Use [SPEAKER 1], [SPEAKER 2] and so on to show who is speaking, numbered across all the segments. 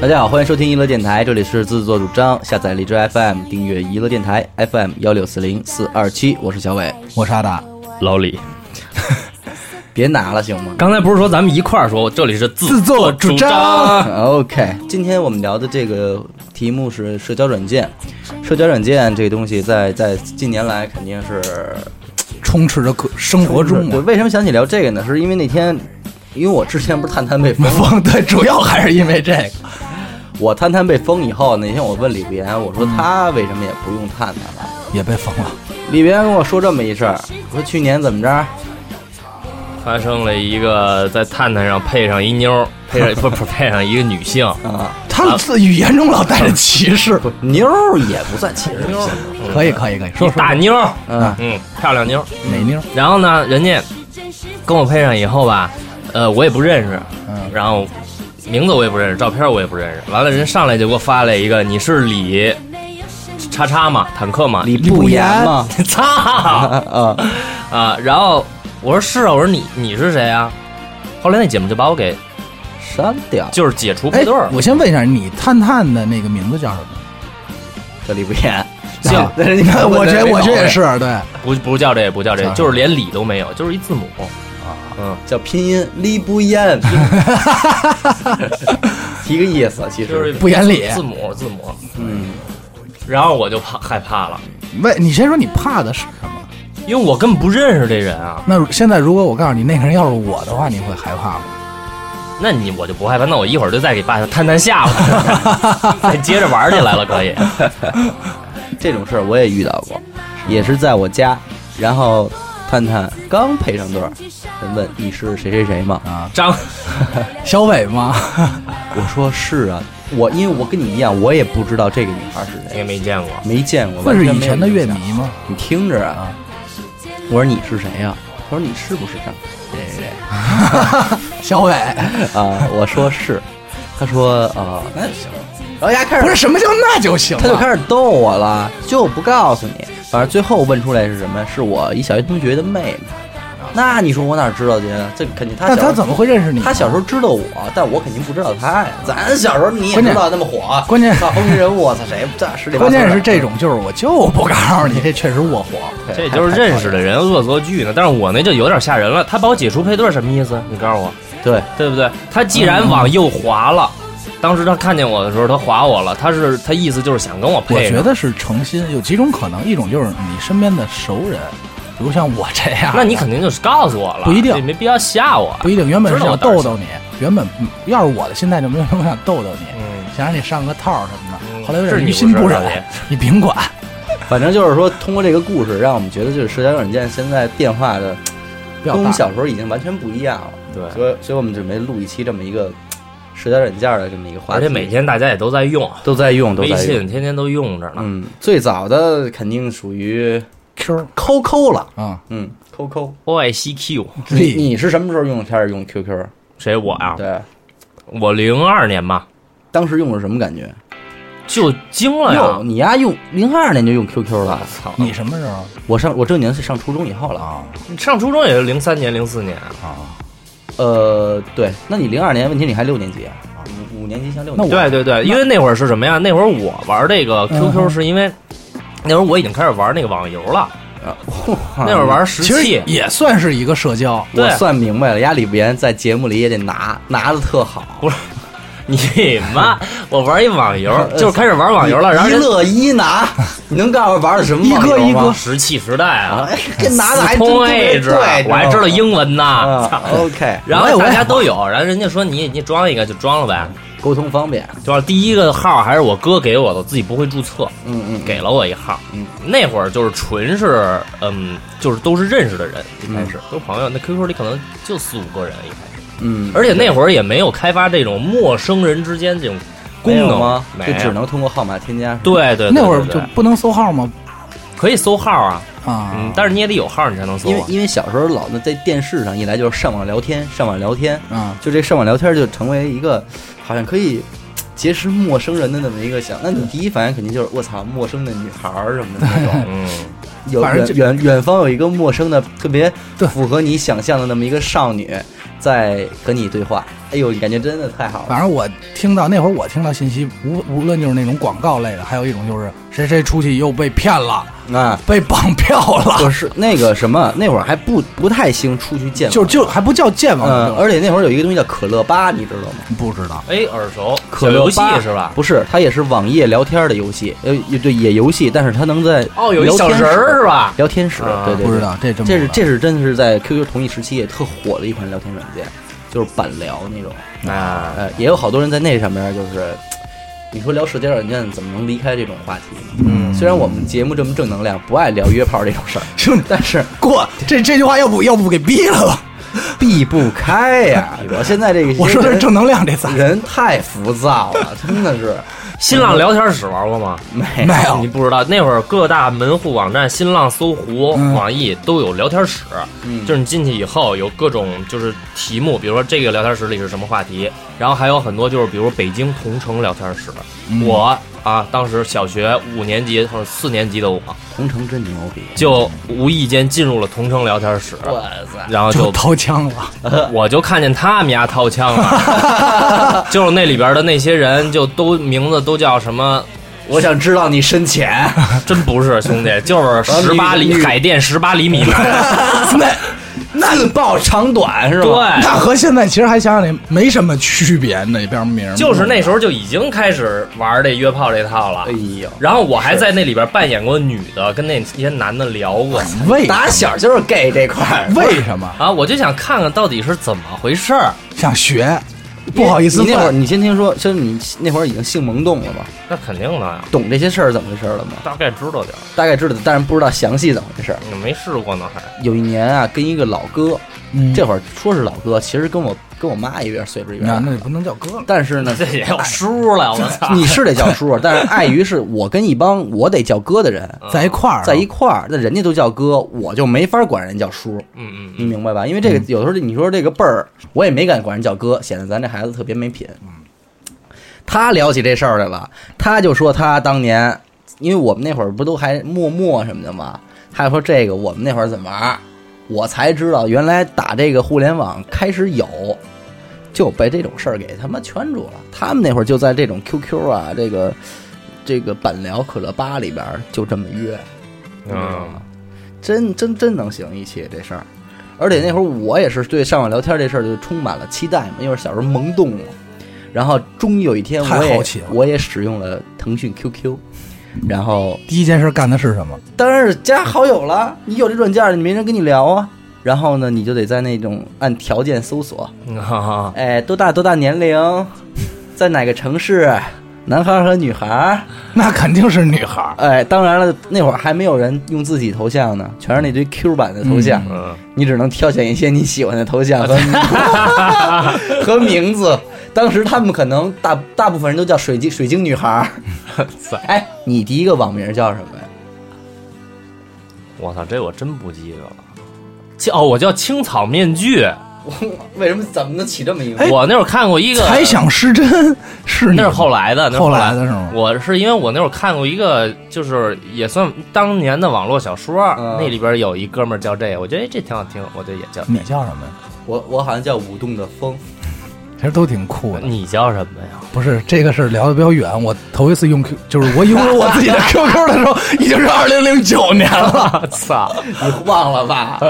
[SPEAKER 1] 大家好，欢迎收听娱乐电台，这里是自作主张，下载荔枝 FM，订阅娱乐电台 FM 幺六四零四二七，我是小伟。
[SPEAKER 2] 我是阿达，
[SPEAKER 3] 老李，
[SPEAKER 1] 别拿了行 吗
[SPEAKER 3] 刚才不是说咱们一块儿说，这里是自
[SPEAKER 2] 自作主张。
[SPEAKER 1] ？OK，今天我们聊的这个题目是社交软件。社交软件这个东西在，在近年来肯定是
[SPEAKER 2] 充斥着可生活中
[SPEAKER 1] 我
[SPEAKER 2] 嘛。
[SPEAKER 1] 为什么想起聊这个呢？是因为那天，因为我之前不是探探被封 吗，
[SPEAKER 2] 风对，主要还是因为这个。
[SPEAKER 1] 我探探被封以后，那天我问李不言，我说他为什么也不用探探了？
[SPEAKER 2] 也被封了，
[SPEAKER 1] 李别跟我说这么一事儿，说去年怎么着，
[SPEAKER 3] 发生了一个在探探上配上一 妞儿，配上不不配上一个女性，
[SPEAKER 1] 啊，
[SPEAKER 2] 他自语言中老带着 歧视。
[SPEAKER 1] 妞儿也不算歧视，
[SPEAKER 2] 可以，可以，可以，说
[SPEAKER 3] 一
[SPEAKER 2] 说
[SPEAKER 3] 大妞儿，
[SPEAKER 1] 嗯，
[SPEAKER 3] 嗯，漂亮妞儿。
[SPEAKER 2] 哪妞？
[SPEAKER 3] 然后呢，人家跟我配上以后吧，呃，我也不认识，
[SPEAKER 2] 嗯
[SPEAKER 3] 然后名字我也不认识，照片我也不认识。完了，人上来就给我发了一个你是李叉叉吗？坦克吗？
[SPEAKER 1] 李
[SPEAKER 2] 不
[SPEAKER 1] 不言
[SPEAKER 2] 言
[SPEAKER 1] 嘛，
[SPEAKER 3] 操
[SPEAKER 1] 啊
[SPEAKER 3] 啊！
[SPEAKER 1] 啊，
[SPEAKER 3] 然后我说是啊，我说你你是谁啊？后来那姐们就把我给
[SPEAKER 1] 删掉
[SPEAKER 3] 就是解除
[SPEAKER 2] 哎
[SPEAKER 3] 配对儿，，
[SPEAKER 2] 我先问一下，你探探的那个名字叫什么？
[SPEAKER 1] 这李不言，
[SPEAKER 3] 行
[SPEAKER 1] 但 是你看
[SPEAKER 2] 我觉得我觉得也
[SPEAKER 1] 没
[SPEAKER 2] 是对。
[SPEAKER 3] 不不叫这个，不叫这
[SPEAKER 2] 叫什
[SPEAKER 3] 个，
[SPEAKER 2] 么
[SPEAKER 3] 就是连李都没有，就是一字母啊，
[SPEAKER 1] 毛病叫拼音李不 言，一个意思其
[SPEAKER 3] 嗯，就是
[SPEAKER 1] 实，
[SPEAKER 2] 不言理
[SPEAKER 3] 字母字母。
[SPEAKER 1] 嗯，
[SPEAKER 3] 然后我就怕害怕了，
[SPEAKER 2] 喂，你先说你怕的是什么？
[SPEAKER 3] 因为我根本不认识这人啊，
[SPEAKER 2] 那现在如果我告诉你那个人要是我的话，你会害怕吗？
[SPEAKER 3] 那你我就不害怕，那我一会儿就再给爸探探下吧，再接着玩起来了，可以。
[SPEAKER 1] 这种事儿我也遇到过，也是在我家，然后探探刚配上对儿，人问你是谁谁谁吗？
[SPEAKER 3] 张
[SPEAKER 2] 小伟吗？
[SPEAKER 1] 我说是啊，我因为我跟你一样，我也不知道这个女孩是
[SPEAKER 3] 你
[SPEAKER 1] 谁，
[SPEAKER 3] 也没见过，
[SPEAKER 1] 没见过，
[SPEAKER 2] 会嗯是
[SPEAKER 1] 完全
[SPEAKER 2] 以
[SPEAKER 1] 没有
[SPEAKER 2] 前的
[SPEAKER 1] 印
[SPEAKER 2] 乐
[SPEAKER 1] 象
[SPEAKER 2] 迷吗？
[SPEAKER 1] 你听着啊，我说你是谁呀、他说你是不是啊谁谁谁谁
[SPEAKER 2] 小伟
[SPEAKER 1] 啊？我说 是，他说啊，那就行。然后丫哎开始
[SPEAKER 2] 不是什么叫那就行了？
[SPEAKER 1] 他就开始逗我了，就不告诉你。反正最后问出来是什么？是我一小学同学的妹妹。那你说我哪知道去？这肯啊定他小
[SPEAKER 2] 那
[SPEAKER 1] 时
[SPEAKER 2] 他
[SPEAKER 1] 候
[SPEAKER 2] 怎么会认识你？
[SPEAKER 1] 他小时候知道我，但我肯定不知道他呀。咱小时候你也知道那么火，啊
[SPEAKER 2] 关键
[SPEAKER 1] 操风云人物，我操谁这十里八
[SPEAKER 2] 关
[SPEAKER 1] 村的
[SPEAKER 2] 键是这种，就是我就不告诉你，这确实卧火。
[SPEAKER 1] 对
[SPEAKER 3] 这就是认识的人恶作剧呢。但是我那就有点吓人了，他把我解除配对儿什么意思？你告诉我。
[SPEAKER 1] 对
[SPEAKER 3] 对不对？他既然往右滑了，当时他看见我的时候，他划我了，他是他意思就是想跟我
[SPEAKER 2] 我
[SPEAKER 3] 配上。
[SPEAKER 2] 觉得是诚心，有几种可能，一种就是你身边的熟人，比如像我这样，
[SPEAKER 3] 那你肯定就是告诉我
[SPEAKER 2] 啊
[SPEAKER 3] 了，
[SPEAKER 2] 不一定
[SPEAKER 3] 这没必要吓我。
[SPEAKER 2] 不一定原本是
[SPEAKER 3] 知道
[SPEAKER 2] 想
[SPEAKER 3] 我胆儿
[SPEAKER 2] 逗逗你，原本嗯要是我的心态就没有那么想逗逗你，
[SPEAKER 3] 嗯，
[SPEAKER 2] 想让你上个套什么的，
[SPEAKER 3] 嗯
[SPEAKER 2] 后来有
[SPEAKER 3] 这
[SPEAKER 2] 点
[SPEAKER 3] 是
[SPEAKER 2] 于
[SPEAKER 3] 你
[SPEAKER 2] 心
[SPEAKER 3] 不是
[SPEAKER 2] 忍
[SPEAKER 3] 老爷，
[SPEAKER 2] 你甭管，
[SPEAKER 1] 反正就是说，通过这个故事，让我们觉得就是社交软件现在变化的
[SPEAKER 2] 不
[SPEAKER 1] 跟
[SPEAKER 2] 要
[SPEAKER 1] 我们
[SPEAKER 2] 大。
[SPEAKER 1] 小时候已经完全不一样了。
[SPEAKER 3] 对。
[SPEAKER 1] 所以，所以我们准备录一期这么一个社交软件的这么一个话
[SPEAKER 3] 而
[SPEAKER 1] 题，
[SPEAKER 3] 且每天大家也都在用，啊
[SPEAKER 1] 都在用，都
[SPEAKER 3] 微
[SPEAKER 1] 在用。
[SPEAKER 3] 信天天都用着呢。
[SPEAKER 1] 嗯，最早的肯定属于
[SPEAKER 2] Q
[SPEAKER 1] ，QQ 了。
[SPEAKER 2] 啊，
[SPEAKER 1] 嗯，QQ，
[SPEAKER 3] OICQ，
[SPEAKER 1] 你
[SPEAKER 2] Z
[SPEAKER 1] 你是什么时候用开始用 QQ？
[SPEAKER 3] 谁我啊？
[SPEAKER 1] 对，
[SPEAKER 3] 我零二年吧，
[SPEAKER 1] 当时用是什么感觉？
[SPEAKER 3] 就惊了
[SPEAKER 1] 哟，
[SPEAKER 3] 呀！
[SPEAKER 1] 你丫用零二年就用 QQ 了？
[SPEAKER 3] 啊操，
[SPEAKER 2] 你什么时候
[SPEAKER 1] 我上我正经是上初中以后了。
[SPEAKER 2] 啊
[SPEAKER 3] 你上初中也是零三年、零四年啊，
[SPEAKER 2] 啊？
[SPEAKER 1] 呃，对，那你零二年，问题你还六年级啊？五五年级像六年级。
[SPEAKER 3] 对对对，因为那会儿是什么呀？那会儿我玩这个
[SPEAKER 2] 嗯
[SPEAKER 3] QQ 是因为那会儿我已经开始玩那个网游了，
[SPEAKER 1] 啊哇
[SPEAKER 3] 那会儿玩石
[SPEAKER 2] 其实
[SPEAKER 3] 器，
[SPEAKER 2] 也算是一个社交，
[SPEAKER 1] 我
[SPEAKER 3] 对
[SPEAKER 1] 算明白了，丫李不言在节目里也得拿拿的特好，
[SPEAKER 3] 不是你妈！我玩一网游，就是开始玩网游了，然后
[SPEAKER 1] 一
[SPEAKER 3] 人
[SPEAKER 1] 乐一拿， 你能告诉我玩的什么网游吗？
[SPEAKER 2] 一哥一哥
[SPEAKER 3] 石器时代
[SPEAKER 1] 啊
[SPEAKER 3] 啊，，
[SPEAKER 1] 跟拿的还
[SPEAKER 3] 四
[SPEAKER 1] 真
[SPEAKER 3] 通
[SPEAKER 1] 对
[SPEAKER 3] A 制，我哎还知道英文呢。
[SPEAKER 1] 啊
[SPEAKER 3] 操。
[SPEAKER 1] ，OK，
[SPEAKER 3] 然
[SPEAKER 2] 我也
[SPEAKER 3] 后
[SPEAKER 2] 我也
[SPEAKER 3] 大家都有，然后人家说你你装一个就装了呗，
[SPEAKER 1] 沟通方便，
[SPEAKER 3] 就是第一个号还是我哥给我的，我自己不会注册，
[SPEAKER 1] 嗯嗯，
[SPEAKER 3] 给了我一号。
[SPEAKER 1] 嗯
[SPEAKER 3] 那会儿就是纯是嗯，就是都是认识的人，一开始都是朋友。那 QQ 里可能就四五个人一开始，
[SPEAKER 1] 嗯，
[SPEAKER 3] 而且那会儿也没有开发这种陌生人之间这种功
[SPEAKER 1] 没有
[SPEAKER 3] 能
[SPEAKER 1] 吗？
[SPEAKER 3] 没
[SPEAKER 1] 就
[SPEAKER 3] 有
[SPEAKER 1] 只能通过号码添加，
[SPEAKER 3] 对对对
[SPEAKER 2] 那会儿
[SPEAKER 3] 对对
[SPEAKER 2] 就不能搜号吗？
[SPEAKER 3] 可以搜号啊，
[SPEAKER 2] 啊，
[SPEAKER 3] 嗯，但是你也得有号，你才能搜
[SPEAKER 1] 因为
[SPEAKER 3] 啊。
[SPEAKER 1] 因为小时候老在电视上一来就是上网聊天，上网聊天，
[SPEAKER 2] 啊，
[SPEAKER 1] 就这上网聊天就成为一个好像可以。结识陌生人的那么一个想，那你第一反应肯定就是我操，陌生的女孩儿什么的那种。
[SPEAKER 3] 嗯，
[SPEAKER 1] 有
[SPEAKER 2] 反正
[SPEAKER 1] 远
[SPEAKER 2] 就
[SPEAKER 1] 远远方有一个陌生的，特别
[SPEAKER 2] 对
[SPEAKER 1] 符合你想象的那么一个少女在和你对话，哎呦，你感觉真的太好了。
[SPEAKER 2] 反正我听到那会儿，我听到信息，无无论就是那种广告类的，还有一种就是谁谁出去又被骗了，
[SPEAKER 1] 啊，
[SPEAKER 2] 被绑票 了，
[SPEAKER 1] 就是那个什么，那会儿还不不太兴出去见网，
[SPEAKER 2] 就啊就还不叫健忘，
[SPEAKER 1] 嗯，
[SPEAKER 2] 就是
[SPEAKER 1] 而且那会儿有一个东西叫可乐吧，你知道吗？
[SPEAKER 2] 不知道。
[SPEAKER 3] 哎，耳熟，
[SPEAKER 1] 可
[SPEAKER 3] 小
[SPEAKER 1] 乐
[SPEAKER 3] 游
[SPEAKER 1] 吧
[SPEAKER 3] 戏是吧？
[SPEAKER 1] 不是，它也是网页聊天的游戏，呃，也对，也游戏，但是它能在
[SPEAKER 3] 哦，有一
[SPEAKER 1] 聊
[SPEAKER 3] 小
[SPEAKER 1] 天
[SPEAKER 3] 人
[SPEAKER 1] 室
[SPEAKER 3] 儿是吧？
[SPEAKER 1] 聊天室，
[SPEAKER 3] 啊
[SPEAKER 1] 对对，
[SPEAKER 2] 不知
[SPEAKER 1] 对。
[SPEAKER 2] 道这真不
[SPEAKER 1] 这
[SPEAKER 2] 知
[SPEAKER 1] 是
[SPEAKER 2] 道
[SPEAKER 1] 这是真的是在 QQ 同一时期也特火的一款聊天软件，就是板聊那种，
[SPEAKER 3] 啊，
[SPEAKER 1] 呃，也有好多人在那上面就是，你说聊社交软件怎么能离开这种话题呢？
[SPEAKER 3] 嗯
[SPEAKER 1] 虽然我们节目这么正能量，不爱聊约炮这种事儿， 但是
[SPEAKER 2] 过这这句话要不要不给毙了吧？
[SPEAKER 1] 避不开呀、 我现在这个
[SPEAKER 2] 我说的
[SPEAKER 1] 人
[SPEAKER 2] 是正能量这仨，
[SPEAKER 1] 人太浮躁了，真的是
[SPEAKER 3] 新浪聊天室玩过吗？
[SPEAKER 1] 没
[SPEAKER 2] 没有
[SPEAKER 3] 你不知道，那会儿各大门户网站，新浪、搜狐、
[SPEAKER 2] 嗯
[SPEAKER 3] 网易都有聊天室，
[SPEAKER 1] 嗯
[SPEAKER 3] 就是你进去以后有各种就是题目，比如说这个聊天室里是什么话题，然后还有很多就是比如北京同城聊天室，
[SPEAKER 2] 嗯
[SPEAKER 3] 我啊当时小学五年级或者四年级的我，
[SPEAKER 1] 同城真牛逼，
[SPEAKER 3] 就无意间进入了同城聊天室，
[SPEAKER 1] 我操，
[SPEAKER 3] 然后
[SPEAKER 2] 就
[SPEAKER 3] 就
[SPEAKER 2] 掏枪 了。
[SPEAKER 3] 我就看见他们家掏枪了，就是那里边的那些人就都名字都叫什么。
[SPEAKER 1] 我想知道你深浅，
[SPEAKER 3] 真不是 兄弟，就是十八
[SPEAKER 1] 女
[SPEAKER 3] 厘
[SPEAKER 1] 女
[SPEAKER 3] 海淀十八厘米男，
[SPEAKER 1] 那那自报长短 是吧？
[SPEAKER 3] 对，
[SPEAKER 2] 那和现在其实还想想那没什么区别，那边名儿
[SPEAKER 3] 就是那时候就已经开始玩这约炮这套了
[SPEAKER 1] 哎。呦，
[SPEAKER 3] 然后我还在那里边扮演过女的，跟那些男的聊过
[SPEAKER 2] 为
[SPEAKER 1] 打小就是 gay 这块儿，
[SPEAKER 2] 为什么
[SPEAKER 3] 啊，我就想看看到底是怎么回事儿。
[SPEAKER 2] 想学？不好意思
[SPEAKER 1] 你那会儿
[SPEAKER 2] 问，
[SPEAKER 1] 你先听说，就是你那会儿已经性萌动了吧？
[SPEAKER 3] 那肯定的呀，
[SPEAKER 1] 懂这些事儿怎么回事儿了吗？
[SPEAKER 3] 大概知道点儿，
[SPEAKER 1] 大概知道，但是不知道详细怎么回事儿。
[SPEAKER 3] 你没试过呢还。
[SPEAKER 1] 有一年啊，跟一个老哥，
[SPEAKER 2] 嗯
[SPEAKER 1] 这会儿说是老哥，其实跟我跟我妈一边岁数一边
[SPEAKER 2] 那
[SPEAKER 1] 大，
[SPEAKER 2] 那就不能叫哥了。
[SPEAKER 1] 但是 呢，
[SPEAKER 3] 这也有叔了，我操！
[SPEAKER 1] 嗯你是得叫叔，但是碍于是我跟一帮我得叫哥 的人
[SPEAKER 3] 嗯
[SPEAKER 2] 在一块儿，
[SPEAKER 1] 在一块儿，那人家都叫哥，我就没法管人叫叔，
[SPEAKER 3] 嗯嗯
[SPEAKER 1] 你明白吧？因为这个有时候你说这个辈儿，我也没敢管人叫哥，显得咱这孩子特别没品。他聊起这事儿来了，他就说他当年，因为我们那会儿不都还陌陌什么的嘛，他就说这个我们那会儿怎么玩儿，我才知道原来打这个互联网开始有，就被这种事儿给他妈圈住了。他们那会儿就在这种 QQ 啊，这个这个板聊可乐吧里边儿就这么约，你知道吗
[SPEAKER 3] 嗯，
[SPEAKER 1] 真真真能行一起这事儿。而且那会儿我也是对上网聊天这事儿就充满了期待嘛，因为小时候萌动嘛。然后终于有一天，
[SPEAKER 2] 太
[SPEAKER 1] 我也
[SPEAKER 2] 好奇了
[SPEAKER 1] 我也使用了腾讯 QQ，然后
[SPEAKER 2] 第一件事干的是什么？
[SPEAKER 1] 当然是加好友了。你有这软件儿，你没人跟你聊啊。然后呢，你就得在那种按条件搜索，
[SPEAKER 3] 啊
[SPEAKER 1] 哎，多大多大年龄，在哪个城市，男孩儿和女孩儿。
[SPEAKER 2] 那肯定是女孩儿。
[SPEAKER 1] 哎，当然了，那会儿还没有人用自己头像呢，全是那堆 Q 版的头像，
[SPEAKER 3] 嗯，
[SPEAKER 1] 你只能挑选一些你喜欢的头像和 和名字。当时他们可能大大部分人都叫水晶水晶女孩 儿哎，你第一个网名叫什么呀？
[SPEAKER 3] 我操，这我真不记得了。青哦，我叫青草面具，
[SPEAKER 1] 为什么怎么能起这么一个？
[SPEAKER 3] 我那会儿看过一个
[SPEAKER 2] 猜哎想失真是你
[SPEAKER 3] 那是后来的，那是
[SPEAKER 2] 后
[SPEAKER 3] 来
[SPEAKER 2] 来的是吗？
[SPEAKER 3] 我是因为我那会儿看过一个，就是也算当年的网络小说，
[SPEAKER 1] 嗯
[SPEAKER 3] 那里边有一哥们儿叫这个，我觉得哎这挺好听，我就也叫。
[SPEAKER 2] 你叫什么呀？
[SPEAKER 1] 我我好像叫舞动的风，
[SPEAKER 2] 其实都挺酷的。
[SPEAKER 3] 你叫什么呀？
[SPEAKER 2] 不是这个事儿聊的比较远，我头一次用 Q，就是我拥有我自己的 QQ 的时候，已经是二零零九年了。
[SPEAKER 3] 操！
[SPEAKER 1] 你忘了吧？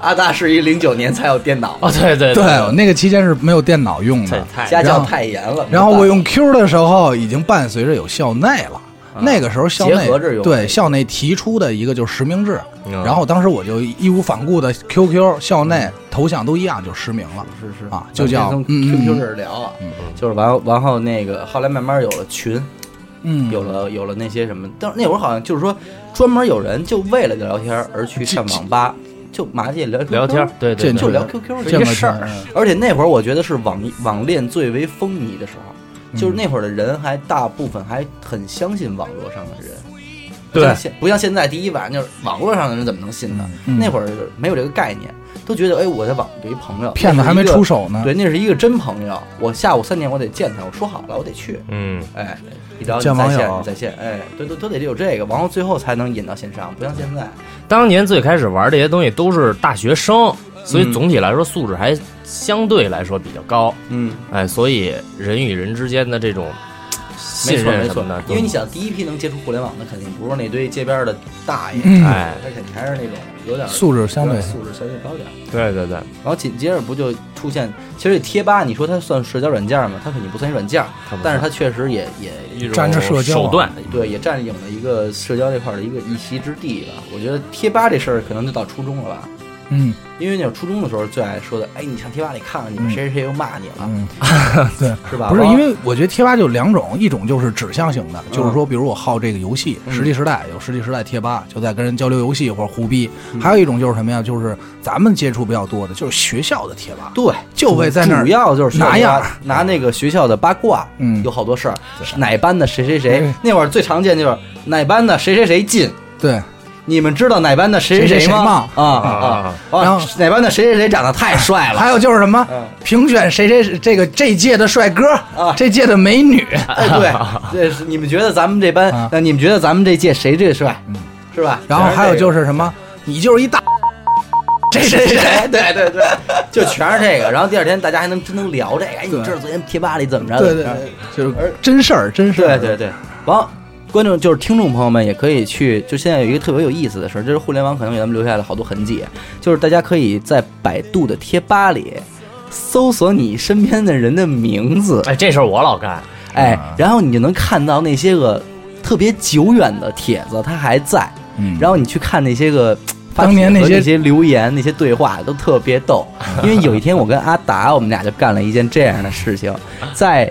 [SPEAKER 1] 阿大是一零九年才有电 脑，
[SPEAKER 3] 哦，对对
[SPEAKER 2] 对，那个期间是没有电脑用
[SPEAKER 3] 这
[SPEAKER 2] 的。
[SPEAKER 3] 太
[SPEAKER 1] 家教太严了。
[SPEAKER 2] 哎然后我用 Q 的时候，已经伴随着有校内了。那个时候校内
[SPEAKER 1] 结合着用
[SPEAKER 2] 对校内提出的一个就是实名制，
[SPEAKER 3] 嗯
[SPEAKER 2] 然后当时我就义无反顾的 QQ 校内头像都一样就实名了。
[SPEAKER 1] 是是
[SPEAKER 2] 啊就叫
[SPEAKER 1] 从
[SPEAKER 2] 嗯嗯
[SPEAKER 1] QQ
[SPEAKER 2] 嗯
[SPEAKER 1] 这儿聊啊，就是完完后那个后来慢慢有了群，
[SPEAKER 2] 嗯，
[SPEAKER 1] 有了有了那些什么，但是那会儿好像就是说专门有人就为了聊天而去上网吧，就麻雀聊 QQ
[SPEAKER 3] 聊天，对对
[SPEAKER 2] 这
[SPEAKER 1] 就
[SPEAKER 3] 对，
[SPEAKER 1] 聊 QQ
[SPEAKER 2] 见
[SPEAKER 1] 这个
[SPEAKER 2] 过
[SPEAKER 1] 事儿
[SPEAKER 2] 见过。
[SPEAKER 1] 而且那会儿我觉得是网网恋最为风靡的时
[SPEAKER 2] 嗯
[SPEAKER 1] 候，就是那会儿的人还大部分还很相信网络上的人。不像
[SPEAKER 3] 对
[SPEAKER 1] 现不像现在，第一晚就是网络上的人怎么能信呢？
[SPEAKER 2] 嗯
[SPEAKER 1] 那会儿没有这个概念，都觉得哎，我在网有一朋友，
[SPEAKER 2] 骗子还没
[SPEAKER 1] 那是一个
[SPEAKER 2] 出手呢，
[SPEAKER 1] 对，那是一个真朋友。我下午三点我得见他，我说好了，我得去。
[SPEAKER 3] 嗯，
[SPEAKER 1] 哎，你找你
[SPEAKER 2] 见
[SPEAKER 1] 在
[SPEAKER 2] 网友
[SPEAKER 1] 线，你在线，哎，对，都都得有这个，然后最后才能引到线上，不像现在。
[SPEAKER 2] 嗯
[SPEAKER 3] 当年最开始玩这些东西都是大学生，所以总体来说素质还相对来说比较高，
[SPEAKER 1] 嗯，
[SPEAKER 3] 哎，所以人与人之间的这种
[SPEAKER 1] 没
[SPEAKER 3] 信
[SPEAKER 1] 错
[SPEAKER 3] 任
[SPEAKER 1] 没
[SPEAKER 3] 什
[SPEAKER 1] 错
[SPEAKER 3] 么的都，，
[SPEAKER 1] 因为你想，第一批能接触互联网的，肯定不是那堆街边的大爷，
[SPEAKER 2] 嗯
[SPEAKER 3] 哎，
[SPEAKER 1] 他肯定还是那种有点
[SPEAKER 2] 素质相对
[SPEAKER 1] 有点素质相对高点儿。
[SPEAKER 3] 对对对，
[SPEAKER 1] 然后紧接着不就出现，其实这贴吧，你说它算社交软件吗？它肯定不算软件，
[SPEAKER 3] 它不
[SPEAKER 1] 但是
[SPEAKER 3] 算
[SPEAKER 1] 它确实也也
[SPEAKER 3] 一种
[SPEAKER 2] 沾着社交啊
[SPEAKER 3] 手段，
[SPEAKER 1] 对，也占领了一个社交这块儿的一个一席之地吧。我觉得贴吧这事儿可能就到初中了吧，
[SPEAKER 2] 嗯
[SPEAKER 1] 因为那种初中的时候最爱说的，哎，你上贴吧里看看你们谁谁谁又骂你了，
[SPEAKER 2] 嗯，对。
[SPEAKER 1] 是吧？
[SPEAKER 2] 不是
[SPEAKER 1] 完了
[SPEAKER 2] 因为我觉得贴吧就两种，一种就是指向型的，
[SPEAKER 1] 嗯
[SPEAKER 2] 就是说，比如我好这个游戏，实际时代有实际时代贴吧，就在跟人交流游戏或者胡逼；
[SPEAKER 1] 嗯
[SPEAKER 2] 还有一种就是什么呀，就是咱们接触比较多的，就是学校的贴吧，
[SPEAKER 1] 对，
[SPEAKER 2] 就为在那儿
[SPEAKER 1] 主要就是
[SPEAKER 2] 拿样儿
[SPEAKER 1] 拿拿那个学校的八卦，
[SPEAKER 2] 嗯
[SPEAKER 1] 有好多事儿，哪班的谁谁谁
[SPEAKER 2] 嗯，
[SPEAKER 1] 那会儿最常见就是哪班的谁谁谁进。
[SPEAKER 2] 对，
[SPEAKER 1] 你们知道哪班的谁
[SPEAKER 2] 谁
[SPEAKER 1] 谁
[SPEAKER 2] 谁
[SPEAKER 1] 吗
[SPEAKER 2] 吗？
[SPEAKER 1] 啊啊
[SPEAKER 3] 啊！
[SPEAKER 1] 啊
[SPEAKER 2] 然后
[SPEAKER 1] 哪班的谁谁谁长得太帅了，
[SPEAKER 2] 还有就是什么
[SPEAKER 1] 嗯
[SPEAKER 2] 评选谁谁这个这届的帅哥
[SPEAKER 1] 啊，
[SPEAKER 2] 这届的美女，
[SPEAKER 1] 哎， 对，这是你们觉得咱们这班
[SPEAKER 2] 啊，嗯
[SPEAKER 1] 那你们觉得咱们这届谁最帅，是吧？
[SPEAKER 2] 然后还有就是是什么，你就是一大
[SPEAKER 1] 这个谁谁谁，对对对， 就全是这个。然后第二天大家还能真能聊这个，哎，你知道昨天贴吧里怎么着？
[SPEAKER 2] 对对
[SPEAKER 1] 怎么着
[SPEAKER 2] 对，就是真事儿，真事儿，
[SPEAKER 1] 对对对，完。观众就是听众朋友们也可以去，就现在有一个特别有意思的事儿，就是互联网可能给咱们留下了好多痕迹，就是大家可以在百度的贴吧里搜索你身边的人的名字，
[SPEAKER 3] 哎，这事儿我老干，
[SPEAKER 1] 哎，然后你就能看到那些个特别久远的帖子，它还在，
[SPEAKER 2] 嗯
[SPEAKER 1] 然后你去看那些 个。发
[SPEAKER 2] 当年
[SPEAKER 1] 帖子
[SPEAKER 2] 那些
[SPEAKER 1] 那些留言、那些对话都特别 逗，因为有一天我跟阿达，我们俩就干了一件这样的事 情，在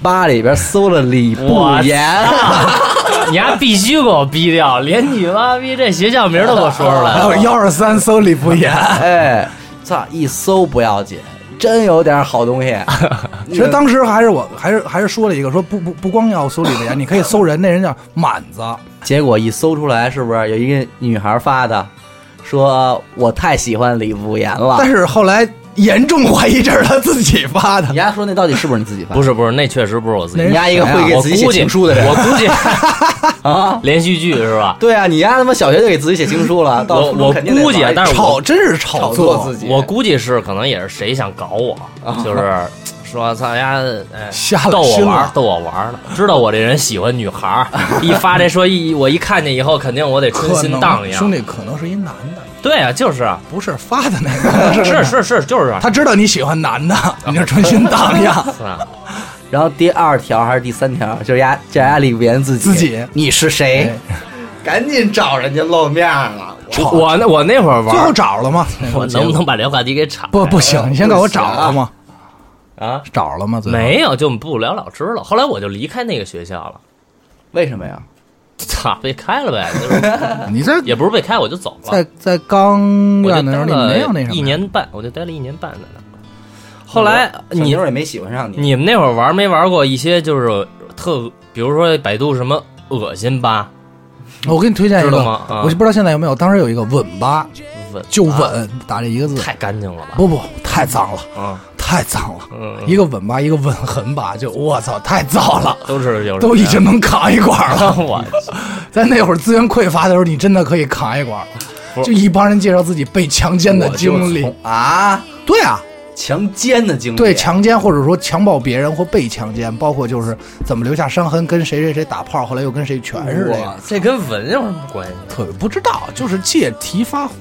[SPEAKER 1] 吧里边搜了李不言，
[SPEAKER 3] 你还必须给我逼掉，连你妈逼这学校名都给我说出来
[SPEAKER 2] 还
[SPEAKER 3] 了。
[SPEAKER 2] 有幺二三搜李不 言。
[SPEAKER 1] 哎，操，一搜不要紧，真有点好东 西。
[SPEAKER 2] 其实
[SPEAKER 3] 嗯
[SPEAKER 2] 当时还是我还是还是说了一个，说不不不光要搜李不言，你可以搜人，那人叫满子，
[SPEAKER 3] 啊
[SPEAKER 1] 结果一搜出来，是不是有一个女孩发的，说我太喜欢李不言了？
[SPEAKER 2] 但是后来严重怀疑这是他自己发的
[SPEAKER 1] 你。丫说那到底是不是你自己发？
[SPEAKER 3] 不是不是，那确实不是我自己
[SPEAKER 2] 那
[SPEAKER 1] 你
[SPEAKER 2] 人
[SPEAKER 1] 丫一个会给
[SPEAKER 3] 我
[SPEAKER 1] 自己写
[SPEAKER 3] 估计
[SPEAKER 1] 情书的人
[SPEAKER 3] 我估计
[SPEAKER 1] 啊？
[SPEAKER 3] 连续剧是吧？
[SPEAKER 1] 对啊，你丫他妈小学就给自己写情书了，到
[SPEAKER 3] 我
[SPEAKER 1] 初中
[SPEAKER 3] 我
[SPEAKER 1] 肯定得
[SPEAKER 3] 估计啊
[SPEAKER 1] 玩
[SPEAKER 3] 但是
[SPEAKER 2] 炒
[SPEAKER 3] 我
[SPEAKER 2] 真是炒
[SPEAKER 1] 炒
[SPEAKER 2] 作
[SPEAKER 1] 作自己。啊
[SPEAKER 3] 我估计是可能也是谁想搞我，就是说操丫 哎
[SPEAKER 2] 瞎了
[SPEAKER 3] 逗我
[SPEAKER 2] 心
[SPEAKER 3] 玩儿
[SPEAKER 2] 了
[SPEAKER 3] 逗我玩儿呢，知道我这人喜欢女孩儿， 一发这说一我一看见以后肯定我得春
[SPEAKER 2] 可
[SPEAKER 3] 心荡
[SPEAKER 2] 能兄
[SPEAKER 3] 漾。
[SPEAKER 2] 弟可能是一男的，
[SPEAKER 3] 对啊，就是啊，
[SPEAKER 2] 不是发的那个，
[SPEAKER 3] 是是是就是啊，
[SPEAKER 2] 他知道你喜欢男的，你这春心荡 漾。
[SPEAKER 3] 是啊
[SPEAKER 1] 然后第二条还是第三条，就是丫叫丫李岩自己，
[SPEAKER 2] 自己
[SPEAKER 1] 你是谁？
[SPEAKER 3] 哎
[SPEAKER 1] 赶紧找人家露面了。
[SPEAKER 3] 我我那我那会儿玩
[SPEAKER 2] 最后
[SPEAKER 3] 儿，
[SPEAKER 2] 找了吗？那
[SPEAKER 3] 我
[SPEAKER 2] 个
[SPEAKER 3] 能不能把呃这话题给岔？
[SPEAKER 2] 不不行，你先告诉我找了吗？
[SPEAKER 3] 啊，
[SPEAKER 2] 找了吗？最后
[SPEAKER 3] 没有就不了了之了。后来我就离开那个学校 了，
[SPEAKER 1] 为什么呀？
[SPEAKER 3] 操，被开了呗，就是
[SPEAKER 2] 你这
[SPEAKER 3] 也不是被开，我就走了。
[SPEAKER 2] 在在刚
[SPEAKER 3] 我就
[SPEAKER 2] 院的时
[SPEAKER 3] 待
[SPEAKER 2] 候，你没有那什么
[SPEAKER 3] 了
[SPEAKER 2] 呀
[SPEAKER 3] 一年半，我就待了一年半在那儿。后来
[SPEAKER 1] 小
[SPEAKER 3] 你
[SPEAKER 1] 妞儿也没喜欢上你，
[SPEAKER 3] 你们那会儿玩没玩过一些就是特，比如说百度什么恶心吧，
[SPEAKER 2] 嗯我给你推荐一
[SPEAKER 3] 知
[SPEAKER 2] 个
[SPEAKER 3] 道吗啊，
[SPEAKER 2] 我就不知道现在有没有。当时有一个吻吧，
[SPEAKER 3] 吻
[SPEAKER 2] 就
[SPEAKER 3] 啊
[SPEAKER 2] 吻，打这一个字，
[SPEAKER 3] 太干净了吧？
[SPEAKER 2] 不不，太脏了，
[SPEAKER 3] 啊，
[SPEAKER 2] 太脏了。
[SPEAKER 3] 嗯，
[SPEAKER 2] 一个吻吧，一个吻痕吧，就我操，太糟了，
[SPEAKER 3] 都是有
[SPEAKER 2] 都已经能扛一管 了。
[SPEAKER 3] 我
[SPEAKER 2] 在那会儿资源匮乏的时候，你真的可以扛一管
[SPEAKER 3] 不，是
[SPEAKER 2] 就一帮人介绍自己被强奸的
[SPEAKER 1] 我就
[SPEAKER 2] 经历
[SPEAKER 1] 从。啊，
[SPEAKER 2] 对啊，
[SPEAKER 1] 强奸的
[SPEAKER 3] 嗯
[SPEAKER 1] 经历，啊
[SPEAKER 2] 对强奸或者说强暴别人或被强奸，包括就是怎么留下伤痕，跟谁谁谁打炮，后来又跟谁全是这
[SPEAKER 1] 哇
[SPEAKER 2] 个。
[SPEAKER 3] 这跟吻有什么关系？
[SPEAKER 2] 特别不知道，就是借题发挥。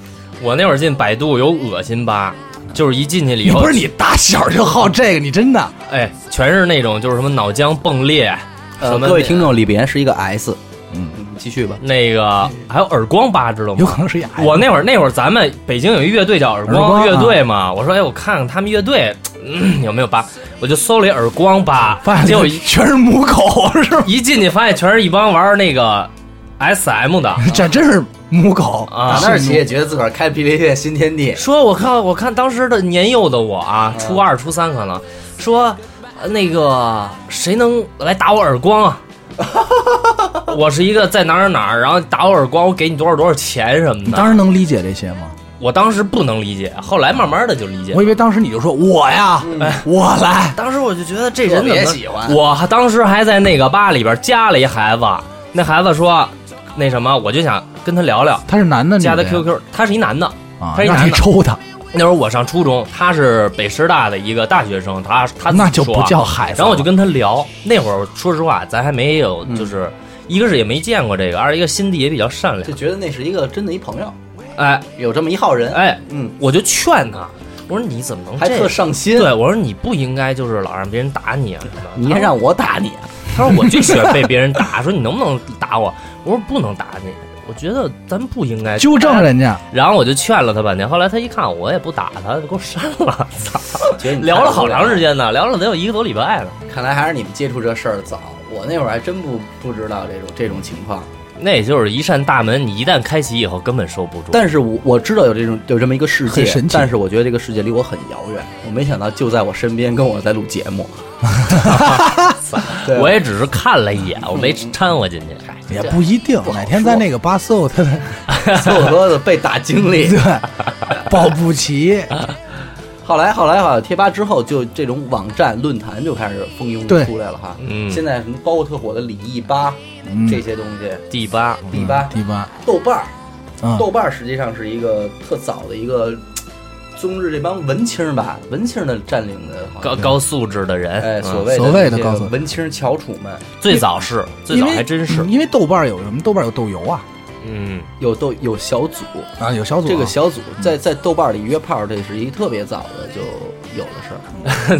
[SPEAKER 3] 我那会儿进百度有恶心吧，就是一进去了以
[SPEAKER 2] 你
[SPEAKER 3] 后，
[SPEAKER 2] 不是你打小就好这个，你真的
[SPEAKER 3] 哎，全是那种就是什么脑浆迸裂，
[SPEAKER 1] 呃，
[SPEAKER 3] 什么
[SPEAKER 1] 各位听众，李岩是一个 S，嗯，继续吧。
[SPEAKER 3] 那个还有耳光吧，知道
[SPEAKER 2] 有
[SPEAKER 3] 吗？
[SPEAKER 2] 可能是哑
[SPEAKER 3] 我那会儿那会儿咱们北京有一乐队叫耳
[SPEAKER 2] 耳光
[SPEAKER 3] 光
[SPEAKER 2] 啊
[SPEAKER 3] 乐队嘛，我说哎，我看看他们乐队、嗯有没有疤，我就搜了一耳光疤
[SPEAKER 2] 发，
[SPEAKER 3] 结
[SPEAKER 2] 现
[SPEAKER 3] 果
[SPEAKER 2] 这
[SPEAKER 3] 一
[SPEAKER 2] 全是母狗， 是吗？
[SPEAKER 3] 一进去发现全是一帮玩那个 SM 的，
[SPEAKER 2] 这真是母狗
[SPEAKER 3] 嗯啊
[SPEAKER 1] 打那儿起也觉得自个儿开辟了一片新天地，
[SPEAKER 3] 说我看我看当时的年幼的我啊，初二初三可能说呃那个谁能来打我耳光 啊？我是一个在哪儿哪儿，然后打我耳光，我给你多少多少钱什么
[SPEAKER 2] 你
[SPEAKER 3] 的。
[SPEAKER 2] 当时能理解这些吗？
[SPEAKER 3] 我当时不能理解，后来慢慢的就理解
[SPEAKER 2] 我。以为当时你就说我呀，
[SPEAKER 3] 嗯
[SPEAKER 2] 我来，
[SPEAKER 3] 当时我就觉得这人
[SPEAKER 1] 特别
[SPEAKER 3] 怎么
[SPEAKER 1] 喜欢
[SPEAKER 3] 我还当时还在那个吧里边加了一孩子，那孩子说那什么，我就想跟他聊聊，
[SPEAKER 2] 他是男的女
[SPEAKER 3] 加
[SPEAKER 2] 的
[SPEAKER 3] 他
[SPEAKER 2] 呀
[SPEAKER 3] QQ，他是一男的，
[SPEAKER 2] 啊，
[SPEAKER 3] 他是一
[SPEAKER 2] 让
[SPEAKER 3] 男
[SPEAKER 2] 你
[SPEAKER 3] 的，
[SPEAKER 2] 抽他，
[SPEAKER 3] 那时候我上初中，他是北师大的一个大学生，他他自己
[SPEAKER 2] 那就不
[SPEAKER 3] 说啊
[SPEAKER 2] 叫孩子了。
[SPEAKER 3] 然后我就跟他聊，
[SPEAKER 1] 哎
[SPEAKER 3] 那会儿说实话，咱还没有，
[SPEAKER 1] 嗯
[SPEAKER 3] 就是、一个是也没见过这个，二一个心地也比较善
[SPEAKER 1] 就
[SPEAKER 3] 良。
[SPEAKER 1] 觉得那是一个真的一朋友，
[SPEAKER 3] 哎
[SPEAKER 1] 有这么一号人，
[SPEAKER 3] 哎，
[SPEAKER 1] 嗯，
[SPEAKER 3] 我就劝他，我说你怎么能
[SPEAKER 1] 还
[SPEAKER 3] 这
[SPEAKER 1] 特
[SPEAKER 3] 样？
[SPEAKER 1] 上心，
[SPEAKER 3] 对，我说你不应该就是老让别人打你啊什么的。
[SPEAKER 1] 你还让我打你，啊
[SPEAKER 3] 他说我就喜欢被别人打， 说你能不能打我？我说不能打你，我觉得咱不应该
[SPEAKER 2] 纠正。人家，
[SPEAKER 3] 然后我就劝了他半天，后来他一看我也不打他，就给我删了。 操，
[SPEAKER 1] 觉得你
[SPEAKER 3] 聊了
[SPEAKER 1] 太
[SPEAKER 3] 好
[SPEAKER 1] 无聊
[SPEAKER 3] 长时间呢，聊了得有一个多礼拜了。
[SPEAKER 1] 看来还是你们接触这事儿早，我那会儿还真不不知道这种这种情况。
[SPEAKER 3] 那也就是一扇大门，你一旦开启以后根本收不住。
[SPEAKER 1] 但是我我知道有这种有这么一个世界
[SPEAKER 2] 很神奇
[SPEAKER 1] 但是我觉得这个世界离我很遥远，我没想到就在我身边，跟我在录节 目。对
[SPEAKER 3] 我也只是看了一眼，我没掺和进去。
[SPEAKER 2] 也不一定
[SPEAKER 1] 不好
[SPEAKER 2] 哪天在那个巴斯特，
[SPEAKER 1] 凑合的被打经历
[SPEAKER 2] 对。，保不 齐，
[SPEAKER 1] 后来后来好像贴吧之后，就这种网站论坛就开始蜂拥
[SPEAKER 2] 对
[SPEAKER 1] 出来了哈。
[SPEAKER 3] 嗯
[SPEAKER 1] 现在什么包括特火的李毅吧、
[SPEAKER 2] 嗯，
[SPEAKER 1] 这些东西，
[SPEAKER 3] 第八，
[SPEAKER 1] 第八
[SPEAKER 2] 第八，
[SPEAKER 1] 豆瓣儿，
[SPEAKER 2] 嗯，
[SPEAKER 1] 豆瓣儿实际上是一个特早的一个中日这帮文青儿吧，文青儿的占领的好像
[SPEAKER 3] 高高素质的人，
[SPEAKER 1] 嗯哎，
[SPEAKER 3] 嗯
[SPEAKER 1] 所谓
[SPEAKER 2] 所谓的
[SPEAKER 1] 这
[SPEAKER 2] 告
[SPEAKER 1] 个
[SPEAKER 2] 诉
[SPEAKER 1] 文青翘楚们
[SPEAKER 3] 最早是最
[SPEAKER 2] 因
[SPEAKER 3] 早
[SPEAKER 2] 为
[SPEAKER 3] 还真是
[SPEAKER 2] 嗯，因为豆瓣儿有什么？豆瓣儿有豆油啊，
[SPEAKER 3] 嗯，
[SPEAKER 1] 有豆有小组，
[SPEAKER 2] 啊，有小组啊，
[SPEAKER 1] 这个小组在在豆瓣里约炮，这是一特别早的就有的事儿。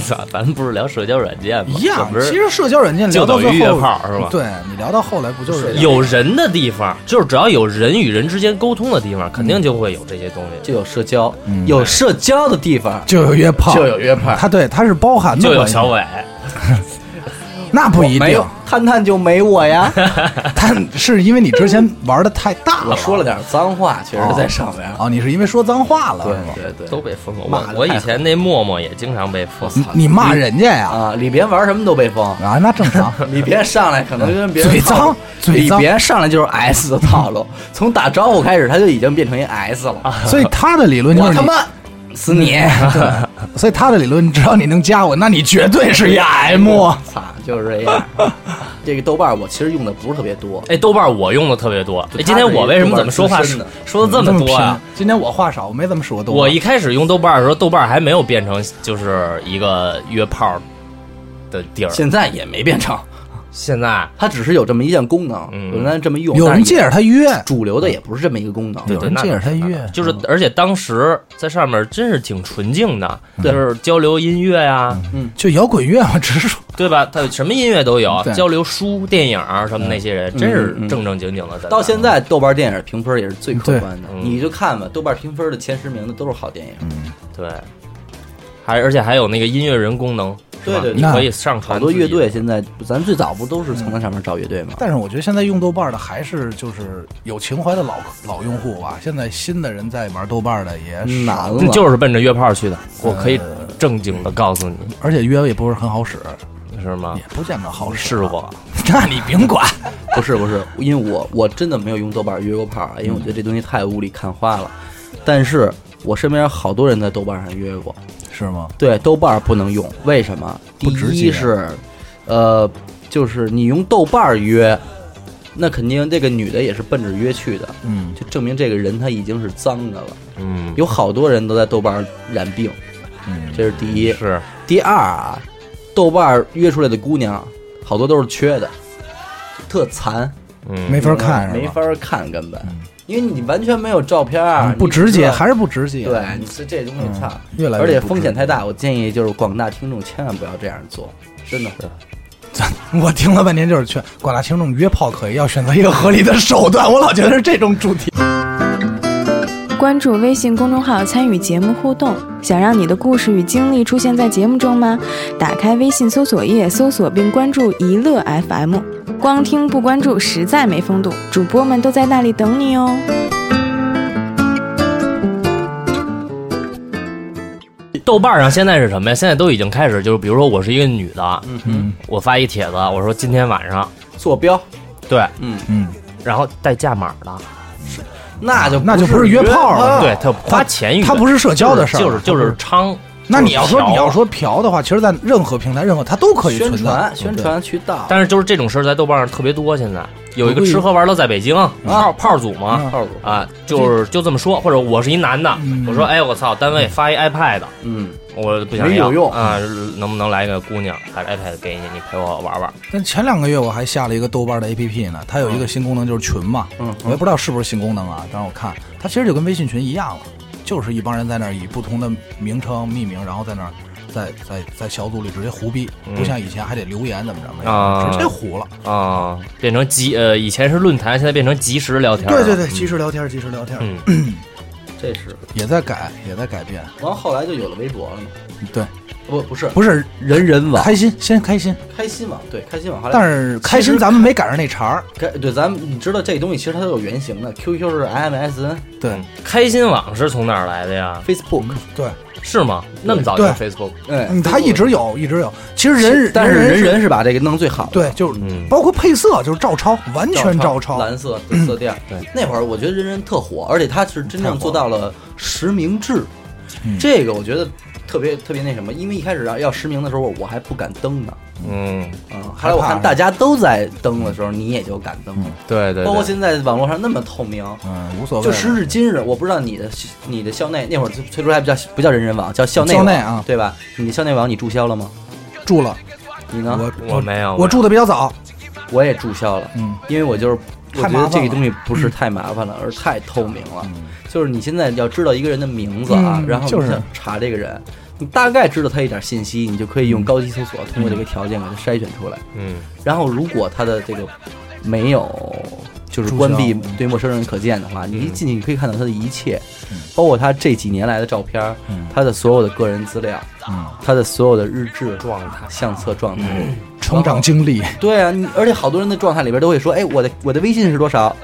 [SPEAKER 3] 咱咱不是聊社交软件吗？
[SPEAKER 2] 一样
[SPEAKER 3] 这不。
[SPEAKER 2] 其实
[SPEAKER 3] 是
[SPEAKER 2] 社交软件
[SPEAKER 3] 就
[SPEAKER 2] 聊到
[SPEAKER 3] 等
[SPEAKER 2] 最
[SPEAKER 3] 于约
[SPEAKER 2] 后，
[SPEAKER 3] 炮是吧？
[SPEAKER 2] 对你聊到后来不就是
[SPEAKER 1] 是
[SPEAKER 3] 有人的地方，就是只要有人与人之间沟通的地方，肯定就会有这些东西，
[SPEAKER 1] 就有社交，
[SPEAKER 2] 嗯
[SPEAKER 1] 有社交的地方
[SPEAKER 2] 就有约炮，
[SPEAKER 1] 就有约炮，
[SPEAKER 2] 他对他是包含的
[SPEAKER 3] 就有
[SPEAKER 2] 关系
[SPEAKER 3] 小伟，
[SPEAKER 2] 那不一
[SPEAKER 1] 没
[SPEAKER 2] 定
[SPEAKER 1] 有，探探就没我 呀。
[SPEAKER 2] 他是因为你之前玩的太大
[SPEAKER 1] 我
[SPEAKER 2] 了，
[SPEAKER 1] 说了点脏话，确实在上面。
[SPEAKER 2] 哦，你是因为说脏话了，是吗
[SPEAKER 1] 对对
[SPEAKER 3] 都
[SPEAKER 1] 对，
[SPEAKER 3] 被封了。
[SPEAKER 1] 骂
[SPEAKER 3] 我
[SPEAKER 1] 得
[SPEAKER 3] 我
[SPEAKER 1] 太
[SPEAKER 3] 以前那陌陌也经常被封，
[SPEAKER 1] 操
[SPEAKER 2] 你你骂人家呀？
[SPEAKER 1] 啊，里边玩什么都被封。
[SPEAKER 2] 啊，那正 常，
[SPEAKER 1] 里边上来可能跟别人
[SPEAKER 2] 嘴脏
[SPEAKER 1] 套路
[SPEAKER 2] 嘴脏
[SPEAKER 1] 里边上来就是 S 的套路，从打招呼开始他就已经变成一 S 了。
[SPEAKER 2] 所以他的理论啊就
[SPEAKER 1] 我
[SPEAKER 2] 是
[SPEAKER 1] 他
[SPEAKER 2] 你，
[SPEAKER 1] 妈死 你！
[SPEAKER 2] 所以他的理论，只要你能加我，那你绝对是一 M。
[SPEAKER 1] 操，就是这样。这个豆瓣儿我其实用的不是特别多，
[SPEAKER 3] 哎，豆瓣我用的特别多。哎，今天我为什么怎么说话
[SPEAKER 1] 豆瓣自身
[SPEAKER 3] 说
[SPEAKER 1] 的
[SPEAKER 3] 说的这么多啊呀？
[SPEAKER 2] 拼今天我话少，我没怎么说多。
[SPEAKER 3] 我一开始用豆瓣儿的时候，豆瓣儿还没有变成就是一个约炮的地儿。
[SPEAKER 1] 现在也没变成，
[SPEAKER 3] 现在
[SPEAKER 1] 它只是有这么一项功能，
[SPEAKER 3] 嗯
[SPEAKER 1] 有人在这么用。
[SPEAKER 2] 有人
[SPEAKER 1] 但是
[SPEAKER 2] 借着他约，
[SPEAKER 1] 主流的也不是这么一个功能。
[SPEAKER 2] 有人
[SPEAKER 3] 那
[SPEAKER 2] 借着他
[SPEAKER 3] 倒是
[SPEAKER 2] 约，
[SPEAKER 3] 就是
[SPEAKER 1] 嗯
[SPEAKER 3] 而且当时在上面真是挺纯净的，
[SPEAKER 1] 对
[SPEAKER 3] 就是交流音乐呀、
[SPEAKER 1] 嗯
[SPEAKER 2] 就摇滚乐嘛，直说。
[SPEAKER 3] 对吧？它有什么音乐都有
[SPEAKER 2] 对，
[SPEAKER 3] 交流书、电影儿什么那些人，真是
[SPEAKER 1] 嗯嗯
[SPEAKER 3] 正正经经的在那。
[SPEAKER 1] 到现在，豆瓣电影评分也是最客观的，
[SPEAKER 3] 对嗯
[SPEAKER 1] 你就看吧，豆瓣评分的前十名的都是好电影。
[SPEAKER 2] 嗯
[SPEAKER 3] 对，还而且还有那个音乐人功能，是
[SPEAKER 1] 对
[SPEAKER 3] 吧
[SPEAKER 1] 对对
[SPEAKER 3] 你可以上传
[SPEAKER 1] 好多
[SPEAKER 3] 自己
[SPEAKER 1] 乐队现在，咱最早不都是从那上面找乐队吗？
[SPEAKER 2] 但是我觉得现在用豆瓣儿的还是就是有情怀的老老用户吧。现在新的人在玩豆瓣儿的也少
[SPEAKER 1] 难，了，
[SPEAKER 3] 就是奔着约炮去的。
[SPEAKER 1] 嗯
[SPEAKER 3] 我可
[SPEAKER 1] 呃
[SPEAKER 3] 以正经的告诉你，
[SPEAKER 2] 而且约也不是很好使，
[SPEAKER 1] 啊
[SPEAKER 3] 是吗
[SPEAKER 1] 嗯
[SPEAKER 2] 也？不见得好使。
[SPEAKER 3] 是我，
[SPEAKER 2] 那你甭 管，
[SPEAKER 1] 不是不是，因为我我真的没有用豆瓣约过炮，啊因为我觉得这东西太雾里看花了。但是我身边好多人在豆瓣上约过，
[SPEAKER 2] 是吗？
[SPEAKER 1] 对，豆瓣儿不能用，为什么？第
[SPEAKER 2] 不直接
[SPEAKER 1] 一是，呃，就是你用豆瓣儿约，那肯定这个女的也是奔着约去的，
[SPEAKER 2] 嗯，
[SPEAKER 1] 就证明这个人他已经是脏的了。
[SPEAKER 3] 嗯，
[SPEAKER 1] 有好多人都在豆瓣儿染病，
[SPEAKER 2] 嗯
[SPEAKER 1] 这是第一。
[SPEAKER 3] 是
[SPEAKER 1] 第二啊，豆瓣儿约出来的姑娘好多都是缺的，特残，
[SPEAKER 3] 嗯，
[SPEAKER 2] 没法看是
[SPEAKER 1] 没
[SPEAKER 2] 吧？嗯
[SPEAKER 1] 法儿看根本，因为你完全没有照片儿，
[SPEAKER 2] 不
[SPEAKER 1] 你
[SPEAKER 2] 直接
[SPEAKER 1] 这
[SPEAKER 2] 还是不直接。
[SPEAKER 1] 对，你这这东西操。
[SPEAKER 2] 越来越
[SPEAKER 1] 而且
[SPEAKER 2] 不
[SPEAKER 1] 风
[SPEAKER 2] 直
[SPEAKER 1] 险太大，我建议就是广大听众千万不要这样做，真的。
[SPEAKER 2] 我听了半天就是劝广大听众约炮可以，要选择一个合理的手段。我老觉得是这种主 题。
[SPEAKER 4] 关注微信公众号参与节目互动，想让你的故事与经历出现在节目中吗？打开微信搜索页搜索并关注“一乐 FM”，光听不关注实在没风度，主播们都在那里等你哦。
[SPEAKER 3] 豆瓣上现在是什么呀？现在都已经开始，就是比如说我是一个女的，
[SPEAKER 2] 嗯
[SPEAKER 3] 我发一帖子，我说今天晚上
[SPEAKER 1] 坐标，
[SPEAKER 3] 对，
[SPEAKER 2] 嗯，
[SPEAKER 3] 然后带价码的，
[SPEAKER 1] 那就
[SPEAKER 2] 啊那就不是约炮了
[SPEAKER 3] 对他花钱约，
[SPEAKER 2] 它不是社交的事儿，
[SPEAKER 3] 就是就是
[SPEAKER 2] 它不
[SPEAKER 3] 就是是娼
[SPEAKER 2] 那你要说
[SPEAKER 3] 嫖
[SPEAKER 2] 你要说嫖的话，其实，在任何平台、任何它都可以
[SPEAKER 1] 宣
[SPEAKER 2] 存在
[SPEAKER 1] 传宣。传渠道，
[SPEAKER 3] 但是就是这种事儿在豆瓣上特别多，现在有一个
[SPEAKER 2] 我估计
[SPEAKER 3] 吃喝玩乐在北京炮炮组嘛，
[SPEAKER 2] 嗯
[SPEAKER 1] 套路，
[SPEAKER 3] 啊，就是就这么说，或者我是一男的，
[SPEAKER 2] 嗯
[SPEAKER 3] 我说哎我操，单位发一 iPad，
[SPEAKER 1] 嗯，
[SPEAKER 3] 我不想
[SPEAKER 1] 没
[SPEAKER 3] 要
[SPEAKER 1] 有用
[SPEAKER 3] 啊，能不能来个姑娘把 iPad 给你，你陪我玩玩？
[SPEAKER 2] 但前两个月我还下了一个豆瓣的 APP 呢，它有一个新功能就是群嘛，
[SPEAKER 1] 嗯嗯
[SPEAKER 2] 我也不知道是不是新功能啊，但是我看它其实就跟微信群一样了，就是一帮人在那儿以不同的名称命名，然后在那儿在在在小组里直接胡逼，
[SPEAKER 3] 嗯
[SPEAKER 2] 不像以前还得留言怎么着没有，
[SPEAKER 3] 啊
[SPEAKER 2] 直接胡了。
[SPEAKER 3] 啊、变成即呃，以前是论坛，现在变成即时聊天了。
[SPEAKER 2] 对对对，
[SPEAKER 3] 嗯
[SPEAKER 2] 及时聊天，及时聊天，
[SPEAKER 3] 嗯
[SPEAKER 1] 这是。
[SPEAKER 2] 也在改，也在改变。
[SPEAKER 1] 完后来就有了微博了嘛，
[SPEAKER 2] 对，
[SPEAKER 1] 不不是
[SPEAKER 2] 不是
[SPEAKER 1] 人人网，
[SPEAKER 2] 开心，先开心，
[SPEAKER 1] 开心网，对开心网，后来
[SPEAKER 2] 但是开
[SPEAKER 1] 其
[SPEAKER 2] 心
[SPEAKER 1] 实
[SPEAKER 2] 咱们没赶上那茬儿。
[SPEAKER 1] 开对咱们你知道这东西其实它都有原型的，QQ 是 MSN、
[SPEAKER 2] 对
[SPEAKER 3] 开心网是从哪儿来的呀？
[SPEAKER 1] Facebook，
[SPEAKER 2] 对，
[SPEAKER 3] 是吗？那么早就有
[SPEAKER 2] 对
[SPEAKER 3] Facebook？
[SPEAKER 1] 哎
[SPEAKER 2] 嗯，，它
[SPEAKER 1] Facebook
[SPEAKER 2] 一直有，一直有。其实人，
[SPEAKER 1] 但是
[SPEAKER 2] 人
[SPEAKER 1] 人人是把这个弄最好的，
[SPEAKER 2] 对，就是
[SPEAKER 3] 嗯
[SPEAKER 2] 包括配色，就是照抄，完全照抄。
[SPEAKER 1] 蓝色的色
[SPEAKER 2] 嗯
[SPEAKER 1] 调。
[SPEAKER 3] 对，
[SPEAKER 1] 那会儿我觉得人人特火，而且他是真正做到了实名制
[SPEAKER 2] 嗯，
[SPEAKER 1] 这个我觉得特别特别那什么，因为一开始要要实名的时候，我还不敢登呢。
[SPEAKER 3] 嗯，
[SPEAKER 1] 嗯，后来我
[SPEAKER 2] 害怕
[SPEAKER 1] 看
[SPEAKER 2] 是吧嗯
[SPEAKER 1] 大家都在登的时候，你也就敢登了。
[SPEAKER 3] 对对
[SPEAKER 1] 包括现在网络上那么透明，
[SPEAKER 2] 嗯，无所谓
[SPEAKER 1] 就
[SPEAKER 2] 了。
[SPEAKER 1] 时至今日，我不知道你的你的校内那会儿推出还不叫不叫人人网，叫校内网
[SPEAKER 2] 校内啊
[SPEAKER 1] 对吧？你的校内网你注销了吗？
[SPEAKER 2] 住了，
[SPEAKER 1] 你呢？
[SPEAKER 2] 我
[SPEAKER 3] 我没有，
[SPEAKER 2] 我住的比较早，
[SPEAKER 1] 我也注销了，
[SPEAKER 2] 嗯，
[SPEAKER 1] 因为我就是我
[SPEAKER 2] 太
[SPEAKER 1] 觉
[SPEAKER 2] 麻
[SPEAKER 1] 得
[SPEAKER 2] 烦
[SPEAKER 1] 这个
[SPEAKER 2] 了嗯
[SPEAKER 1] 东西不是太麻烦了，而太透明了。就是你现在要知道一个人的名字啊，
[SPEAKER 2] 嗯
[SPEAKER 1] 然后
[SPEAKER 2] 就
[SPEAKER 1] 你
[SPEAKER 2] 是
[SPEAKER 1] 想查这个人，你大概知道他一点信息，你就可以用高级搜索通过这个条件给他筛选出来。
[SPEAKER 3] 嗯
[SPEAKER 1] 然后如果他的这个没有就是
[SPEAKER 2] 注销嗯
[SPEAKER 1] 关闭对陌生人可见的话，你一进去你可以看到他的一切，包括他这几年来的照片儿
[SPEAKER 2] 嗯，
[SPEAKER 1] 他的所有的个人资料，
[SPEAKER 2] 嗯，
[SPEAKER 1] 他的所有的日志、
[SPEAKER 3] 状态
[SPEAKER 1] 相册状态。
[SPEAKER 2] 成长经历，
[SPEAKER 1] 对啊，你而且好多人的状态里边都会说，哎，我的我的微信是多少，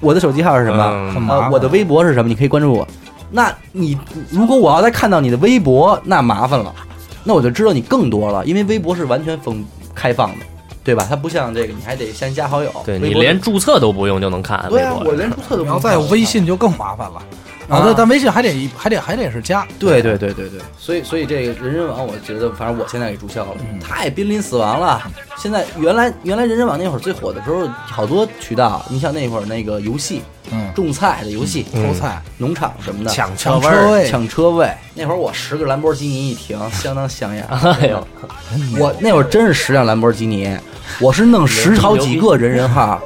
[SPEAKER 1] 我的手机号是什么，
[SPEAKER 3] 嗯
[SPEAKER 2] 很麻
[SPEAKER 1] 啊
[SPEAKER 2] 烦，
[SPEAKER 1] 我的微博是什么？你可以关注我。那你如果我要再看到你的微博，那麻烦了，那我就知道你更多了，因为微博是完全封开放的，对吧？它不像这个，你还得先加好友。
[SPEAKER 3] 对
[SPEAKER 1] 微
[SPEAKER 3] 你
[SPEAKER 1] 博
[SPEAKER 3] 连注册都不用就能看。
[SPEAKER 1] 对啊，
[SPEAKER 3] 微博
[SPEAKER 1] 我连注册都
[SPEAKER 2] 你
[SPEAKER 1] 不
[SPEAKER 2] 要
[SPEAKER 1] 用
[SPEAKER 2] 再有
[SPEAKER 1] 看
[SPEAKER 2] 微。信就更麻烦了。啊，
[SPEAKER 1] 啊
[SPEAKER 2] 对，但微信还得还得还得是加。
[SPEAKER 1] 对对对对对，所以所以这个人人网，我觉得反正我现在给注销了，
[SPEAKER 2] 嗯
[SPEAKER 1] 太濒临死亡了。现在原来原来人人网那会儿最火的时候，好多渠道，你像那会儿那个游戏，
[SPEAKER 2] 嗯，
[SPEAKER 1] 种菜的游戏，
[SPEAKER 2] 偷菜，
[SPEAKER 1] 农场什么的，
[SPEAKER 3] 抢
[SPEAKER 2] 嗯抢
[SPEAKER 3] 位
[SPEAKER 2] 车
[SPEAKER 3] 儿，
[SPEAKER 2] 位，
[SPEAKER 1] 抢车位。那会儿我十个兰博基尼一停，相当 像样。
[SPEAKER 3] 哎呦，
[SPEAKER 1] 我那会儿真是十辆兰博基尼，我是弄十好几个人人 号，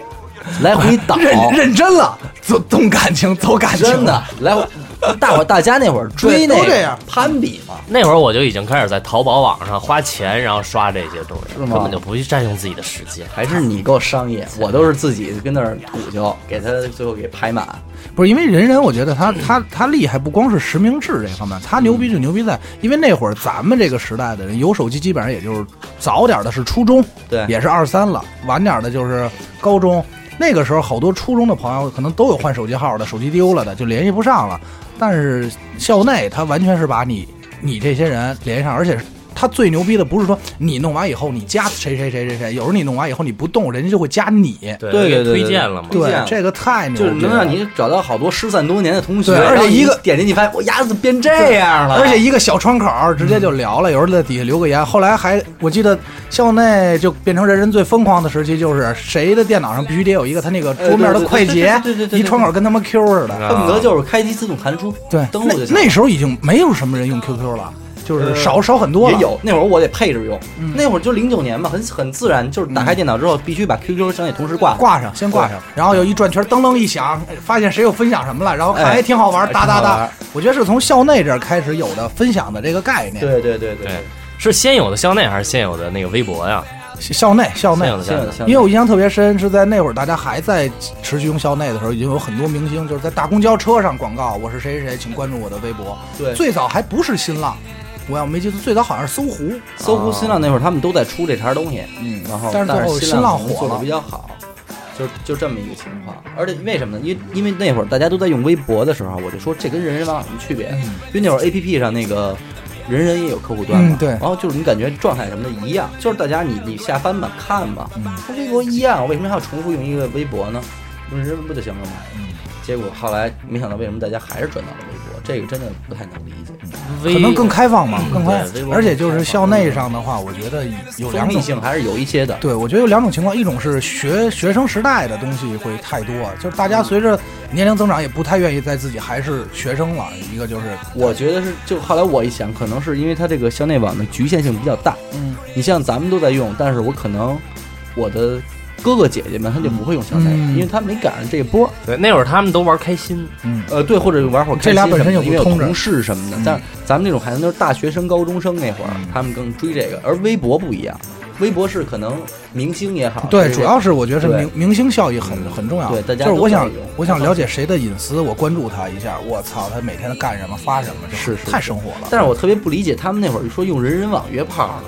[SPEAKER 1] 来回倒，
[SPEAKER 2] 认认真了，走动感情，走感情，
[SPEAKER 1] 真的来回。大伙大家那会儿追那
[SPEAKER 2] 对都这样
[SPEAKER 1] 个攀比嘛，
[SPEAKER 3] 那会儿我就已经开始在淘宝网上花钱，然后刷这些东西，
[SPEAKER 1] 是
[SPEAKER 3] 根
[SPEAKER 1] 吗
[SPEAKER 3] 本就不去占用自己的时间。
[SPEAKER 1] 还是你够商 业，我都是自己跟那儿鼓秋，给他最后给排满。
[SPEAKER 2] 不是因为人人，我觉得他他他厉害，不光是实名制这方面，他牛逼就牛逼在，因为那会儿咱们这个时代的人有手机，基本上也就是早点的是初中，
[SPEAKER 1] 对
[SPEAKER 2] 也是二三了，晚点的就是高中。那个时候，好多初中的朋友可能都有换手机号的，手机丢了的就联系不上了。但是校内他完全是把你你这些人联系上，而且他最牛逼的不是说你弄完以后你加谁谁谁谁谁，有时候你弄完以后你不动，人家就会加你。
[SPEAKER 3] 对
[SPEAKER 1] 对对对对
[SPEAKER 3] 推荐了嘛。
[SPEAKER 1] 推荐
[SPEAKER 2] 这个太牛
[SPEAKER 1] 就
[SPEAKER 2] 逼了，
[SPEAKER 1] 是能让你找到好多失散多年的同学，
[SPEAKER 2] 对而且
[SPEAKER 1] 然后你
[SPEAKER 2] 一个
[SPEAKER 1] 点进去发现我鸭子变这样了，
[SPEAKER 2] 而且一个小窗口儿直接就聊了，有时候在底下留个言。后来还我记得校内就变成人人最疯狂的时期，就是谁的电脑上必须得有一个他那个桌面的快捷
[SPEAKER 1] 哎，对对对对对对对对
[SPEAKER 2] 一窗口跟他妈 Q 似的。
[SPEAKER 1] 恨不得就是开机自动弹出，
[SPEAKER 2] 对，
[SPEAKER 1] 登录就行
[SPEAKER 2] 那那时候已经没有什么人用 QQ 了，就是
[SPEAKER 1] 呃
[SPEAKER 2] 少少很多了。
[SPEAKER 1] 也有那会儿我得配着用，那会儿就零九年嘛，很很自然，就是打开电脑之后必须把 QQ 商业同时嗯挂。
[SPEAKER 2] 挂上，先挂上，然后有一转圈，噔噔一响，哎发现谁又分享什么了，然后看
[SPEAKER 1] 哎
[SPEAKER 2] 哎挺好玩，
[SPEAKER 1] 哎
[SPEAKER 2] 哒哒
[SPEAKER 1] 挺好
[SPEAKER 2] 哒
[SPEAKER 1] 玩。
[SPEAKER 2] 我觉得是从校内这儿开始有的分享的这个概念。
[SPEAKER 1] 对对对对
[SPEAKER 3] 对，是先有的校内还是先有的那个微博呀？
[SPEAKER 2] 校内校内
[SPEAKER 3] 先有的校
[SPEAKER 1] 现在
[SPEAKER 3] 内。
[SPEAKER 1] 现在
[SPEAKER 2] 因为我印象特别深，是在那会儿大家还在持续用校内的时候，已经有很多明星就是在大公交车上广告，我是谁谁谁，请关注我的微博。
[SPEAKER 1] 对
[SPEAKER 2] 最早还不是新浪，我要没记错，最早好像是搜狐。
[SPEAKER 1] 搜狐、新浪那会儿他们都在出这茬东西，
[SPEAKER 2] 嗯
[SPEAKER 1] 然后
[SPEAKER 2] 但是最后
[SPEAKER 1] 新
[SPEAKER 2] 新浪
[SPEAKER 1] 可能
[SPEAKER 2] 火
[SPEAKER 1] 做的
[SPEAKER 2] 了
[SPEAKER 1] 比较好，就就这么一个情况。而且为什么呢？因因为那会儿大家都在用微博的时候，我就说这跟人人网有什么区别？
[SPEAKER 2] 嗯
[SPEAKER 1] 因为那会儿 A P P 上那个。人人也有客户端嘛
[SPEAKER 2] 嗯，对
[SPEAKER 1] 然后就是你感觉状态什么的一样，就是大家你你下翻吧看吧，
[SPEAKER 2] 嗯
[SPEAKER 1] 它微博一样，我为什么还要重复用一个
[SPEAKER 2] 嗯
[SPEAKER 1] 微博呢？用人人不就行了吗？结果后来没想到为什么大家还是转到了微博，这个真的不太能理解。
[SPEAKER 2] 嗯
[SPEAKER 3] 微
[SPEAKER 2] 可能更开放嘛，更开
[SPEAKER 3] 对微，博
[SPEAKER 2] 而且就是校内上的话，我觉得有两
[SPEAKER 1] 封闭
[SPEAKER 2] 种
[SPEAKER 1] 性还是有一些的，
[SPEAKER 2] 对，我觉得有两种情况，一种是学学生时代的东西会太多，就是大家随着年龄增长，也不太愿意在自己还是学生了。一个就是，
[SPEAKER 1] 我觉得是，就后来我一想，可能是因为它这个校内网的局限性比较大。
[SPEAKER 2] 嗯
[SPEAKER 1] 你像咱们都在用，但是我可能我的哥哥姐姐们他就不会用校内，
[SPEAKER 2] 嗯
[SPEAKER 1] 因为他没赶上这一波。
[SPEAKER 3] 对，那会儿他们都玩开心，
[SPEAKER 2] 嗯，
[SPEAKER 1] 呃，对，或者玩会儿开心
[SPEAKER 2] 这俩本身
[SPEAKER 1] 什么的
[SPEAKER 2] 又不
[SPEAKER 1] 因为有
[SPEAKER 2] 通着
[SPEAKER 1] 同事什么的
[SPEAKER 2] 嗯，
[SPEAKER 1] 但咱们这种孩子都是大学生、高中生那会儿
[SPEAKER 2] 嗯，
[SPEAKER 1] 他们更追这个。而微博不一样，微博是可能明星也好，
[SPEAKER 2] 对，
[SPEAKER 1] 啊这个
[SPEAKER 2] 主要是我觉得是
[SPEAKER 1] 对
[SPEAKER 2] 明明星效益很
[SPEAKER 1] 嗯
[SPEAKER 2] 很重要。
[SPEAKER 1] 对大家
[SPEAKER 2] 就是
[SPEAKER 1] 都
[SPEAKER 2] 我想
[SPEAKER 1] 在用
[SPEAKER 2] 我想了解谁的隐私，我关注他一下。我操，他每天他干什么，发什么，这
[SPEAKER 1] 是是
[SPEAKER 2] 太生活了。
[SPEAKER 1] 但是我特别不理解他们那会儿说用人人网约炮呢，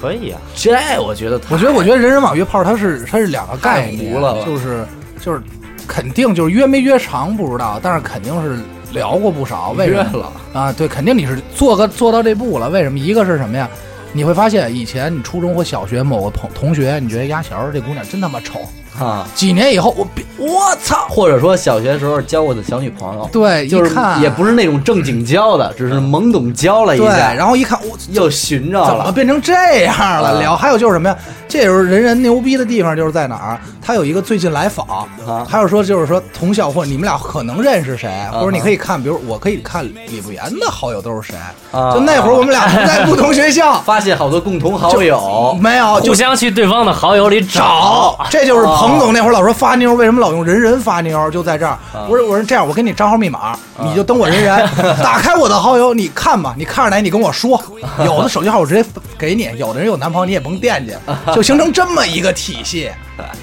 [SPEAKER 3] 可以啊。
[SPEAKER 1] 这我觉得太
[SPEAKER 2] 我觉得，我觉得人人网约炮它是它是两个概
[SPEAKER 1] 太
[SPEAKER 2] 念
[SPEAKER 1] 糊了吧，
[SPEAKER 2] 就是就是肯定就是约没约长不知道，但是肯定是聊过不少。为什
[SPEAKER 1] 约
[SPEAKER 2] 么？
[SPEAKER 1] 了，
[SPEAKER 2] 啊，对，肯定你是做个做到这步了。为什么？一个是什么呀？你会发现以前你初中或小学某个同同学，你觉得呀，小时候这姑娘真他妈丑。
[SPEAKER 1] 啊，
[SPEAKER 2] 几年以后，我比我操，
[SPEAKER 1] 或者说小学时候交过的小女朋友，
[SPEAKER 2] 对，
[SPEAKER 1] 就是
[SPEAKER 2] 一看嗯
[SPEAKER 1] 也不是那种正经交的，只是懵懂交了一
[SPEAKER 2] 对，
[SPEAKER 1] 下，
[SPEAKER 2] 然后一看我
[SPEAKER 1] 又寻着
[SPEAKER 2] 怎么
[SPEAKER 1] 了。
[SPEAKER 2] 变成这样了？
[SPEAKER 1] 啊
[SPEAKER 2] 聊还有就是什么呀？这时候人人牛逼的地方就是在哪儿？他有一个最近来访，
[SPEAKER 1] 啊
[SPEAKER 2] 还有说就是说同校或者你们俩可能认识谁，或者你可以看，比如我可以看李不言的好友都是谁。
[SPEAKER 1] 啊，
[SPEAKER 2] 就那会儿我们俩不在不同学校
[SPEAKER 1] 发现好多共同 好友，
[SPEAKER 2] 没有，就
[SPEAKER 3] 互相去对方的好友里找，
[SPEAKER 2] 找，这就是彭总那会儿老说发妞，为什么老用人人发妞？就在这儿，我说我说这样，我给你账号密码，你就登我人人，打开我的好友，你看吧，你看着哪你跟我说，有的手机号我直接给你，有的人有男朋友你也甭惦记，就形成这么一个体系，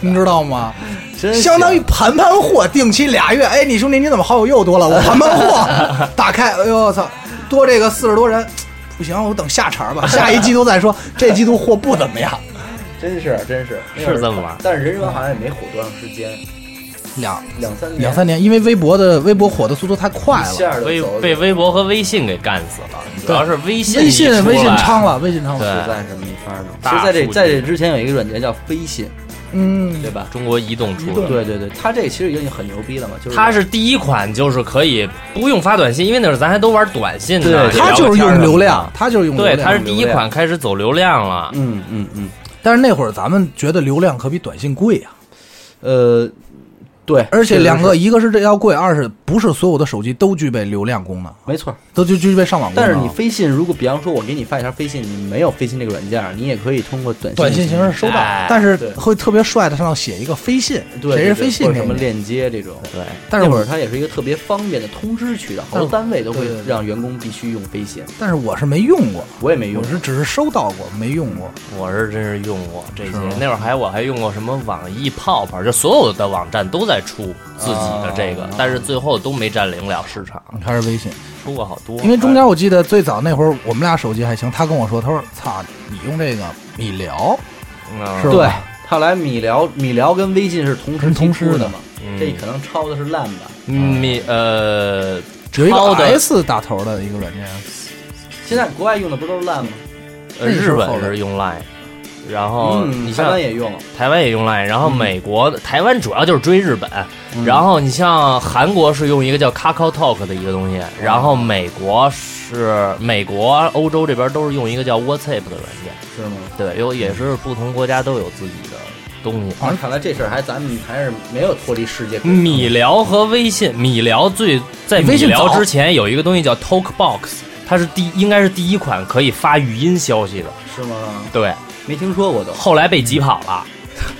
[SPEAKER 2] 你知道吗？
[SPEAKER 1] 真行
[SPEAKER 2] 相当于盘盘货，定期俩月。哎，你兄弟，你怎么好友又多了？我盘盘货，打开，哎呦我操，多这个四十多人，不行，我等下茬吧，下一季度再说。这季度货不怎么样，
[SPEAKER 1] 真是真是
[SPEAKER 3] 是这么玩儿
[SPEAKER 1] 但是人人网好像也没火多长时间，
[SPEAKER 2] 两
[SPEAKER 1] 两三年
[SPEAKER 2] 两三年，因为微博的微博火的速度太快
[SPEAKER 1] 一
[SPEAKER 2] 了，
[SPEAKER 1] 下就
[SPEAKER 3] 微
[SPEAKER 1] 走
[SPEAKER 3] 被微博和微信给干死了。主要是微信
[SPEAKER 2] 微
[SPEAKER 3] 一
[SPEAKER 2] 信
[SPEAKER 3] 出来，
[SPEAKER 2] 微信昌
[SPEAKER 1] 哎
[SPEAKER 2] 了，微信昌了，
[SPEAKER 1] 实
[SPEAKER 3] 对
[SPEAKER 1] 在是没法弄。
[SPEAKER 3] 大
[SPEAKER 1] 其实在这
[SPEAKER 3] 数据
[SPEAKER 1] 在这之前有一个软件叫飞信，
[SPEAKER 2] 嗯
[SPEAKER 1] 对，吧？
[SPEAKER 3] 中国移动出了。
[SPEAKER 1] 对对对，它这其实已经很牛逼了嘛，就是
[SPEAKER 3] 它是第一款，就是可以不用发短信，因为那会儿咱还都玩短信呢。
[SPEAKER 1] 对
[SPEAKER 2] 他就是用流量，
[SPEAKER 3] 聊
[SPEAKER 2] 他就是用
[SPEAKER 3] 天啊儿
[SPEAKER 2] 流
[SPEAKER 3] 什么的，对，它是
[SPEAKER 2] 量。
[SPEAKER 3] 第一款开始走流量了。
[SPEAKER 1] 嗯嗯嗯，
[SPEAKER 2] 但是那会儿咱们觉得流量可比短信贵啊，
[SPEAKER 1] 呃，对，
[SPEAKER 2] 而且两
[SPEAKER 1] 确
[SPEAKER 2] 个，
[SPEAKER 1] 实是
[SPEAKER 2] 一个是这要贵，二是不是所有的手机都具备流量功能，
[SPEAKER 1] 没错。
[SPEAKER 2] 都具具备上网功
[SPEAKER 1] 但
[SPEAKER 2] 能。
[SPEAKER 1] 是你飞信，如果比方说我给你发一条飞信，你没有飞信这个软件，你也可以通过短信
[SPEAKER 2] 短信形式收到
[SPEAKER 3] 哎，
[SPEAKER 2] 但是
[SPEAKER 1] 对
[SPEAKER 2] 会特别帅的上面写一个飞信，
[SPEAKER 1] 对
[SPEAKER 2] 谁
[SPEAKER 1] 对对
[SPEAKER 2] 是飞信
[SPEAKER 1] 或
[SPEAKER 2] 给
[SPEAKER 1] 者什么
[SPEAKER 2] 你
[SPEAKER 1] 链接这种。
[SPEAKER 3] 对，
[SPEAKER 2] 但是
[SPEAKER 1] 那会
[SPEAKER 2] 我
[SPEAKER 1] 儿它也是一个特别方便的通知渠道，好
[SPEAKER 2] 但
[SPEAKER 1] 多
[SPEAKER 2] 是
[SPEAKER 1] 单位都会
[SPEAKER 2] 对对对
[SPEAKER 1] 让员工必须用飞信。
[SPEAKER 2] 但是我是没用过，
[SPEAKER 1] 我也没用
[SPEAKER 2] 我，是只是收到过，没用过。
[SPEAKER 3] 我是真是用过这些
[SPEAKER 2] 是吗，
[SPEAKER 3] 那会儿还我还用过什么网易泡泡，就所有的网站都在出自己的这个
[SPEAKER 1] 啊，
[SPEAKER 3] 但是最后都没占领了市场，
[SPEAKER 2] 还是微信。
[SPEAKER 3] 出过好多。
[SPEAKER 2] 因为中间我记得最早那会儿，我们俩手机还行，他跟我说，他说：“操，你用这个米聊
[SPEAKER 3] 嗯
[SPEAKER 2] 是吧
[SPEAKER 1] 对，后来米聊米聊跟微信是同时
[SPEAKER 2] 是同
[SPEAKER 1] 期
[SPEAKER 2] 时
[SPEAKER 1] 出
[SPEAKER 2] 的
[SPEAKER 1] 的嘛，
[SPEAKER 3] 嗯
[SPEAKER 1] 这可能抄的是烂版。
[SPEAKER 3] 嗯你呃，
[SPEAKER 2] 有一个
[SPEAKER 3] 抄的
[SPEAKER 2] S 打头的一个软件，
[SPEAKER 1] 现在国外用的不都是烂吗？
[SPEAKER 3] 呃
[SPEAKER 2] 那是
[SPEAKER 3] 日
[SPEAKER 2] 后
[SPEAKER 3] 本
[SPEAKER 2] 来
[SPEAKER 3] 是用 Line，然
[SPEAKER 1] 嗯，
[SPEAKER 3] 后哦你
[SPEAKER 1] 台
[SPEAKER 3] 像
[SPEAKER 1] 湾也嗯用，
[SPEAKER 3] 台湾也用 Line，然后美国、台湾主要就是追日本，
[SPEAKER 1] 嗯
[SPEAKER 3] 然后你像韩国是用一个叫 Kakao Talk 的一个东
[SPEAKER 1] 哦
[SPEAKER 3] 西，然后美国是美国、欧洲这边都是用一个叫 WhatsApp 的软件，
[SPEAKER 1] 是吗？
[SPEAKER 3] 对，有也是不同国家都有自己的东西。
[SPEAKER 1] 啊，看来这事儿还咱们还是没有脱离世界。
[SPEAKER 3] 米聊和微信，米聊最在
[SPEAKER 2] 比微
[SPEAKER 3] 米
[SPEAKER 2] 信
[SPEAKER 3] 聊
[SPEAKER 2] 早
[SPEAKER 3] 之前有一个东西叫 TalkBox，它是第应该是第一款可以发语音消息的，
[SPEAKER 1] 是吗？
[SPEAKER 3] 对，
[SPEAKER 1] 没听说过都，
[SPEAKER 3] 后来被挤跑了，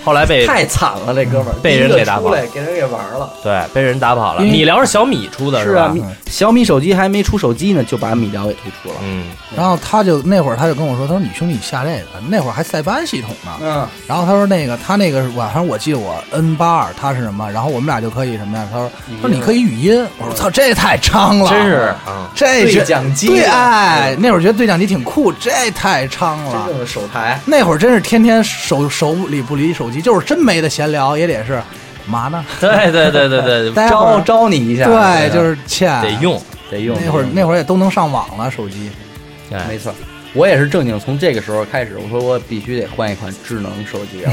[SPEAKER 3] 后来被
[SPEAKER 1] 嗯太惨了，这哥们儿
[SPEAKER 3] 被人
[SPEAKER 1] 第一
[SPEAKER 3] 给
[SPEAKER 1] 个
[SPEAKER 3] 打
[SPEAKER 1] 出
[SPEAKER 3] 跑
[SPEAKER 1] 来，给人给玩了。
[SPEAKER 3] 对被人打跑了。
[SPEAKER 2] 因为
[SPEAKER 3] 米聊是小米出的，
[SPEAKER 1] 嗯是
[SPEAKER 3] 吧？
[SPEAKER 1] 啊，米
[SPEAKER 2] 嗯
[SPEAKER 1] 小米手机还没出手机呢，就把米聊给推出了。
[SPEAKER 3] 嗯，
[SPEAKER 2] 然后他就那会儿他就跟我说，他说你兄弟你下这个，那会儿还塞班系统呢。
[SPEAKER 1] 嗯，
[SPEAKER 2] 然后他说那个他那个是晚上我记得我 N 八二他是什么，然后我们俩就可以什么呀？他说
[SPEAKER 1] 语音
[SPEAKER 2] 他说你可以语音，我说操这太张了，
[SPEAKER 3] 真是啊，
[SPEAKER 2] 这
[SPEAKER 1] 对
[SPEAKER 2] 是
[SPEAKER 1] 讲机嗯
[SPEAKER 2] 对哎，那会儿觉得对讲机挺酷，这太张
[SPEAKER 1] 真
[SPEAKER 2] 了
[SPEAKER 1] 正。的手台。
[SPEAKER 2] 那会儿真是天天手手里不离手机，就是真没得闲聊，也得是嘛呢？
[SPEAKER 3] 对对 对对对，
[SPEAKER 2] 待会
[SPEAKER 1] 招
[SPEAKER 2] 儿
[SPEAKER 1] 招你一下，哎
[SPEAKER 2] 对，就是欠
[SPEAKER 3] 得用。
[SPEAKER 1] 得用
[SPEAKER 2] 那会儿那会儿也都能上网了，手机
[SPEAKER 3] 哎
[SPEAKER 1] 没错，我也是正经从这个时候开始，我说我必须得换一款智能手 机了，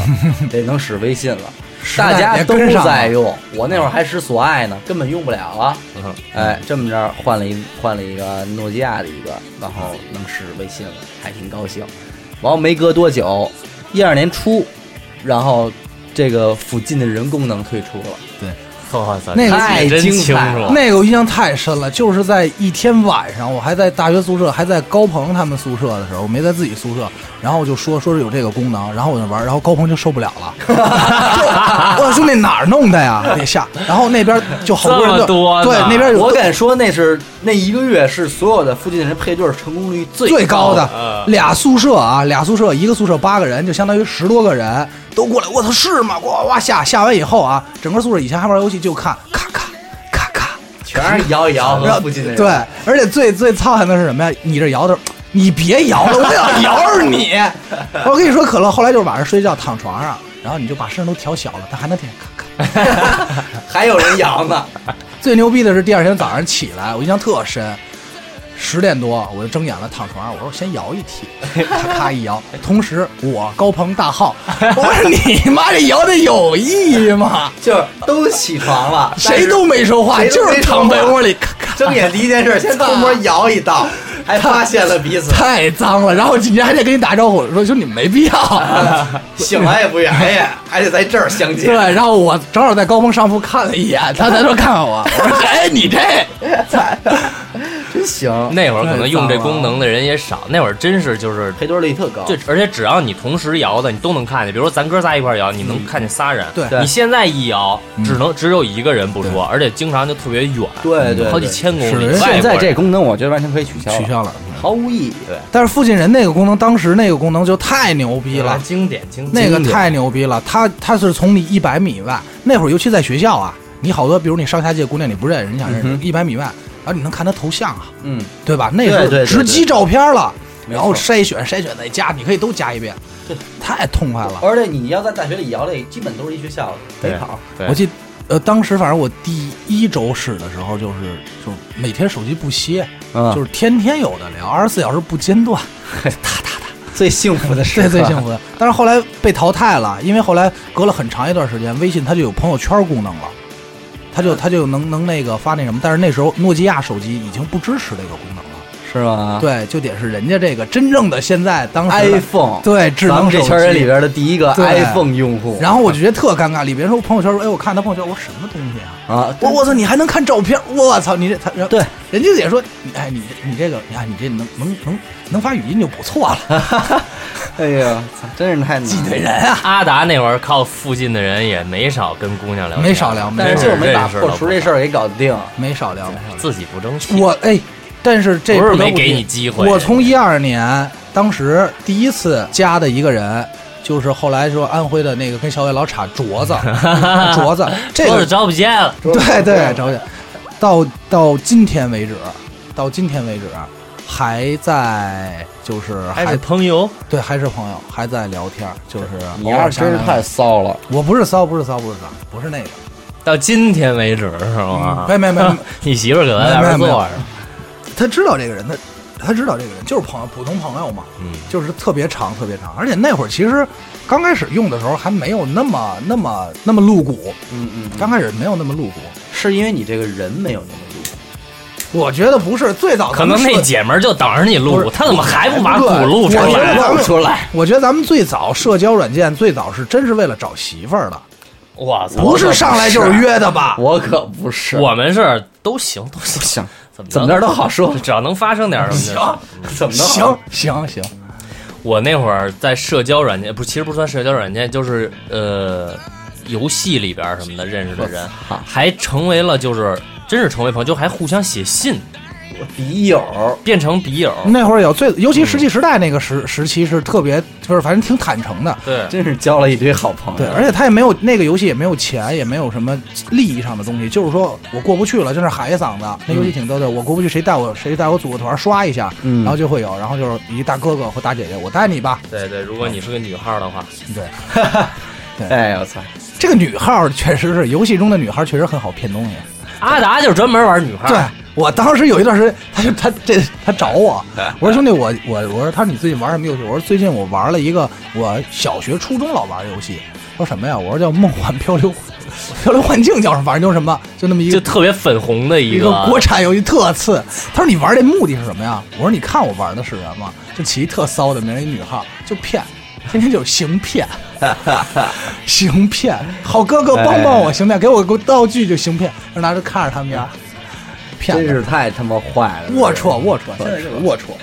[SPEAKER 1] 得能使微信了。
[SPEAKER 2] 时代
[SPEAKER 1] 大家
[SPEAKER 2] 也
[SPEAKER 1] 都
[SPEAKER 2] 跟上了
[SPEAKER 1] 在用，我那会儿还使索爱呢，根本用不了啊。
[SPEAKER 3] 嗯嗯
[SPEAKER 1] 哎，这么着换了一换了一个诺基亚的一个，然后能使微信了，还挺高兴。完后没隔多久，一二年初，然后这个附近的人工能推出了，
[SPEAKER 3] 哇塞，
[SPEAKER 2] 那个
[SPEAKER 3] 太
[SPEAKER 1] 太
[SPEAKER 3] 真
[SPEAKER 1] 精
[SPEAKER 3] 清
[SPEAKER 1] 彩
[SPEAKER 3] 楚
[SPEAKER 1] 了
[SPEAKER 3] 了，
[SPEAKER 2] 那个我印象太深了，就是在一天晚上，我还在大学宿舍，还在高鹏他们宿舍的时候，我没在自己宿舍，然后我就说说是有这个功能，然后我就玩，然后高鹏就受不了 了，就我说兄弟哪儿弄的呀？得下，然后那边就好多人就
[SPEAKER 3] 这么多呢
[SPEAKER 2] 对那边有
[SPEAKER 1] 我敢说那是那一个月是所有的附近的人配对成功率最
[SPEAKER 2] 最
[SPEAKER 1] 高
[SPEAKER 2] 高的、
[SPEAKER 3] 呃
[SPEAKER 2] 俩宿舍啊，俩宿舍一个宿舍八个人，就相当于十多个人都过来。我操，是吗？哇哇下下完以后啊，整个宿舍以前还玩游戏就看咔咔咔咔，
[SPEAKER 1] 全是摇一摇
[SPEAKER 2] 然后
[SPEAKER 1] 和哦附近的人。
[SPEAKER 2] 对，而且最最操心的是什么呀？你这摇头，你别摇了，我想摇着 你。 我跟你说，可乐后来就是晚上睡觉躺床上，然后你就把声都调小了，他还能听见咔咔。
[SPEAKER 1] 还有人摇 呢，
[SPEAKER 2] 最牛逼的是第二天早上起来，我印象特深，十点多我就睁眼了，躺床上，我说我先摇一踢，咔咔一摇，同时我高鹏大号，我说你妈这摇的有意义吗？
[SPEAKER 1] 就是都起床了，
[SPEAKER 2] 谁都没说话，
[SPEAKER 1] 谁都
[SPEAKER 2] 就
[SPEAKER 1] 没
[SPEAKER 2] 是躺被窝里咔咔，
[SPEAKER 1] 睁眼第一件事先偷摸摇一道，还发现了彼此，
[SPEAKER 2] 太脏了。然后人家还得跟你打招呼，说兄弟没必 要。
[SPEAKER 1] 醒来也不远呀，还得在这儿相
[SPEAKER 2] 对，
[SPEAKER 1] 见。
[SPEAKER 2] 然后我正好在高峰上铺看了一眼，他才说看看我，我说哎你这，
[SPEAKER 1] 真行，
[SPEAKER 3] 那会儿可能用这功能的人也少，那会儿真是就是
[SPEAKER 1] 配对率特高。
[SPEAKER 3] 对，而且只要你同时摇的，你都能看见。比如说咱哥仨一块儿摇，你
[SPEAKER 1] 嗯
[SPEAKER 3] 能看见仨人。
[SPEAKER 2] 对
[SPEAKER 3] 你现在一摇，只能只有一个人不
[SPEAKER 2] 对
[SPEAKER 3] 说，而且经常就特别远，
[SPEAKER 1] 对对，
[SPEAKER 3] 好几千公里
[SPEAKER 2] 是。
[SPEAKER 3] 外
[SPEAKER 1] 现在
[SPEAKER 3] 国人
[SPEAKER 1] 这功能，我觉得完全可以取消，
[SPEAKER 2] 取，消了。
[SPEAKER 1] 毫无意义。对，
[SPEAKER 2] 但是附近人那个功能，当时那个功能就太牛逼了，
[SPEAKER 3] 经典经
[SPEAKER 2] 那
[SPEAKER 3] 典
[SPEAKER 2] 个太牛逼了，他他是从你一百米以外，那会儿尤其在学校啊，你好多比如你上下届姑娘你不认识，你想认
[SPEAKER 1] 嗯
[SPEAKER 2] 识
[SPEAKER 1] 哼
[SPEAKER 2] 一百米外，然后你能看她头像啊，
[SPEAKER 1] 嗯，
[SPEAKER 2] 对吧？那时
[SPEAKER 1] 对对对
[SPEAKER 2] 候直击照片了，
[SPEAKER 1] 没错
[SPEAKER 2] 然后筛选筛选再加，你可以都加一遍，
[SPEAKER 1] 对，
[SPEAKER 2] 太痛快了。
[SPEAKER 1] 而且你要在大学里摇这，基本都是一学校的
[SPEAKER 3] 对
[SPEAKER 1] 陪跑。
[SPEAKER 3] 对
[SPEAKER 2] 我记得，呃，当时反正我第一周使的时候，就是就是每天手机不歇，
[SPEAKER 1] 嗯
[SPEAKER 2] 就是天天有的聊，二十四小时不间断，哒哒哒。
[SPEAKER 1] 最幸福的
[SPEAKER 2] 这最幸福的。但是后来被淘汰了，因为后来隔了很长一段时间，微信它就有朋友圈功能了，它
[SPEAKER 1] 嗯
[SPEAKER 2] 就它就能能那个发那什么。但是那时候诺基亚手机已经不支持这个功能了，
[SPEAKER 1] 是吗？
[SPEAKER 2] 对，就得是人家这个真正的现在当时的
[SPEAKER 1] 啊 iPhone，
[SPEAKER 2] 对智
[SPEAKER 1] 咱
[SPEAKER 2] 能
[SPEAKER 1] 们这
[SPEAKER 2] 手
[SPEAKER 1] 圈人里
[SPEAKER 2] 机。
[SPEAKER 1] 边的第一个
[SPEAKER 2] 对
[SPEAKER 1] iPhone 用户。
[SPEAKER 2] 然后我就觉得特尴尬，里边说朋友圈说，哎，我看他朋友圈，我说什么东西啊？
[SPEAKER 1] 啊，
[SPEAKER 2] 我我操，你还能看照片？我操，你这他然后
[SPEAKER 1] 对，
[SPEAKER 2] 人家也说，哎，你你这个，哎，你这能能能能发语音就不错了，
[SPEAKER 1] 哎呀，操真是太难了
[SPEAKER 2] 挤兑人啊！
[SPEAKER 3] 阿达那会儿靠附近的人也没少跟姑娘聊天，
[SPEAKER 2] 没少聊
[SPEAKER 1] 但是
[SPEAKER 2] 没
[SPEAKER 1] 就
[SPEAKER 2] 有
[SPEAKER 1] 是没把
[SPEAKER 3] 认识了
[SPEAKER 1] 破除这事儿给搞定。
[SPEAKER 2] 没少聊，没少聊。
[SPEAKER 3] 自己不争气。
[SPEAKER 2] 我哎，但是这
[SPEAKER 3] 不是
[SPEAKER 2] 不得
[SPEAKER 3] 没
[SPEAKER 2] 不
[SPEAKER 3] 给
[SPEAKER 2] 提
[SPEAKER 3] 你机会
[SPEAKER 2] 我从一二年当时第一次加的一个人，就是后来说安徽的那个跟小伟老插镯 子，镯子这
[SPEAKER 3] 桌
[SPEAKER 2] 个
[SPEAKER 3] 子找不见了，
[SPEAKER 2] 对对，找姐，到到今天为止，到今天为止还在就是
[SPEAKER 3] 还
[SPEAKER 2] 还
[SPEAKER 3] 是朋友，
[SPEAKER 2] 对还是朋友，还在聊天，就是
[SPEAKER 1] 你要是真是太，骚了，
[SPEAKER 2] 我不是骚，不是骚，不是骚，不是那个，
[SPEAKER 3] 到今天为止是吗？
[SPEAKER 2] 没没没没，
[SPEAKER 3] 你媳妇儿搁在那
[SPEAKER 2] 没
[SPEAKER 3] 边
[SPEAKER 2] 有没有
[SPEAKER 3] 坐着，
[SPEAKER 2] 他知道这个人，他他知道这个人就是朋友，普通朋友嘛。
[SPEAKER 3] 嗯，
[SPEAKER 2] 就是特别长，特别长。而且那会儿其实刚开始用的时候还没有那么那么那么露骨，
[SPEAKER 1] 嗯嗯，
[SPEAKER 2] 刚开始没有那么露骨。
[SPEAKER 1] 是因为你这个人没有那么露，
[SPEAKER 2] 我觉得不是最早
[SPEAKER 3] 可
[SPEAKER 2] 咱们
[SPEAKER 3] 能那
[SPEAKER 2] 设
[SPEAKER 3] 姐们儿就等着你
[SPEAKER 2] 不
[SPEAKER 3] 录，
[SPEAKER 2] 是
[SPEAKER 3] 她怎么还不把
[SPEAKER 2] 不
[SPEAKER 3] 鼓
[SPEAKER 2] 是
[SPEAKER 3] 录出
[SPEAKER 2] 我觉
[SPEAKER 3] 来
[SPEAKER 2] 得？咱们
[SPEAKER 1] 出来。
[SPEAKER 2] 我觉得咱们最早社交软件最早是真是为了找媳妇儿的，
[SPEAKER 3] 我操！
[SPEAKER 2] 不是上来就是啊约的吧？
[SPEAKER 1] 我可不是，
[SPEAKER 3] 我们是都行都行，
[SPEAKER 1] 行，
[SPEAKER 3] 怎么着
[SPEAKER 1] 怎么着都好说，
[SPEAKER 3] 只要能发生点什么就。
[SPEAKER 1] 怎么着好
[SPEAKER 2] 行行行，
[SPEAKER 3] 我那会儿在社交软件，不，其实不算社交软件，就是呃，游戏里边儿什么的认识的人
[SPEAKER 1] 我操，
[SPEAKER 3] 还成为了就是真是成为朋友，就还互相写信，
[SPEAKER 1] 笔友，
[SPEAKER 3] 变成笔友。
[SPEAKER 2] 那会儿有最，尤其石器时代那个时时期是特别，就是反正挺坦诚的。
[SPEAKER 3] 对，
[SPEAKER 1] 真是交了一堆好朋友。
[SPEAKER 2] 对，而且他也没有那个游戏也没有钱，也没有什么利益上的东西，就是说我过不去了，就是喊一嗓子，那游戏挺逗的，我过不去，谁带我谁带我组个团刷一下，
[SPEAKER 1] 嗯
[SPEAKER 2] 然后就会有，然后就是一大哥哥或大姐姐，我带你吧。
[SPEAKER 3] 对对，如果你是个女号的话，
[SPEAKER 2] 对，
[SPEAKER 1] 哎我操，
[SPEAKER 2] 这个女号确实是游戏中的女号，确实很好骗东西。
[SPEAKER 3] 阿达就是专门玩女号。
[SPEAKER 2] 对我当时有一段时间，他就他这他找我，我说兄弟，我我我说他说你最近玩什么游戏？我说最近我玩了一个我小学初中老玩的游戏，说什么呀？我说叫梦幻漂流，漂流幻境叫什么？反正就是什么，就那么一
[SPEAKER 3] 就
[SPEAKER 2] 个
[SPEAKER 3] 特别粉红的一
[SPEAKER 2] 一个国产游戏特次。他说你玩这目的是什么呀？我说你看我玩的是什么？就起一特骚的名儿，一女号就骗，天天就是行 骗，行骗。好哥哥帮帮我行骗，给我个道具就行骗，然后拿着看着他们家骗
[SPEAKER 1] 真
[SPEAKER 2] 子，
[SPEAKER 1] 是太他妈坏了，
[SPEAKER 2] 龌龊龌龊，现在就是龌龊。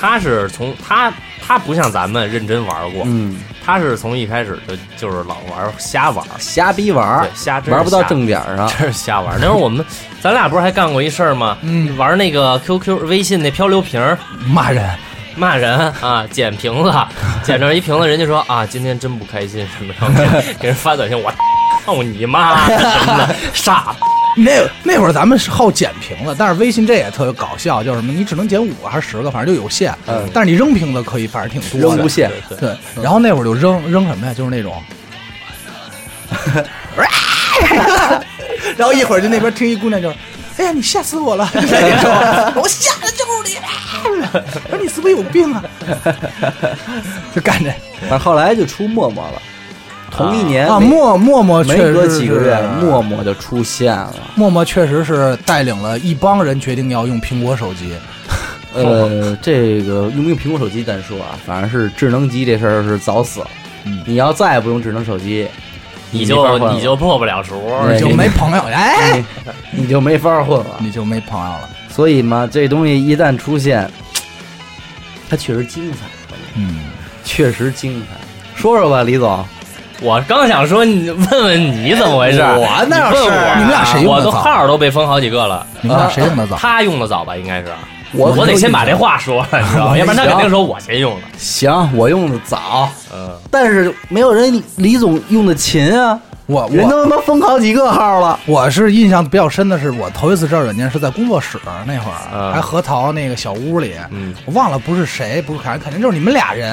[SPEAKER 3] 他是从他他不像咱们认真玩过，
[SPEAKER 1] 嗯，
[SPEAKER 3] 他是从一开始就就是老玩瞎玩，
[SPEAKER 1] 瞎逼玩儿
[SPEAKER 3] 对，瞎真是
[SPEAKER 1] 玩不到
[SPEAKER 3] 瞎
[SPEAKER 1] 正点儿
[SPEAKER 2] 啊
[SPEAKER 1] 上，
[SPEAKER 3] 真是瞎玩。那会儿我们咱俩不是还干过一事儿吗？
[SPEAKER 2] 嗯
[SPEAKER 3] 玩那个 QQ 微信那漂流瓶儿
[SPEAKER 2] 骂人，
[SPEAKER 3] 骂人啊，捡瓶子， 捡着一瓶子，人家说啊今天真不开心什么的，给人发短信我 操你妈什么的， 傻
[SPEAKER 2] 那那会儿咱们是好捡瓶子，但是微信这也特别搞笑，叫什么？你只能捡五个还是十个，反正就有限。
[SPEAKER 1] 嗯
[SPEAKER 2] 但是你扔瓶子可以，反正挺多的。
[SPEAKER 1] 扔无限，
[SPEAKER 3] 对对
[SPEAKER 2] 对，
[SPEAKER 1] 嗯
[SPEAKER 2] 然后那会儿就扔扔什么呀？就是 那种， 然后一会儿就那边听一姑娘就是，哎呀，你吓死 我了！就那种，我吓的就是你，我说你是不是有病 啊？就干这
[SPEAKER 1] 但后来就出陌陌了，同一年
[SPEAKER 2] 啊，
[SPEAKER 1] 哎没
[SPEAKER 2] 默默默
[SPEAKER 1] 没
[SPEAKER 2] 确实
[SPEAKER 1] 隔几个月
[SPEAKER 2] 是，啊
[SPEAKER 1] 陌陌就出现了，
[SPEAKER 2] 默默确实是带领了一帮人决定要用苹果手机。
[SPEAKER 1] 呃，这个用不用苹果手机单说啊，反正是智能机这事儿是早死了。
[SPEAKER 2] 嗯
[SPEAKER 1] 你要再也不用智能手机，
[SPEAKER 3] 你
[SPEAKER 1] 没
[SPEAKER 3] 就
[SPEAKER 1] 法混了
[SPEAKER 3] 你就破不了熟，
[SPEAKER 1] 对
[SPEAKER 2] 你就没朋友，哎，
[SPEAKER 1] 你就没法混了。
[SPEAKER 2] 你就没朋友了。
[SPEAKER 1] 所以嘛，这东西一旦出现，它确实精彩，
[SPEAKER 2] 嗯，
[SPEAKER 1] 确实精彩。说说吧，李总，
[SPEAKER 3] 我刚想说，你问问你怎么回事？
[SPEAKER 2] 我那
[SPEAKER 3] 你问
[SPEAKER 2] 是
[SPEAKER 1] 啊
[SPEAKER 3] 我
[SPEAKER 2] 你们俩谁用
[SPEAKER 3] 我
[SPEAKER 2] 的
[SPEAKER 3] 都
[SPEAKER 2] 早
[SPEAKER 3] 号儿都啊被封好几个了。
[SPEAKER 2] 你们俩谁用的早？
[SPEAKER 3] 他用的早吧，应该是
[SPEAKER 1] 我
[SPEAKER 3] 我得先把这话说了，你知 道吗？要不然他肯定说我先用的。
[SPEAKER 1] 行，我用的早，
[SPEAKER 3] 嗯，
[SPEAKER 1] 但是没有人李总用的勤啊，
[SPEAKER 2] 我
[SPEAKER 1] 人
[SPEAKER 2] 我
[SPEAKER 1] 都他妈封好几个号了。
[SPEAKER 2] 我是印象比较深的是，我头一次知道软件是在工作室那会儿，
[SPEAKER 1] 啊
[SPEAKER 3] 嗯
[SPEAKER 2] 还核桃那个小屋里，
[SPEAKER 3] 嗯
[SPEAKER 2] 我忘了不是谁，不是肯肯定就是你们俩人，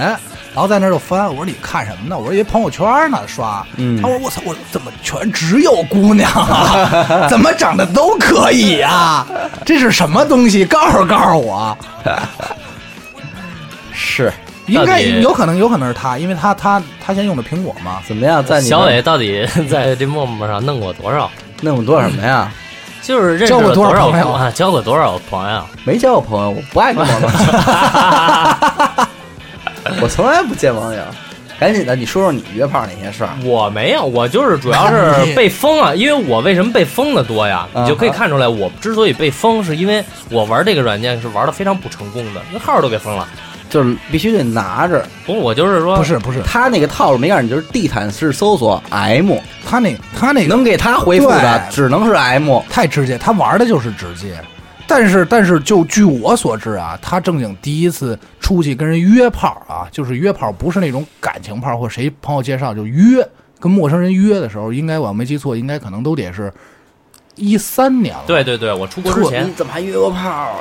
[SPEAKER 2] 然后在那儿就翻，我说你看什么呢？我说以为朋友圈呢刷，
[SPEAKER 1] 嗯
[SPEAKER 2] 他说我操，我怎么全只有姑 娘啊？怎么长得都可以啊？这是什么东西？告诉告诉我。
[SPEAKER 1] 是，
[SPEAKER 2] 应
[SPEAKER 3] 到
[SPEAKER 2] 该
[SPEAKER 3] 底
[SPEAKER 2] 有可能，有可能是他，因为他他他先用的苹果嘛。
[SPEAKER 1] 怎么样？在你
[SPEAKER 3] 小伟到底在这陌陌上弄过多少？
[SPEAKER 1] 弄我多什么呀？
[SPEAKER 3] 就是认识
[SPEAKER 2] 交过
[SPEAKER 3] 了
[SPEAKER 2] 多
[SPEAKER 3] 多
[SPEAKER 2] 少
[SPEAKER 3] 少
[SPEAKER 2] 朋友
[SPEAKER 3] 啊？交过多少朋啊友？
[SPEAKER 1] 没交过朋友，我不爱跟网友， 我从来不见网友。赶紧的，你说说你约炮那些事儿。
[SPEAKER 3] 我没有，我就是主要
[SPEAKER 2] 你
[SPEAKER 3] 是被封了，因为我为什么被封的多呀？
[SPEAKER 1] 啊
[SPEAKER 3] 你就可以看出来，我之所以被封，是因为我玩这个软件是玩的非常不成功的，那号儿都被封了。
[SPEAKER 1] 就是必须得拿着。
[SPEAKER 3] 不，我就是
[SPEAKER 1] 啊
[SPEAKER 3] 说，
[SPEAKER 2] 不是不是，
[SPEAKER 1] 他那个套路没告诉你，就是地毯式搜索 M，
[SPEAKER 2] 他那他那个
[SPEAKER 1] 能给他回复的
[SPEAKER 2] 对
[SPEAKER 1] 只能是 M。
[SPEAKER 2] 太直接，他玩的就是直接。但是但是，就据我所知啊，他正经第一次出去跟人约炮啊，就是约炮，不是那种感情炮或谁朋友介绍就约，跟陌生人约的时候，应该我要没记错，应该可能都得是一三年了。
[SPEAKER 3] 对对对，我出国之前
[SPEAKER 1] 你怎么还约过炮 啊？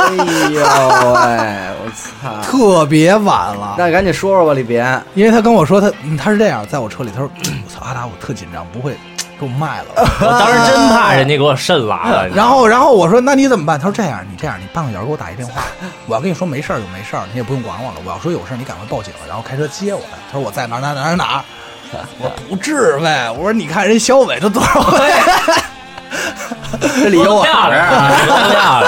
[SPEAKER 1] 哎呦喂，我操！
[SPEAKER 2] 特别晚了。
[SPEAKER 1] 那赶紧说说吧，李别。
[SPEAKER 2] 因为他跟我说他嗯他是这样，在我车里，他说：“我操，阿达，我特紧张，不会给我卖了吧。”
[SPEAKER 3] 我当时真怕人家给我肾拉了。啊你知道
[SPEAKER 2] 然
[SPEAKER 3] 吗
[SPEAKER 2] 后，然后我说：“那你怎么办？”他说：“这样，你这样，你半个小时给我打一电话， 我要跟你说没事儿就没事儿，你也不用管我了。我要说有事儿，你赶快报警，然后开车接我来。”他说：“我在哪儿哪儿哪儿哪儿。”我说：“不至呗。”我说：“你看人小伟都多少回，
[SPEAKER 1] 这理由我
[SPEAKER 3] 漂亮啊，漂亮！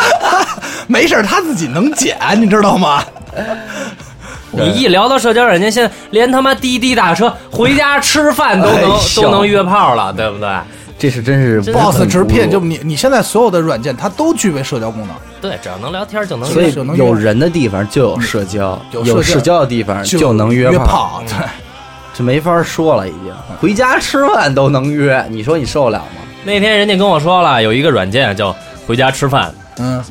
[SPEAKER 2] 没事儿他自己能捡，你知道吗？
[SPEAKER 3] 你一聊到社交软件，现在连他妈滴滴打车回家吃饭都能
[SPEAKER 1] 哎呦
[SPEAKER 3] 都能约炮了，对不对？
[SPEAKER 1] 这是真是
[SPEAKER 3] 真的
[SPEAKER 2] boss
[SPEAKER 1] 很
[SPEAKER 2] 直聘
[SPEAKER 1] 侮辱
[SPEAKER 2] 就你你现在所有的软件，它都具备社交功能，
[SPEAKER 3] 对，只要能聊天就能
[SPEAKER 1] 所以
[SPEAKER 3] 约。
[SPEAKER 2] 就能约
[SPEAKER 1] 有人的地方就有社交，
[SPEAKER 2] 有
[SPEAKER 1] 嗯有
[SPEAKER 2] 社交
[SPEAKER 1] 社交的地方嗯就能
[SPEAKER 2] 约
[SPEAKER 1] 约炮，嗯
[SPEAKER 2] 炮。对，
[SPEAKER 1] 这没法说了，已经回家吃饭都能约，你说你受得了吗？
[SPEAKER 3] 那天人家跟我说了，有一个软件叫回家吃饭，
[SPEAKER 2] 嗯，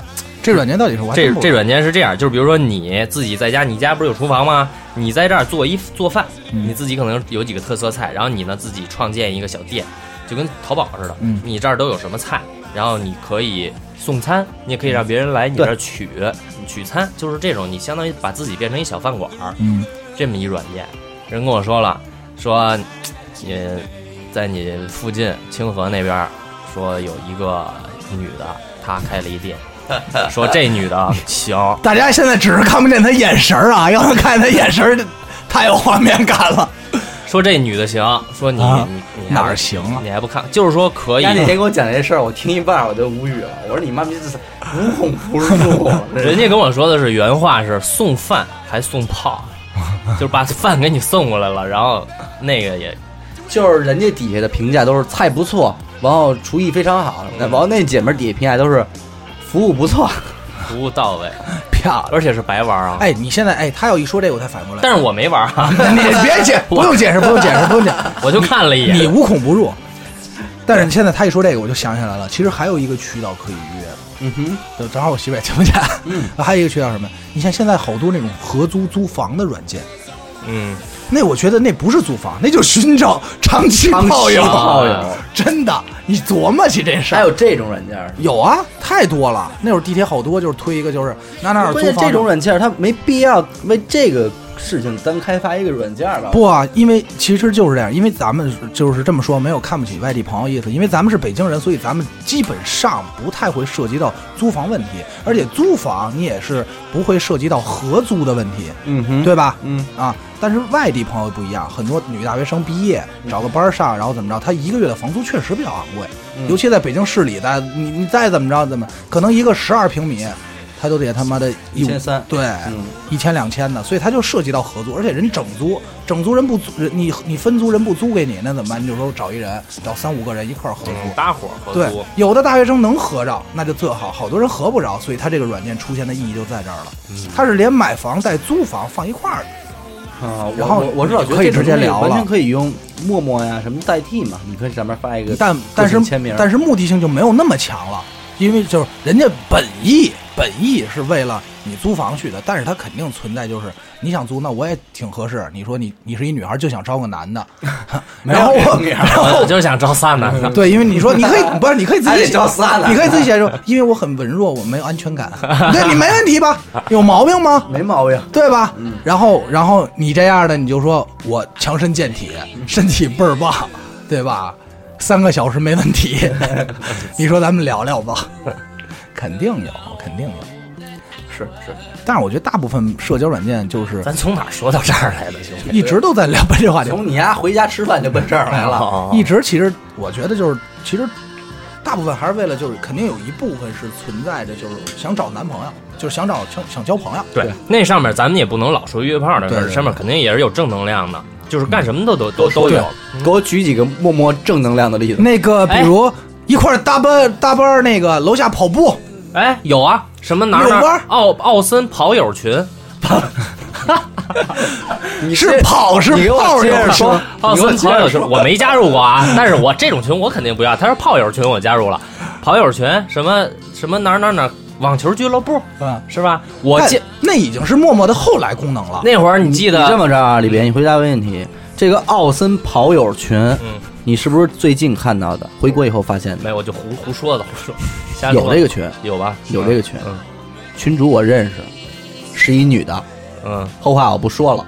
[SPEAKER 2] 这软件到底是我还
[SPEAKER 3] 这
[SPEAKER 2] 真不
[SPEAKER 3] 这软件是这样，就是比如说你自己在家，你家不是有厨房吗？你在这儿做一做饭，
[SPEAKER 2] 嗯
[SPEAKER 3] 你自己可能有几个特色菜，然后你呢自己创建一个小店，就跟淘宝似的，
[SPEAKER 2] 嗯
[SPEAKER 3] 你这儿都有什么菜，然后你可以送餐，你也可以让别人来你这儿取取餐，就是这种，你相当于把自己变成一小饭馆儿
[SPEAKER 2] 嗯
[SPEAKER 3] 这么一软件。人跟我说了，说你在你附近清河那边儿，说有一个女的，她开了一 店。说这女的行，
[SPEAKER 2] 大家现在只是看不见他眼神儿啊，要能看见他眼神儿，太有画面感了。
[SPEAKER 3] 说这女的行，说你
[SPEAKER 2] 啊
[SPEAKER 3] 你你还
[SPEAKER 2] 哪儿行啊？
[SPEAKER 3] 你还不看，就是说可以
[SPEAKER 1] 丫，
[SPEAKER 3] 啊
[SPEAKER 1] 那天给我讲这事儿，我听一半我就无语了。我说你妈逼这是无孔不 入，
[SPEAKER 3] 人家跟我说的是原话是送饭还送炮，就是把饭给你送过来了，然后那个也
[SPEAKER 1] 就是人家底下的评价都是菜不错，然后厨艺非常好，那然后那姐们儿底下评价都是服务不错，
[SPEAKER 3] 服务到位，
[SPEAKER 2] 漂亮！
[SPEAKER 3] 而且是白玩啊。
[SPEAKER 2] 哎，你现在哎，他要一说这个，我才反应过来。
[SPEAKER 3] 但是我没玩啊，
[SPEAKER 2] 你别解，不用解释，不用解释，不用解 释。
[SPEAKER 3] 我就看了一
[SPEAKER 2] 你
[SPEAKER 3] 眼。
[SPEAKER 2] 无孔不入。但是现在他一说这个，我就想起来了，其实还有一个渠道可以约的，
[SPEAKER 1] 嗯哼，
[SPEAKER 2] 就正好我媳妇也听不见。嗯， 还有一个渠道是什么？你像现在好多那种合租租房的软件，
[SPEAKER 3] 嗯，
[SPEAKER 2] 那我觉得那不是租房，那就是寻找长期
[SPEAKER 1] 长期
[SPEAKER 2] 炮友。
[SPEAKER 1] 炮友哎
[SPEAKER 2] 真的，你琢磨起这事
[SPEAKER 1] 还
[SPEAKER 2] 儿。
[SPEAKER 1] 有这种软件儿。
[SPEAKER 2] 有啊，太多了。那会儿地铁好多就是推一个，就是哪哪哪租
[SPEAKER 1] 关键
[SPEAKER 2] 房
[SPEAKER 1] 这种软件儿它没必要为这个事情单开发一个软件儿吧？
[SPEAKER 2] 不啊，因为其实就是这样，因为咱们就是这么说，没有看不起外地朋友意思，因为咱们是北京人，所以咱们基本上不太会涉及到租房问题，而且租房你也是不会涉及到合租的问题，
[SPEAKER 1] 嗯哼，
[SPEAKER 2] 对吧？
[SPEAKER 1] 嗯，
[SPEAKER 2] 啊，但是外地朋友不一样，很多女大学生毕业找个班儿上，然后怎么着，她一个月的房租确实比较昂贵，
[SPEAKER 1] 嗯
[SPEAKER 2] 尤其在北京市里，大家你你再怎么着怎么，可能一个十二平米，她都得他妈的一五
[SPEAKER 1] 1300
[SPEAKER 2] 对，
[SPEAKER 1] 嗯
[SPEAKER 2] 一千两千的，所以它就涉及到合租，而且人整租，整租人不租，人你你分租人不租给你，那怎么办？你就说找一人，找三五个人一块儿合租。
[SPEAKER 3] 嗯搭伙合
[SPEAKER 2] 对
[SPEAKER 3] 租，，
[SPEAKER 2] 有的大学生能合着，那就最好。好多人合不着，所以它这个软件出现的意义就在这儿了。它是连买房带租房放一块儿的。
[SPEAKER 1] 啊，我
[SPEAKER 2] 然后
[SPEAKER 1] 我我是老觉得
[SPEAKER 2] 可以
[SPEAKER 1] 这种
[SPEAKER 2] 直接聊
[SPEAKER 1] 东西完全
[SPEAKER 2] 了
[SPEAKER 1] 可以用陌陌呀什么代替嘛，你可以上面发一个，
[SPEAKER 2] 但但是
[SPEAKER 1] 签名，
[SPEAKER 2] 但是目的性就没有那么强了，因为就是人家本意本意是为了你租房去的，但是它肯定存在就是你想租，那我也挺合适。你说你你是一女孩就想招个 男的，然后我然
[SPEAKER 3] 我
[SPEAKER 2] 后
[SPEAKER 3] 就是想招仨
[SPEAKER 1] 嗯
[SPEAKER 3] 男的。
[SPEAKER 2] 对，因为你说你可以 不是你可以自
[SPEAKER 1] 还
[SPEAKER 2] 己
[SPEAKER 1] 得招仨男的
[SPEAKER 2] 你可以自己写说，因为我很文弱，我没有安 全感。对你没问题吧？有毛病吗？
[SPEAKER 1] 没毛 病。
[SPEAKER 2] 对吧？然后，然后你这样的，你就说我强身健体，身体倍儿棒，对吧？三个小时没问题，你说咱们聊聊吧？肯定有，肯定有。
[SPEAKER 1] 是是，
[SPEAKER 2] 但是我觉得大部分社交软件就是
[SPEAKER 3] 咱从哪儿说到这儿来的，兄弟？
[SPEAKER 2] 一直都在聊奔这话题，
[SPEAKER 1] 从你家回家吃饭就奔这儿来了。
[SPEAKER 3] 哦
[SPEAKER 2] 一直其实我觉得就是其实大部分还是为了就是肯定有一部分是存在着就是想找男朋友，就是想找想想交朋友。
[SPEAKER 3] 对，那上面咱们也不能老说约炮的事
[SPEAKER 2] 对
[SPEAKER 3] 儿，
[SPEAKER 2] 对
[SPEAKER 3] 上面肯定也是有正能量的，就是干什么都都都都有。嗯
[SPEAKER 1] 给我举几个陌陌正能量的例子。
[SPEAKER 2] 那个
[SPEAKER 1] 哎
[SPEAKER 2] 比如一块儿搭班搭班儿那个楼下跑步。
[SPEAKER 3] 哎，有啊，什么哪儿哪
[SPEAKER 2] 遛弯
[SPEAKER 3] 儿
[SPEAKER 2] 儿
[SPEAKER 3] 奥奥森跑友群，
[SPEAKER 1] 你
[SPEAKER 2] 是跑 是
[SPEAKER 1] 你给
[SPEAKER 2] 炮
[SPEAKER 1] 我接
[SPEAKER 2] 友
[SPEAKER 1] 着
[SPEAKER 2] 是
[SPEAKER 1] 说
[SPEAKER 2] 吧，
[SPEAKER 1] 你
[SPEAKER 3] 奥
[SPEAKER 1] 给我
[SPEAKER 3] 森
[SPEAKER 1] 接
[SPEAKER 3] 跑友
[SPEAKER 1] 着
[SPEAKER 3] 群
[SPEAKER 1] 说。
[SPEAKER 3] 我没加入过啊，但是我这种群我肯定不要。他说炮友群我加入了，跑友群什么什么哪儿哪儿哪儿网球俱乐部
[SPEAKER 2] 嗯，
[SPEAKER 3] 是吧？我
[SPEAKER 2] 但
[SPEAKER 3] 记
[SPEAKER 2] 那已经是陌陌的后来功能了。
[SPEAKER 3] 那会儿你记
[SPEAKER 1] 你这
[SPEAKER 3] 得
[SPEAKER 1] 么着啊，李别，你回答问题。这个奥森跑友群，你是不是最近看到的？回国以后发现
[SPEAKER 3] 嗯没
[SPEAKER 1] 的，
[SPEAKER 3] 有？我就胡胡说的，胡说。瞎说
[SPEAKER 1] 有这个群，
[SPEAKER 3] 有吧？
[SPEAKER 1] 有这个群
[SPEAKER 3] 嗯
[SPEAKER 1] 群主我认识，是一女的，
[SPEAKER 3] 嗯，
[SPEAKER 1] 后话我不说了。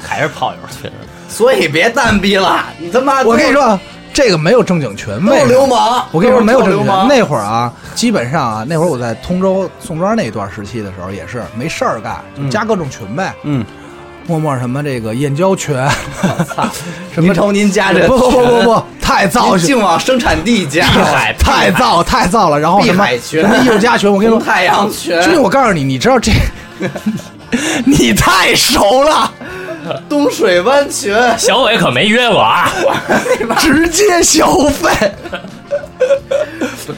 [SPEAKER 3] 还是炮友群。
[SPEAKER 1] 所以别蛋逼了，你他妈
[SPEAKER 2] 我跟你，说啊，这个没有正经群，为什么
[SPEAKER 1] 流氓
[SPEAKER 2] 我跟你
[SPEAKER 1] 都
[SPEAKER 2] 说，
[SPEAKER 1] 是
[SPEAKER 2] 没有
[SPEAKER 1] 臭
[SPEAKER 2] 正经
[SPEAKER 1] 流
[SPEAKER 2] 群。
[SPEAKER 1] 氓
[SPEAKER 2] 那会儿啊，基本上啊，那会儿我在通州宋庄那一段时期的时候，也是没事儿干，就加各种群呗。
[SPEAKER 1] 嗯，
[SPEAKER 2] 陌陌什么这个燕郊群， 什么
[SPEAKER 1] 您瞅您家这
[SPEAKER 2] 不不不不
[SPEAKER 1] 群
[SPEAKER 2] 不，太造
[SPEAKER 1] 您净往生产地加，
[SPEAKER 3] 碧海
[SPEAKER 2] 太造太造了。然后什
[SPEAKER 1] 碧
[SPEAKER 2] 么
[SPEAKER 1] 海群
[SPEAKER 2] 什么艺术家群，我跟你说，
[SPEAKER 1] 太阳群
[SPEAKER 2] 兄弟，我告诉你，你知道这， 你太熟了。
[SPEAKER 1] 东水湾群，
[SPEAKER 3] 小伟可没约我啊，
[SPEAKER 2] 直接消费。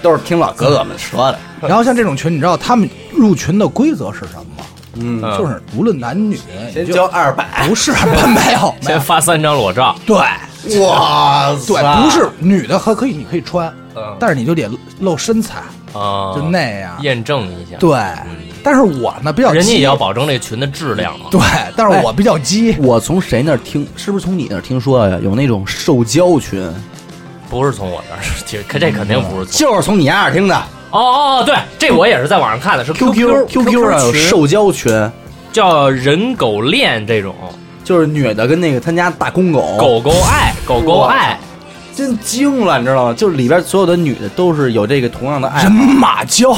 [SPEAKER 1] 都是听老哥哥们说的。
[SPEAKER 2] 然后像这种群，你知道他们入群的规则是什么吗？
[SPEAKER 1] 嗯
[SPEAKER 2] 就是无论男女，
[SPEAKER 1] 先
[SPEAKER 2] 你就
[SPEAKER 1] 交二百，
[SPEAKER 2] 不是 没有没有
[SPEAKER 3] 先发三张裸照。
[SPEAKER 2] 对
[SPEAKER 1] 哇塞
[SPEAKER 2] 对，不是女的还可以，你可以穿
[SPEAKER 3] 嗯，
[SPEAKER 2] 但是你就得露身材，
[SPEAKER 3] 啊，
[SPEAKER 2] 就那样。
[SPEAKER 3] 验证一下。
[SPEAKER 2] 对，但是我呢比较
[SPEAKER 3] 人家也
[SPEAKER 2] 鸡
[SPEAKER 3] 要保证这个群的质量嘛。
[SPEAKER 2] 对，但是我比较鸡，
[SPEAKER 1] 我从谁那儿听，是不是从你那儿听说的？有那种受教群，
[SPEAKER 3] 不是从我这儿，其实这肯定不是从。
[SPEAKER 1] 就是从你那儿听的。
[SPEAKER 3] 哦哦哦，对，这我也是在网上看的，是
[SPEAKER 1] QQ
[SPEAKER 3] QQ
[SPEAKER 2] 啊
[SPEAKER 1] 上有
[SPEAKER 3] 群
[SPEAKER 1] 受教群，
[SPEAKER 3] 叫人狗恋这种，
[SPEAKER 2] 哦
[SPEAKER 1] 就是女的跟那个他家大公狗，
[SPEAKER 3] 狗狗爱，狗狗爱，
[SPEAKER 1] 真惊了，你知道吗？就是里边所有的女的都是有这个同样的爱
[SPEAKER 2] 人
[SPEAKER 1] 好，
[SPEAKER 2] 马交，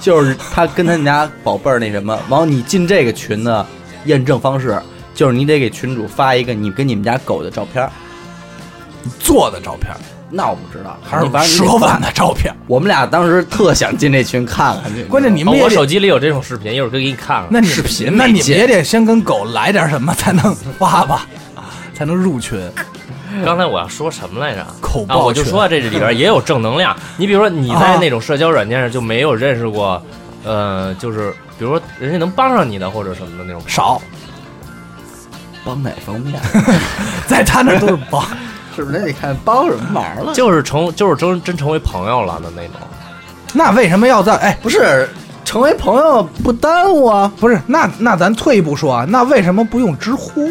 [SPEAKER 1] 就是他跟他们家宝贝儿那什么，然后你进这个群的验证方式。就是你得给群主发一个你跟你们家狗的照片儿。
[SPEAKER 2] 做的照片，
[SPEAKER 1] 那我不知道，
[SPEAKER 2] 还
[SPEAKER 1] 你反
[SPEAKER 2] 是
[SPEAKER 1] 正你得
[SPEAKER 2] 蛇
[SPEAKER 1] 发
[SPEAKER 2] 版的照片。
[SPEAKER 1] 我们俩当时特想进这群看看去，
[SPEAKER 2] 关键你
[SPEAKER 3] 哦
[SPEAKER 2] 们也
[SPEAKER 3] 我
[SPEAKER 2] 得
[SPEAKER 3] 手机里有这种视频，一会儿可以给你看看。
[SPEAKER 2] 那你
[SPEAKER 1] 视频
[SPEAKER 2] 那
[SPEAKER 1] 没
[SPEAKER 2] 你
[SPEAKER 1] 见
[SPEAKER 2] 也得先跟狗来点什么才能发吧，啊才能入群。
[SPEAKER 3] 刚才我要说什么来着？
[SPEAKER 2] 口
[SPEAKER 3] 啊，
[SPEAKER 2] 爆
[SPEAKER 3] 我就
[SPEAKER 2] 群
[SPEAKER 3] 说这里边也有正 能量。你比如说你在
[SPEAKER 2] 啊
[SPEAKER 3] 那种社交软件上就没有认 识过，呃，就是比如说人家能帮上你的或者什么的那种。
[SPEAKER 2] 少，
[SPEAKER 1] 帮哪方面？
[SPEAKER 2] 在他那儿都是 包。
[SPEAKER 1] 是不是得看帮什么忙了？
[SPEAKER 3] 就是成，就是真真成为朋友了的那种。
[SPEAKER 2] 那为什么要在？哎，
[SPEAKER 1] 不是成为朋友不耽误啊。
[SPEAKER 2] 不是，那那咱退一步说啊，那为什么不用知乎？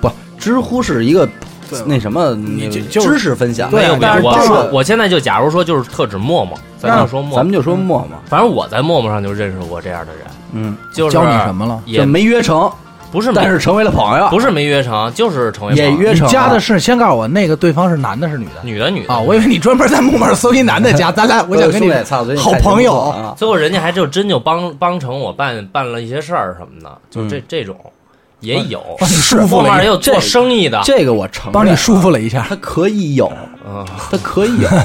[SPEAKER 1] 不，知乎是一个
[SPEAKER 2] 对吧
[SPEAKER 1] 那什么，
[SPEAKER 2] 你就就是
[SPEAKER 1] 知识分享。
[SPEAKER 2] 对啊
[SPEAKER 3] 没有
[SPEAKER 2] 但
[SPEAKER 3] 没
[SPEAKER 2] 是
[SPEAKER 3] 有，我
[SPEAKER 2] 帮
[SPEAKER 3] 说
[SPEAKER 2] 了
[SPEAKER 3] 我现在就假如说就是特指陌陌，咱就说陌
[SPEAKER 1] 咱们
[SPEAKER 3] 陌，
[SPEAKER 1] 就说陌陌，
[SPEAKER 3] 反正我在陌陌上就认识过这样的人，
[SPEAKER 1] 嗯，
[SPEAKER 3] 就是
[SPEAKER 2] 教你什么了？
[SPEAKER 1] 也
[SPEAKER 3] 也
[SPEAKER 1] 没约成，
[SPEAKER 3] 不是
[SPEAKER 1] 嗯
[SPEAKER 3] 没
[SPEAKER 1] 但是成为了朋友，
[SPEAKER 3] 不是没约成，就是成为
[SPEAKER 1] 也
[SPEAKER 3] 朋友
[SPEAKER 1] 约
[SPEAKER 2] 你
[SPEAKER 1] 成了。啊
[SPEAKER 2] 加的是先告诉我那个对方是男的是女的
[SPEAKER 3] 女的女的
[SPEAKER 2] 啊？我以为你专门在木马搜 一男的加，咱俩我想跟你好朋友，
[SPEAKER 1] 啊，
[SPEAKER 3] 最后人家还就真就帮帮成我办办了一些事儿什么的，就这、这种也有，
[SPEAKER 2] 嗯
[SPEAKER 1] 啊
[SPEAKER 2] 帮你束
[SPEAKER 3] 后
[SPEAKER 2] 缚
[SPEAKER 3] 面
[SPEAKER 2] 了
[SPEAKER 3] 也
[SPEAKER 2] 一，
[SPEAKER 3] 有做生意的，
[SPEAKER 1] 这个我承认，
[SPEAKER 2] 帮你束缚了一下，
[SPEAKER 1] 他可以有，
[SPEAKER 3] 嗯，
[SPEAKER 1] 他可以 有，啊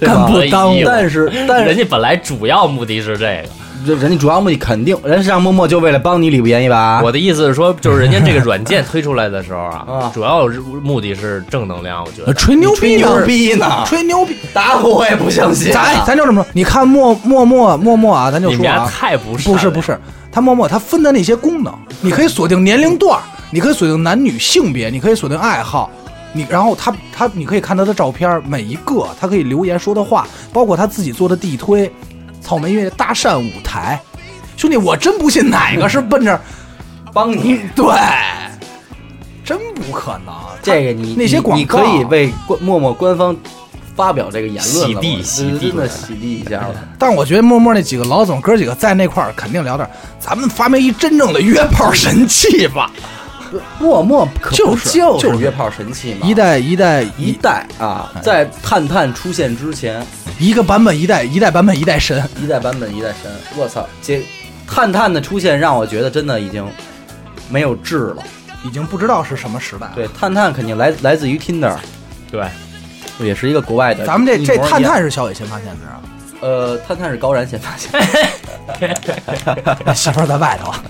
[SPEAKER 1] 对
[SPEAKER 2] 干
[SPEAKER 1] 吧
[SPEAKER 2] 不耽误
[SPEAKER 3] 哎。呦
[SPEAKER 1] 但是，但
[SPEAKER 3] 人
[SPEAKER 1] 是
[SPEAKER 3] 家本来主要目的是这个，
[SPEAKER 1] 人人家主要目的肯定，人家上陌陌就为了帮你理不严一
[SPEAKER 2] 啊
[SPEAKER 1] 吧？
[SPEAKER 3] 我的意思是说，就是人家这个软件推出来的时候啊
[SPEAKER 1] 啊，
[SPEAKER 3] 主要是目的是正能量，我觉
[SPEAKER 2] 呃
[SPEAKER 3] 得。
[SPEAKER 2] 吹牛逼呢
[SPEAKER 1] 吹牛逼啊呢
[SPEAKER 2] 吹牛逼！
[SPEAKER 1] 打我我也不相信啊。
[SPEAKER 2] 咱咱就这么说，你看默默默默默啊，咱就
[SPEAKER 3] 你们
[SPEAKER 2] 说
[SPEAKER 3] 家
[SPEAKER 2] 啊，
[SPEAKER 3] 太不是
[SPEAKER 2] 不是不，是，它默默它分的那些功能，你可以锁定年龄段儿，你可以锁定男女性别，你可以锁定爱好，你然后它它你可以看它的照片儿，每一个它可以留言说的话，包括它自己做的地推，草莓音乐搭讪舞台，兄弟，我真不信哪个是奔着
[SPEAKER 1] 帮你
[SPEAKER 2] 对，真不可能。它
[SPEAKER 1] 这个你
[SPEAKER 2] 那些
[SPEAKER 1] 你
[SPEAKER 2] 广
[SPEAKER 1] 你
[SPEAKER 2] 告啊
[SPEAKER 1] 可以为官陌陌官方发表这个言论了
[SPEAKER 3] 洗地
[SPEAKER 1] 我
[SPEAKER 3] 洗地
[SPEAKER 1] 真的洗地一下吧。
[SPEAKER 2] 但我觉得默默那几个老总哥几个在那块儿肯定聊点儿，咱们发明一真正的约炮神器吧，
[SPEAKER 1] 陌陌可
[SPEAKER 2] 就
[SPEAKER 1] 不
[SPEAKER 2] 是
[SPEAKER 1] 就
[SPEAKER 2] 就是
[SPEAKER 1] 约炮神器嘛，
[SPEAKER 2] 一代一代
[SPEAKER 1] 一代啊，在探探出现之前，
[SPEAKER 2] 一个版本一代一代版本一代神，
[SPEAKER 1] 一代版本一代神，我操，这探探的出现让我觉得真的已经没有质了。
[SPEAKER 2] 已经不知道是什么时代了。
[SPEAKER 1] 对，探探肯定来来自于 Tinder，
[SPEAKER 3] 对，
[SPEAKER 1] 也是一个国外的。
[SPEAKER 2] 咱们这
[SPEAKER 1] 一模
[SPEAKER 2] 这
[SPEAKER 1] 一样
[SPEAKER 2] 探，探是小野先发现的 啊，
[SPEAKER 1] 呃，探探是高然先发现的，
[SPEAKER 2] 媳妇儿在外头啊，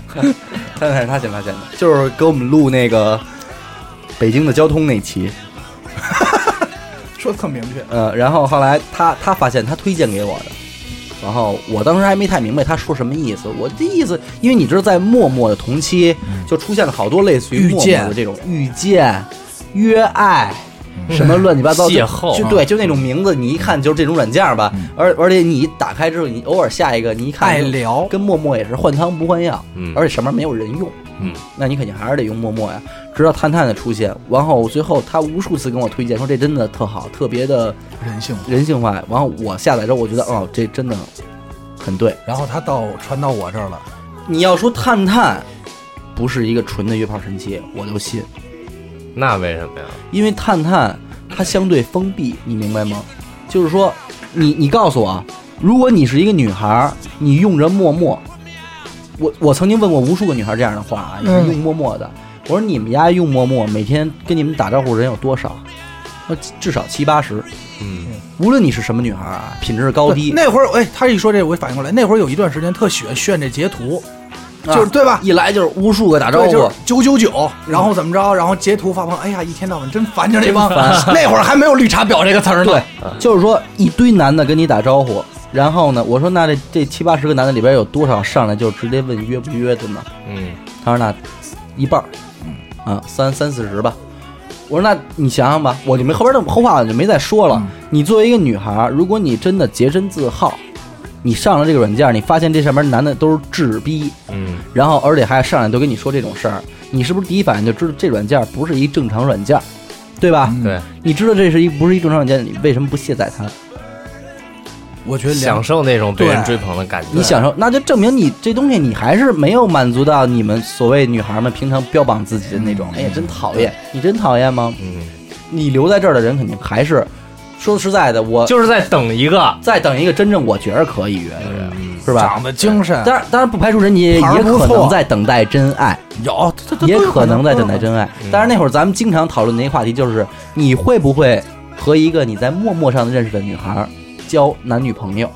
[SPEAKER 1] 探探是他先发现的，就是给我们录那个北京的交通那期。
[SPEAKER 2] 说特明确。
[SPEAKER 1] 呃，然后后来他他发现他推荐给我的，然后我当时还没太明白他说什么意思。我的意思，因为你知道，在陌陌的同期就出现了好多类似于
[SPEAKER 2] 嗯遇
[SPEAKER 1] 陌陌
[SPEAKER 2] 见
[SPEAKER 1] 的这种遇见、约爱。
[SPEAKER 2] 嗯
[SPEAKER 1] 什么乱七八糟就
[SPEAKER 3] 邂逅啊
[SPEAKER 1] 就对，就那种名字，你一看就是这种软件儿吧。而而且你一打开之后，你偶尔下一个，你一看
[SPEAKER 2] 嗯爱
[SPEAKER 1] 就
[SPEAKER 2] 聊
[SPEAKER 1] 跟陌陌也是换汤不换药，
[SPEAKER 3] 嗯
[SPEAKER 1] 而且上面没有人用，
[SPEAKER 3] 嗯，
[SPEAKER 1] 那你肯定还是得用陌陌呀。直到探探的出现，然后最后他无数次跟我推荐说这真的特好，特别的
[SPEAKER 2] 人性。
[SPEAKER 1] 人性化。然后我下载之后，我觉得哦，这真的很对。
[SPEAKER 2] 然后他到传到我这儿了，
[SPEAKER 1] 你要说探探不是一个纯的约炮神器，我就信，
[SPEAKER 3] 那为什么呀？
[SPEAKER 1] 因为探探它相对封闭，你明白吗？就是说，你你告诉我啊，如果你是一个女孩儿，你用着陌陌，我我曾经问过无数个女孩这样的话啊，也是
[SPEAKER 2] 嗯
[SPEAKER 1] 用陌陌的。我说你们家用陌陌，每天跟你们打招呼的人有多少？说至少七八十。
[SPEAKER 3] 嗯，
[SPEAKER 1] 无论你是什么女孩儿啊，品质高低，
[SPEAKER 2] 那会儿哎，他一说这，我反应过来，那会儿有一段时间特喜欢炫这截图，
[SPEAKER 1] 啊
[SPEAKER 2] 就是对吧？
[SPEAKER 1] 一来就是无数个打招
[SPEAKER 2] 对，就
[SPEAKER 1] 呼
[SPEAKER 2] 是，九九九，然后怎么着，然后截图发朋友，哎呀，一天到晚真烦着这帮
[SPEAKER 1] 真烦。
[SPEAKER 2] 那会儿还没有绿茶婊这个词儿呢，嗯
[SPEAKER 1] 对，就是说一堆男的跟你打招呼，然后呢，我说那这这七八十个男的里边有多少上来就直接问约不约的呢？
[SPEAKER 3] 嗯，
[SPEAKER 1] 他说那一半儿，
[SPEAKER 2] 嗯
[SPEAKER 1] 啊，三三四十吧。我说那你想想吧，我就没后边的后话我就没再说了。你作为一个女孩儿，如果你真的洁身自好，你上了这个软件儿，你发现这上面男的都是智逼，
[SPEAKER 3] 嗯，
[SPEAKER 1] 然后而且还上来都跟你说这种事儿，你是不是第一反应就知道这软件儿不是一正常软件儿，对吧？
[SPEAKER 2] 嗯
[SPEAKER 3] 对，
[SPEAKER 1] 你知道这是一不是一正常软件，你为什么不卸载它？
[SPEAKER 2] 我觉得两
[SPEAKER 3] 享受那种被人
[SPEAKER 2] 对
[SPEAKER 3] 追捧的感觉。
[SPEAKER 1] 你享受，那就证明你这东西你还是没有满足到你们所谓女孩们平常标榜自
[SPEAKER 2] 嗯
[SPEAKER 1] 己的那种。哎呀，真讨厌！你真讨厌吗？
[SPEAKER 3] 嗯，
[SPEAKER 1] 你留在这儿的人肯定还是说实在的，我
[SPEAKER 3] 就是在等一个
[SPEAKER 1] 再等一个真正我觉得可以约的人，是吧
[SPEAKER 2] 嗯长？得精神
[SPEAKER 1] 当然，当然不排除人家也
[SPEAKER 2] 牌儿不
[SPEAKER 1] 可
[SPEAKER 2] 错
[SPEAKER 1] 能在等待真爱，
[SPEAKER 2] 有，这这
[SPEAKER 1] 也
[SPEAKER 2] 都有
[SPEAKER 1] 可能在等待
[SPEAKER 2] 都有
[SPEAKER 1] 真爱。但是那会儿咱们经常讨论的一个话题就是，你会不会和一个你在陌陌上认识的女孩儿交男女朋友？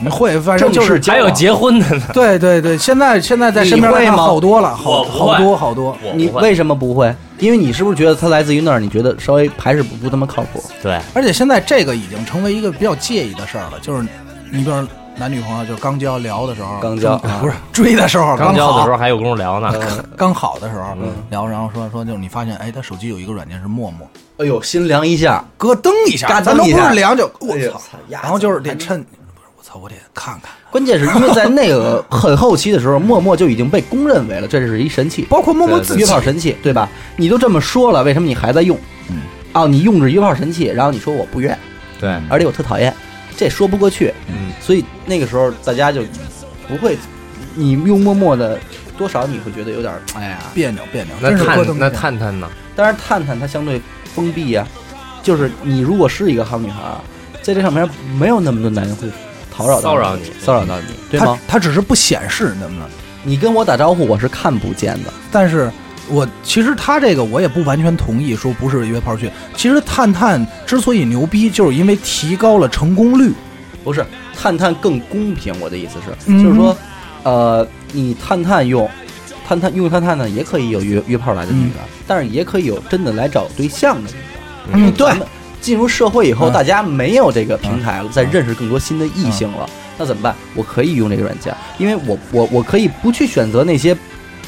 [SPEAKER 2] 你会，反正就是
[SPEAKER 1] 正式交
[SPEAKER 3] 还
[SPEAKER 1] 往
[SPEAKER 3] 有结婚的呢。
[SPEAKER 2] 对对对，现在现在在身边
[SPEAKER 1] 你会
[SPEAKER 2] 看
[SPEAKER 1] 吗
[SPEAKER 2] 好多了，好
[SPEAKER 3] 我不会
[SPEAKER 2] 好多好多。
[SPEAKER 3] 我
[SPEAKER 1] 你
[SPEAKER 3] 不会
[SPEAKER 1] 为什么不会？因为你是不是觉得他来自于那儿？你觉得稍微还是不不那么靠谱？
[SPEAKER 3] 对，
[SPEAKER 2] 而且现在这个已经成为一个比较介意的事儿了，就是你比如说男女朋友，就是刚交聊的时候，
[SPEAKER 1] 刚交
[SPEAKER 2] 不是 追的时候，
[SPEAKER 3] 刚交的时
[SPEAKER 2] 好呃
[SPEAKER 3] 候还有功夫聊
[SPEAKER 1] 啊
[SPEAKER 3] 呢。
[SPEAKER 2] 刚好的时候
[SPEAKER 1] 嗯
[SPEAKER 2] 聊，然后说说就是你发现哎，他手机有一个软件是陌陌，
[SPEAKER 1] 哎呦，心凉一下，
[SPEAKER 2] 咯噔一下，
[SPEAKER 1] 嘎
[SPEAKER 2] 咱
[SPEAKER 1] 噔
[SPEAKER 2] 都
[SPEAKER 1] 一
[SPEAKER 2] 不
[SPEAKER 1] 下
[SPEAKER 2] 是凉就我
[SPEAKER 1] 哎呦
[SPEAKER 2] 操
[SPEAKER 1] 操，呀
[SPEAKER 2] 然后就是
[SPEAKER 1] 怎么
[SPEAKER 2] 得
[SPEAKER 1] 还
[SPEAKER 2] 趁不是我操，我得看看。
[SPEAKER 1] 关键是因为在那个很后期的时候，陌陌就已经被公认为了这是一神器，
[SPEAKER 2] 包括陌陌自己
[SPEAKER 1] 约炮神器，对吧？你都这么说了，为什么你还在用？哦，你用着约炮神器，然后你说我不约，
[SPEAKER 3] 对，
[SPEAKER 1] 而且我特讨厌，这说不过去。
[SPEAKER 3] 嗯，
[SPEAKER 1] 所以那个时候大家就不会，你用陌陌的多少你会觉得有点儿，哎呀。
[SPEAKER 2] 别扭别扭，
[SPEAKER 3] 那
[SPEAKER 2] 真是咯噔
[SPEAKER 3] 探
[SPEAKER 2] 一
[SPEAKER 3] 那
[SPEAKER 2] 下
[SPEAKER 3] 探探呢？
[SPEAKER 1] 但是探探它相对封闭呀、就是你如果是一个好女孩儿，在这上面没有那么多男人会讨扰到
[SPEAKER 3] 骚扰你
[SPEAKER 1] 骚扰到你，对
[SPEAKER 2] 它
[SPEAKER 1] 吗？
[SPEAKER 2] 它只是不显示，能不能？
[SPEAKER 1] 你跟我打招呼，我是看不见的。
[SPEAKER 2] 但是我其实他这个我也不完全同意，说不是约炮去。其实探探之所以牛逼，就是因为提高了成功率。
[SPEAKER 1] 不是，探探更公平。我的意思是，
[SPEAKER 2] 嗯
[SPEAKER 1] 就是说，呃，你探探用，探探用探探呢，也可以有约约炮来的女的，但是也可以有真的来找对象的女的。
[SPEAKER 2] 嗯对
[SPEAKER 1] 咱们进入社会以后，
[SPEAKER 2] 嗯
[SPEAKER 1] 大家没有这个平台了，再认识更多新的异性了，
[SPEAKER 2] 嗯
[SPEAKER 1] 那怎么办？我可以用这个软件，因为我我我可以不去选择那些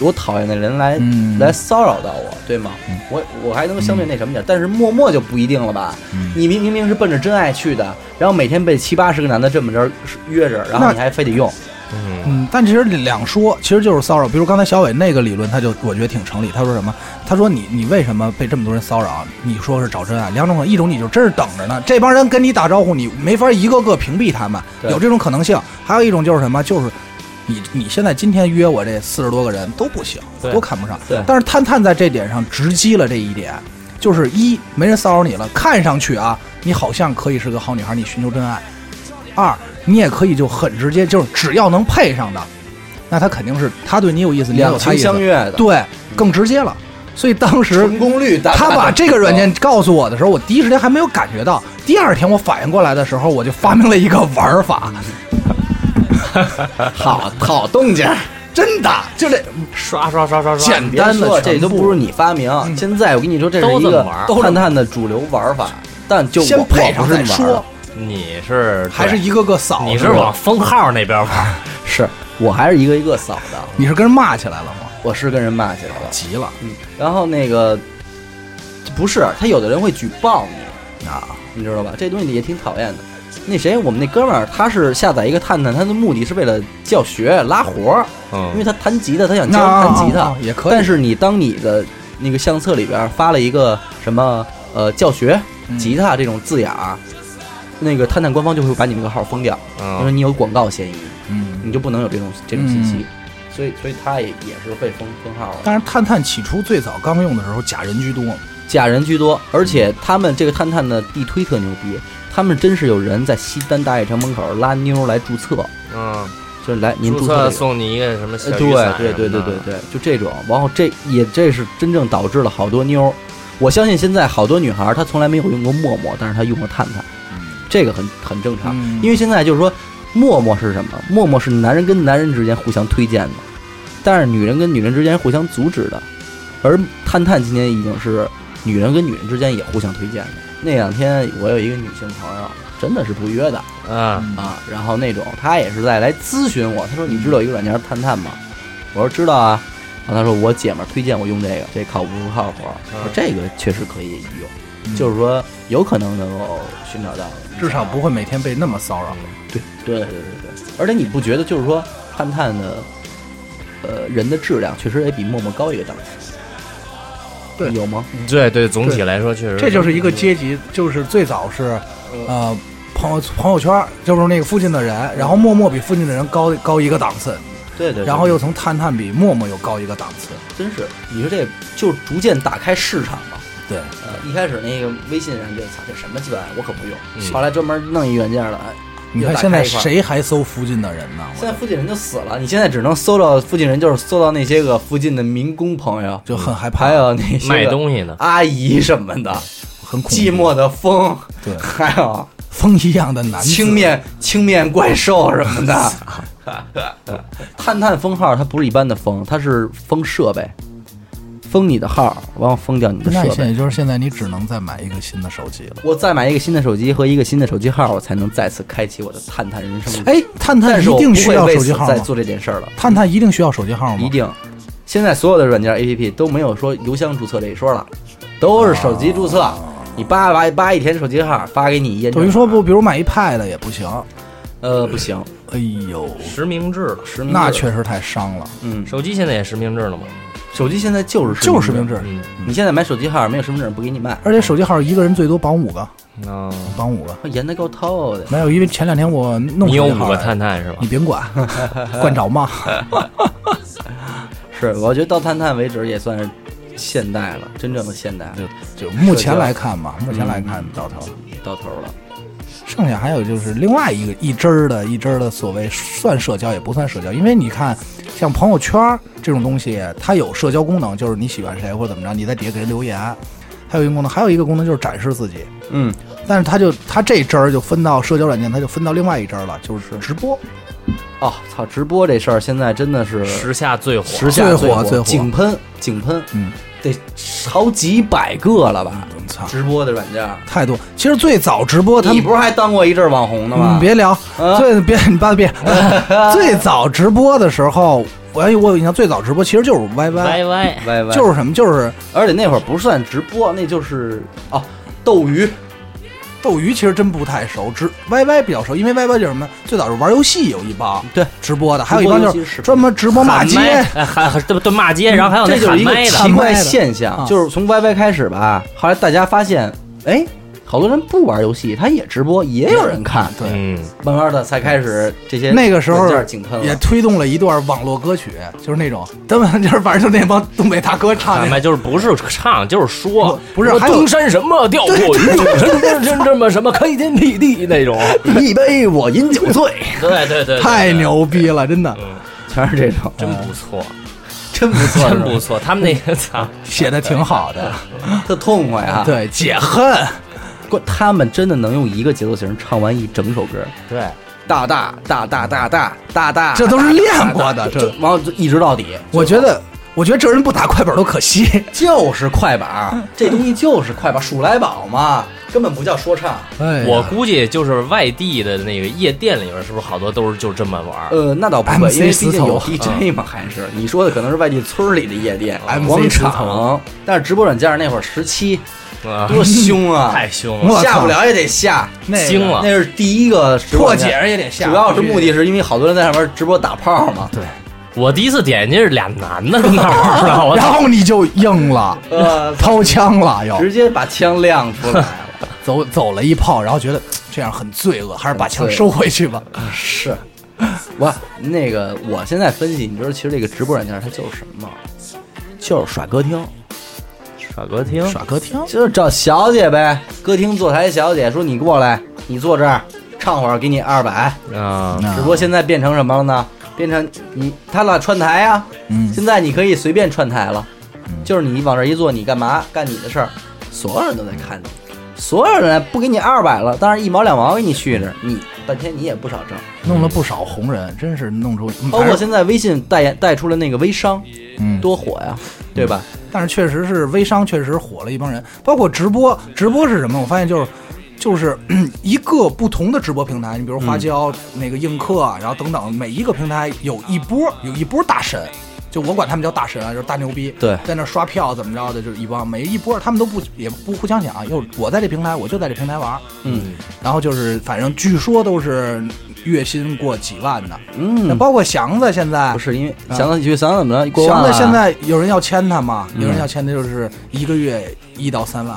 [SPEAKER 1] 我讨厌的人来、
[SPEAKER 2] 嗯
[SPEAKER 1] 来骚扰到我，对吗？我我还能相对那什么点儿，但是陌陌就不一定了吧？
[SPEAKER 2] 嗯
[SPEAKER 1] 你明明明是奔着真爱去的，然后每天被七八十个男的这么着约着，然后你还非得用，
[SPEAKER 3] 嗯，
[SPEAKER 2] 嗯，但其实两说，其实就是骚扰。比如刚才小伟那个理论，他就我觉得挺成立。他说什么？他说你你为什么被这么多人骚扰？啊你说是找真爱，两种可能，一种你就真是等着呢，这帮人跟你打招呼，你没法一个个屏蔽他们，
[SPEAKER 1] 对
[SPEAKER 2] 有这种可能性。还有一种就是什么？就是你你现在今天约我这四十多个人都不行，
[SPEAKER 3] 对
[SPEAKER 2] 都看不上。
[SPEAKER 1] 对
[SPEAKER 2] 但是探探在这点上直击了这一点，就是一没人骚扰你了，看上去啊，你好像可以是个好女孩，你寻求真爱；二，你也可以就很直接，就是只要能配上的，那他肯定是他对你有意思，你也有
[SPEAKER 1] 两
[SPEAKER 2] 他
[SPEAKER 1] 情
[SPEAKER 2] 意思
[SPEAKER 1] 相，悦的，
[SPEAKER 2] 对，更直接了。所以当时
[SPEAKER 1] 成功率大大
[SPEAKER 2] 他
[SPEAKER 1] 地
[SPEAKER 2] 把这个软
[SPEAKER 1] 嗯
[SPEAKER 2] 件告诉我的时候，我第一时间还没有感觉到，第二天我反应过来的时候，我就发明了一个玩法，
[SPEAKER 1] 好好动静儿，
[SPEAKER 2] 真的就这
[SPEAKER 3] 刷刷刷刷刷
[SPEAKER 2] 简，
[SPEAKER 1] 别
[SPEAKER 2] 单
[SPEAKER 1] 说
[SPEAKER 2] 的
[SPEAKER 1] 这
[SPEAKER 2] 全
[SPEAKER 1] 都不
[SPEAKER 2] 部
[SPEAKER 1] 是你发明，现在我跟你说这是一
[SPEAKER 3] 都这么
[SPEAKER 1] 个
[SPEAKER 3] 玩儿
[SPEAKER 1] 探探的主流玩法，但就我
[SPEAKER 2] 先配上
[SPEAKER 1] 我不是
[SPEAKER 2] 再
[SPEAKER 1] 你玩儿
[SPEAKER 2] 说，
[SPEAKER 3] 你是
[SPEAKER 2] 还是
[SPEAKER 3] 对
[SPEAKER 2] 一个个扫，
[SPEAKER 3] 你
[SPEAKER 2] 是
[SPEAKER 3] 是
[SPEAKER 2] 吧
[SPEAKER 3] 往封号那边玩？
[SPEAKER 1] 是我还是一个一个扫的，
[SPEAKER 2] 你是跟人骂起来了吗？
[SPEAKER 1] 我是跟人骂起来了，
[SPEAKER 2] 急了
[SPEAKER 1] 嗯，然后那个不是他有的人会举报你。
[SPEAKER 2] 啊！
[SPEAKER 1] 你知道吧？这东西也挺讨厌的。那谁，我们那哥们儿，他是下载一个探探，他的目的是为了教学拉活儿，因为
[SPEAKER 3] 嗯，
[SPEAKER 1] 他弹吉他，他想教
[SPEAKER 2] 那
[SPEAKER 1] 人弹吉他。
[SPEAKER 2] 也可以，
[SPEAKER 1] 但是你当你的那个相册里边发了一个什么呃教学
[SPEAKER 2] 嗯
[SPEAKER 1] 吉他这种字眼儿，那个探探官方就会把你那个号封掉，因为
[SPEAKER 3] 嗯，
[SPEAKER 1] 你有广告嫌疑，
[SPEAKER 2] 嗯，
[SPEAKER 1] 你就不能有这种这种信息
[SPEAKER 2] 嗯。
[SPEAKER 1] 所以，所以他也也是被封封号了。
[SPEAKER 2] 但是探探起初最早刚用的时候，假人居多嘛，
[SPEAKER 1] 假人居多，而且他们这个探探的地推特牛逼，他们真是有人在西单大悦城门口拉妞来注册，
[SPEAKER 3] 嗯，
[SPEAKER 1] 就是来您
[SPEAKER 3] 注
[SPEAKER 1] 注册
[SPEAKER 3] 册
[SPEAKER 1] 这个。
[SPEAKER 3] 送你一个什么
[SPEAKER 1] 呃
[SPEAKER 3] 小雨伞
[SPEAKER 1] 对对对
[SPEAKER 3] 什
[SPEAKER 1] 对
[SPEAKER 3] 么
[SPEAKER 1] 对对，
[SPEAKER 3] 的
[SPEAKER 1] 就这种，然后这也这是真正导致了好多妞儿。我相信现在好多女孩儿她从来没有用过陌陌，但是她用过探探，这个很很正常。
[SPEAKER 2] 嗯
[SPEAKER 1] 因为现在就是说，陌陌是什么？陌陌是男人跟男人之间互相推荐的，但是女人跟女人之间互相阻止的。而探探今年已经是女人跟女人之间也互相推荐的。那两天我有一个女性朋友，真的是不约的
[SPEAKER 3] 嗯，
[SPEAKER 1] 啊，然后那种她也是在来咨询我，她说你知道有一个软件叫探探吗？我说知道啊。然后她说我姐们儿推荐我用这个，这靠谱不靠谱？我说这个确实可以用，就是说有可能能够寻找到你想要的，
[SPEAKER 2] 至少不会每天被那么骚扰。
[SPEAKER 1] 对对对对，而且你不觉得就是说探探的，呃，人的质量确实也比陌陌高一个档次，
[SPEAKER 2] 对
[SPEAKER 1] 有吗？
[SPEAKER 3] 对对，总体来说确实，嗯
[SPEAKER 2] 这就是一个阶级，就是最早是，呃，朋友朋友圈就是那个附近的人，然后陌陌比附近的人高高一个档次，
[SPEAKER 1] 对对
[SPEAKER 2] 然后又从探探比陌陌又高一个档次。
[SPEAKER 1] 真是，你说这就逐渐打开市场嘛，
[SPEAKER 2] 对，
[SPEAKER 1] 呃，一开始那个微信上就操这什么鸡巴玩意儿，我可不用
[SPEAKER 3] 嗯。
[SPEAKER 1] 后来专门弄一软件了，哎
[SPEAKER 2] 你
[SPEAKER 1] 又
[SPEAKER 2] 看
[SPEAKER 1] 打
[SPEAKER 2] 现在
[SPEAKER 1] 开一块儿
[SPEAKER 2] 谁还搜附近的人呢？我
[SPEAKER 1] 现在附近人就死了，你现在只能搜到附近人，就是搜到那些个附近的民工朋友，
[SPEAKER 2] 就很害怕
[SPEAKER 1] 还，有那些
[SPEAKER 3] 卖
[SPEAKER 1] 个
[SPEAKER 3] 东西呢，
[SPEAKER 1] 阿姨什么的，
[SPEAKER 2] 很恐怖
[SPEAKER 1] 寂寞的风，
[SPEAKER 2] 对
[SPEAKER 1] 还有
[SPEAKER 2] 风一样的男子
[SPEAKER 1] 青啊面青面怪兽什么的。 探探封号它不是一般的封，它是封设备，封你的号，完后封掉你的
[SPEAKER 2] 那
[SPEAKER 1] 设
[SPEAKER 2] 现
[SPEAKER 1] 备。
[SPEAKER 2] 在就是现在，你只能再买一个新的手机了。
[SPEAKER 1] 我再买一个新的手机和一个新的手机号，我才能再次开启我的探探人生。，
[SPEAKER 2] 哎，探探
[SPEAKER 1] 但
[SPEAKER 2] 一
[SPEAKER 1] 是我
[SPEAKER 2] 定
[SPEAKER 1] 不
[SPEAKER 2] 需
[SPEAKER 1] 会
[SPEAKER 2] 要
[SPEAKER 1] 为
[SPEAKER 2] 手
[SPEAKER 1] 此
[SPEAKER 2] 机号
[SPEAKER 1] 再
[SPEAKER 2] 吗？
[SPEAKER 1] 做这件事儿了。
[SPEAKER 2] 探探一定需要手机号吗？
[SPEAKER 1] 一定。现在所有的软件 APP 都没有说邮箱注册这一说了，都是手机注册。你扒扒扒一天手机号发给你验证码，
[SPEAKER 2] 哦等于说不，比如买一 Pad 也不行。
[SPEAKER 1] 呃不行，
[SPEAKER 2] 哎呦，
[SPEAKER 3] 实名制了。
[SPEAKER 1] 实名制
[SPEAKER 2] 那确实太伤了。
[SPEAKER 1] 嗯，
[SPEAKER 3] 手机现在也实名制了吗？
[SPEAKER 1] 手机现在就是
[SPEAKER 2] 就是实名
[SPEAKER 1] 名制，
[SPEAKER 2] 制，
[SPEAKER 3] 嗯，
[SPEAKER 1] 你现在买手机号没有身份证不给你卖，
[SPEAKER 2] 而且手机号一个人最多绑五个，
[SPEAKER 3] 那
[SPEAKER 2] 绑五个。
[SPEAKER 1] 严的够透的。
[SPEAKER 2] 没有，因为前两天我弄
[SPEAKER 3] 你有
[SPEAKER 2] 手机
[SPEAKER 3] 五
[SPEAKER 2] 号
[SPEAKER 3] 个
[SPEAKER 2] 来，
[SPEAKER 3] 探探是吧
[SPEAKER 2] 你？别 管，管着吗？
[SPEAKER 1] 是，我觉得到探探为止也算是现代了，真正的现代了，
[SPEAKER 2] 就目前来看嘛，目前来看
[SPEAKER 1] 嗯
[SPEAKER 2] 到头。
[SPEAKER 1] 到头了。
[SPEAKER 2] 剩下还有就是另外一个一支儿的一支儿的所谓算社交也不算社交，因为你看像朋友圈儿这种东西，它有社交功能，就是你喜欢谁或者怎么着，你在底下给人留言。还有一个功能，还有一个功能就是展示自己，
[SPEAKER 1] 嗯，
[SPEAKER 2] 但是它就它这支儿就分到社交软件，它就分到另外一支儿了，就是直播。
[SPEAKER 1] 哦，操，直播这事儿现在真的是
[SPEAKER 3] 时下最火，
[SPEAKER 1] 嗯时下
[SPEAKER 2] 最火最火
[SPEAKER 1] 井喷井喷，
[SPEAKER 2] 嗯，
[SPEAKER 1] 得好几百个了吧？
[SPEAKER 2] 我操，
[SPEAKER 1] 直播的软件儿，
[SPEAKER 2] 太多。其实最早直播他
[SPEAKER 1] 你
[SPEAKER 2] 们嗯
[SPEAKER 1] 不是还当过一阵儿网红呢吗？
[SPEAKER 2] 你别聊，
[SPEAKER 1] 啊
[SPEAKER 2] 最别你 爸别。最早直播的时候，我哎我有印象，最早直播其实就是 YY，
[SPEAKER 3] 歪歪，
[SPEAKER 1] 歪歪，
[SPEAKER 2] 就是什么，就是
[SPEAKER 1] 而且那会儿不算直播，那就是哦，斗鱼，
[SPEAKER 2] 斗鱼其实真不太熟，直 YY 比较熟，因为 YY 就是什么，最早是玩游戏有一帮
[SPEAKER 1] 对
[SPEAKER 2] 直播的，还有一帮
[SPEAKER 1] 直播
[SPEAKER 2] 就
[SPEAKER 1] 游戏视
[SPEAKER 2] 是
[SPEAKER 1] 频
[SPEAKER 2] 专门直播骂
[SPEAKER 3] 喊麦
[SPEAKER 2] 街，，
[SPEAKER 3] 哎喊喊对对骂街，然后还有
[SPEAKER 1] 这
[SPEAKER 3] 那
[SPEAKER 1] 就是
[SPEAKER 3] 喊
[SPEAKER 1] 一个
[SPEAKER 3] 麦的
[SPEAKER 1] 奇怪
[SPEAKER 2] 喊麦的
[SPEAKER 1] 现
[SPEAKER 2] 啊
[SPEAKER 1] 象，就是从 YY 开始吧，后来大家发现，哎，好多人不玩游戏，他也直播，也有人看，
[SPEAKER 2] 对。
[SPEAKER 3] 嗯，
[SPEAKER 1] 慢慢的才开始这些
[SPEAKER 2] 那个时候
[SPEAKER 1] 软件井喷
[SPEAKER 2] 也
[SPEAKER 1] 了。
[SPEAKER 2] 推动了一段网络歌曲，就是那种，他们就是反正就那帮东北大哥唱
[SPEAKER 3] 喊
[SPEAKER 2] 的，
[SPEAKER 3] 麦就是不是唱就是说，
[SPEAKER 2] 啊不是
[SPEAKER 3] 说
[SPEAKER 2] 还有
[SPEAKER 3] 登山什么钓过鱼，真真真这么什么开天辟地那种，
[SPEAKER 1] 一杯我饮酒醉，
[SPEAKER 3] 对对 对，
[SPEAKER 2] 太，牛逼了，真的
[SPEAKER 1] 全是这种，
[SPEAKER 3] 真不错，
[SPEAKER 1] 真不错，
[SPEAKER 3] 真不错，他们那个 操，
[SPEAKER 2] 写的挺好的，
[SPEAKER 1] 特痛快啊！，
[SPEAKER 2] 对，解恨，
[SPEAKER 1] 过他们真的能用一个节奏型唱完一整首歌，
[SPEAKER 3] 对，
[SPEAKER 1] 大大大大大大大大，
[SPEAKER 2] 这都是练过的，
[SPEAKER 1] 这
[SPEAKER 2] 这
[SPEAKER 1] 完了就一直到底。
[SPEAKER 2] 我觉得，我觉得这人不打快板都可惜。
[SPEAKER 1] 就是快板儿，这东西就是快板儿，数来宝嘛，根本不叫说唱。
[SPEAKER 2] 哎呀
[SPEAKER 3] 我估计就是外地的那个夜店里边，是不是好多都是就这么玩儿？
[SPEAKER 1] 呃，那倒不会，
[SPEAKER 2] MC
[SPEAKER 1] 因为毕竟有
[SPEAKER 2] 丝
[SPEAKER 1] DJ 嘛，还是你说的可能是外地村儿里的夜店、哎
[SPEAKER 2] MC
[SPEAKER 1] 广
[SPEAKER 2] 丝
[SPEAKER 1] 场
[SPEAKER 2] 绸。
[SPEAKER 1] 但是直播软件那会儿十七
[SPEAKER 2] 呃
[SPEAKER 3] 啊，
[SPEAKER 1] 多凶 啊，
[SPEAKER 3] 太凶
[SPEAKER 2] 我
[SPEAKER 3] 了，
[SPEAKER 2] 操
[SPEAKER 1] 下不了也得下，
[SPEAKER 2] 那个
[SPEAKER 3] 惊了
[SPEAKER 1] 那是第一个直播
[SPEAKER 2] 破
[SPEAKER 1] 软件
[SPEAKER 2] 解。也得下，
[SPEAKER 1] 主要是目的是因为好多人在上面直播打炮嘛，
[SPEAKER 2] 对，
[SPEAKER 3] 我第一次点进去是俩男的跟那玩儿呢，我
[SPEAKER 2] 然
[SPEAKER 3] 操，
[SPEAKER 2] 后你就硬了，
[SPEAKER 1] 呃，
[SPEAKER 2] 掏枪了，又
[SPEAKER 1] 直接把枪亮出来 了。
[SPEAKER 2] 走走了一炮，然后觉得嘖这样很罪恶，嗯还是把枪收回去吧。
[SPEAKER 1] 是，我那个我现在分析，你知道其实这个直播软件它就是什么吗？就是耍歌厅，
[SPEAKER 3] 耍歌厅
[SPEAKER 2] 耍歌厅，
[SPEAKER 1] 就是找小姐呗，歌厅坐台小姐说你过来，你坐这儿唱会儿，给你二百。
[SPEAKER 3] 啊，
[SPEAKER 1] 只不过现在变成什么了呢？变成你他俩串台呀、
[SPEAKER 2] 嗯
[SPEAKER 1] 现在你可以随便串台了，就是你往这一坐，你干嘛干你的事儿，所有人都在看你，所有人不给你二百了，但是一毛两毛给你续着，你半天你也不少挣。
[SPEAKER 2] 弄了不少红人，真是弄出
[SPEAKER 1] 包括
[SPEAKER 2] 反正
[SPEAKER 1] 现在微信代言带出了那个微商，
[SPEAKER 2] 嗯
[SPEAKER 1] 多火呀，对吧？
[SPEAKER 2] 但是确实是微商确实火了一帮人，包括直播，直播是什么？我发现就是。就是嗯一个不同的直播平台，你比如
[SPEAKER 1] 嗯
[SPEAKER 2] 花椒、那个映客，啊然后等等，每一个平台有一波有一波大神，就我管他们叫大神啊，就是大牛逼，
[SPEAKER 1] 对
[SPEAKER 2] 在那刷票怎么着的，就是一帮每一波他们都不也不互相讲，又我在这平台，我就在这平台玩儿，
[SPEAKER 1] 嗯
[SPEAKER 2] 然后就是反正据说都是月薪过几万的，那
[SPEAKER 1] 嗯，
[SPEAKER 2] 包括祥子现在
[SPEAKER 1] 不是因为
[SPEAKER 2] 啊
[SPEAKER 1] 想到你去想到怎么着，过万了啊
[SPEAKER 2] 祥子现在有人要签他嘛？
[SPEAKER 1] 嗯
[SPEAKER 2] 有人要签的就是一个月一到三万，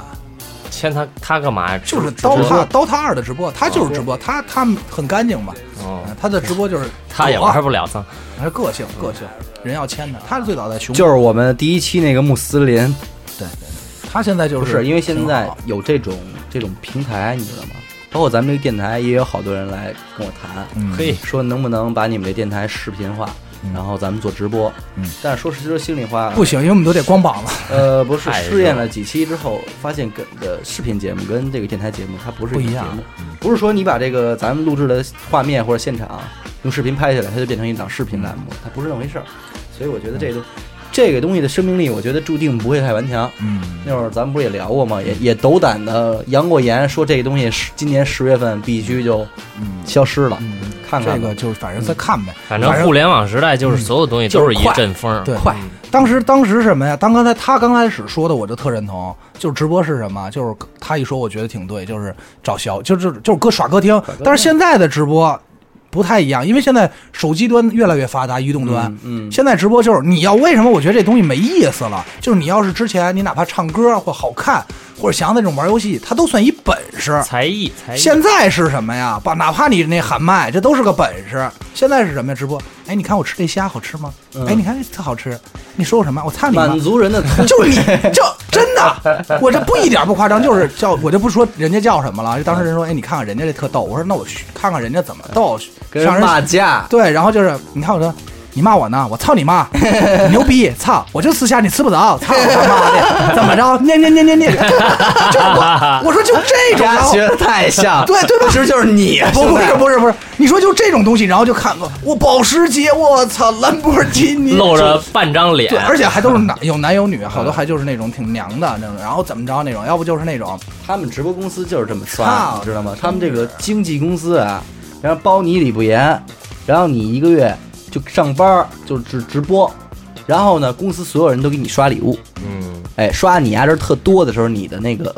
[SPEAKER 3] 签他他干嘛呀？
[SPEAKER 2] 就是
[SPEAKER 3] 直
[SPEAKER 2] 刀
[SPEAKER 3] 直
[SPEAKER 2] 塔
[SPEAKER 3] 播
[SPEAKER 2] 刀塔二的直播，他就是直播，他他很干净嘛，
[SPEAKER 3] 哦
[SPEAKER 2] 他的直播就是
[SPEAKER 3] 他也
[SPEAKER 2] 火
[SPEAKER 3] 玩不了脏，
[SPEAKER 2] 他是个性个性，人要签他，他是最早在熊
[SPEAKER 1] 就是我们第一期那个穆斯林，
[SPEAKER 2] 对对对，他现在就
[SPEAKER 1] 不是因为现
[SPEAKER 2] 挺
[SPEAKER 1] 在
[SPEAKER 2] 好
[SPEAKER 1] 有这种这种平台，你知道吗？包括咱们这个电台也有好多人来跟我谈，哎
[SPEAKER 2] 嗯
[SPEAKER 3] 可以
[SPEAKER 1] 说能不能把你们这电台视频化，
[SPEAKER 2] 嗯
[SPEAKER 1] 然后咱们做直播。
[SPEAKER 2] 嗯，
[SPEAKER 1] 但是说实说心里话，
[SPEAKER 2] 不行，因为我们都得光膀子，
[SPEAKER 1] 呃，不是
[SPEAKER 3] 太
[SPEAKER 1] 试验了几期之后，发现跟呃视频节目跟这个电台节目它不是
[SPEAKER 2] 不
[SPEAKER 1] 个
[SPEAKER 2] 一
[SPEAKER 1] 节
[SPEAKER 2] 样嗯
[SPEAKER 1] 目，不是说你把这个咱们录制的画面或者现场用视频拍下来，它就变成一档视频栏
[SPEAKER 2] 嗯
[SPEAKER 1] 目，它不是那么回事儿。所以我觉得这个、这个东西的生命力，我觉得注定不会太顽强。
[SPEAKER 2] 嗯，
[SPEAKER 1] 那会儿咱们不是也聊过吗？也也斗胆的扬过言，说这个东西是今年十月份必须就
[SPEAKER 2] 嗯
[SPEAKER 1] 消失了，
[SPEAKER 2] 嗯，
[SPEAKER 1] 看看
[SPEAKER 2] 这
[SPEAKER 1] 吧
[SPEAKER 2] 个就是反正再看呗，
[SPEAKER 3] 反正互联网时代就是所有东西都是一阵风，
[SPEAKER 2] 对，
[SPEAKER 1] 快。
[SPEAKER 2] 当时当时什么呀？当刚才他刚开始说的，我就特认同。就是直播是什么？就是他一说，我觉得挺对，就是找小，就是就是搁耍歌厅。但是现在的直播不太一样，因为现在手机端越来越发达，移动端。
[SPEAKER 1] 嗯，嗯
[SPEAKER 2] 现在直播就是你要为什么？我觉得这东西没意思了。就是你要是之前你哪怕唱歌或好看，或者想要那种玩游戏，它都算一本事。
[SPEAKER 3] 才艺才艺。
[SPEAKER 2] 现在是什么呀？把哪怕你那喊麦，这都是个本事。现在是什么呀？直播？哎，你看我吃这虾好吃吗？
[SPEAKER 1] 嗯
[SPEAKER 2] 哎，你看这特好吃。你说我什么？我操你妈！
[SPEAKER 1] 满族人的 通
[SPEAKER 2] 就你 就真的，我这不一点不夸张，就是叫我就不说人家叫什么了。当时人说，哎，你看看人家这特逗。我说那我去看看人家怎么逗，
[SPEAKER 1] 跟
[SPEAKER 2] 让
[SPEAKER 1] 人
[SPEAKER 2] 人
[SPEAKER 1] 骂架，
[SPEAKER 2] 对，然后就是你看我说，你骂我呢，我操你 妈，你牛逼，操，我就吃虾你吃不着，操他妈的，怎么着？念念念念念，就是我我说就 这种，然
[SPEAKER 1] 家
[SPEAKER 2] 后
[SPEAKER 1] 学的太像，
[SPEAKER 2] 对对吧
[SPEAKER 1] 其实就是你，啊
[SPEAKER 2] 哎不
[SPEAKER 1] 兄
[SPEAKER 2] 不
[SPEAKER 1] 弟
[SPEAKER 2] 是不是不是，你说就这种东西，然后就看我我保时捷，我操兰博基尼，
[SPEAKER 3] 露着半张脸
[SPEAKER 2] 对，，而且还都是男有男有女，好多还就是那种挺娘的那种，然后怎么着那种，要不就是那种
[SPEAKER 1] 他们直播公司就是这么刷，
[SPEAKER 2] 操
[SPEAKER 1] 你知道吗？他们这个经纪公司啊，然后包你理不严，然后你一个月就上班儿就直直播，然后呢，公司所有人都给你刷礼物，
[SPEAKER 3] 嗯，
[SPEAKER 1] 哎，刷你压人特多的时候，你的那个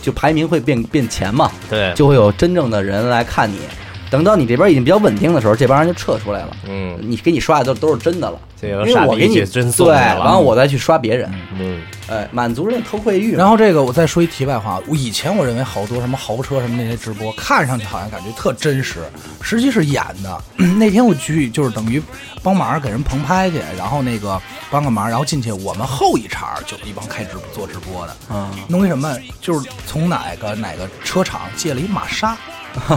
[SPEAKER 1] 就排名会变变前嘛，
[SPEAKER 3] 对，
[SPEAKER 1] 就会有真正的人来看你。等到你这边已经比较稳定的时候，这帮人就撤出来了。
[SPEAKER 3] 嗯，
[SPEAKER 1] 你给你刷的都都是真的了，
[SPEAKER 3] 这
[SPEAKER 1] 因
[SPEAKER 3] 个
[SPEAKER 1] 为
[SPEAKER 3] 傻
[SPEAKER 1] 我给
[SPEAKER 3] 逼
[SPEAKER 1] 你
[SPEAKER 3] 姐真送
[SPEAKER 1] 对，
[SPEAKER 3] 你了，
[SPEAKER 1] 然后我再去刷别人，
[SPEAKER 3] 嗯，
[SPEAKER 1] 哎，满足人的偷窥欲嘛。
[SPEAKER 2] 然后这个我再说一题外话，我以前我认为好多什么豪车什么那些直播，看上去好像感觉特真实，实际是演的。 那天我去就是等于帮忙给人棚拍去，然后那个帮个忙，然后进去我们后一茬儿就一帮开直播做直播的，
[SPEAKER 1] 啊，
[SPEAKER 2] 弄一什么就是从哪个哪个车厂借了一玛 莎。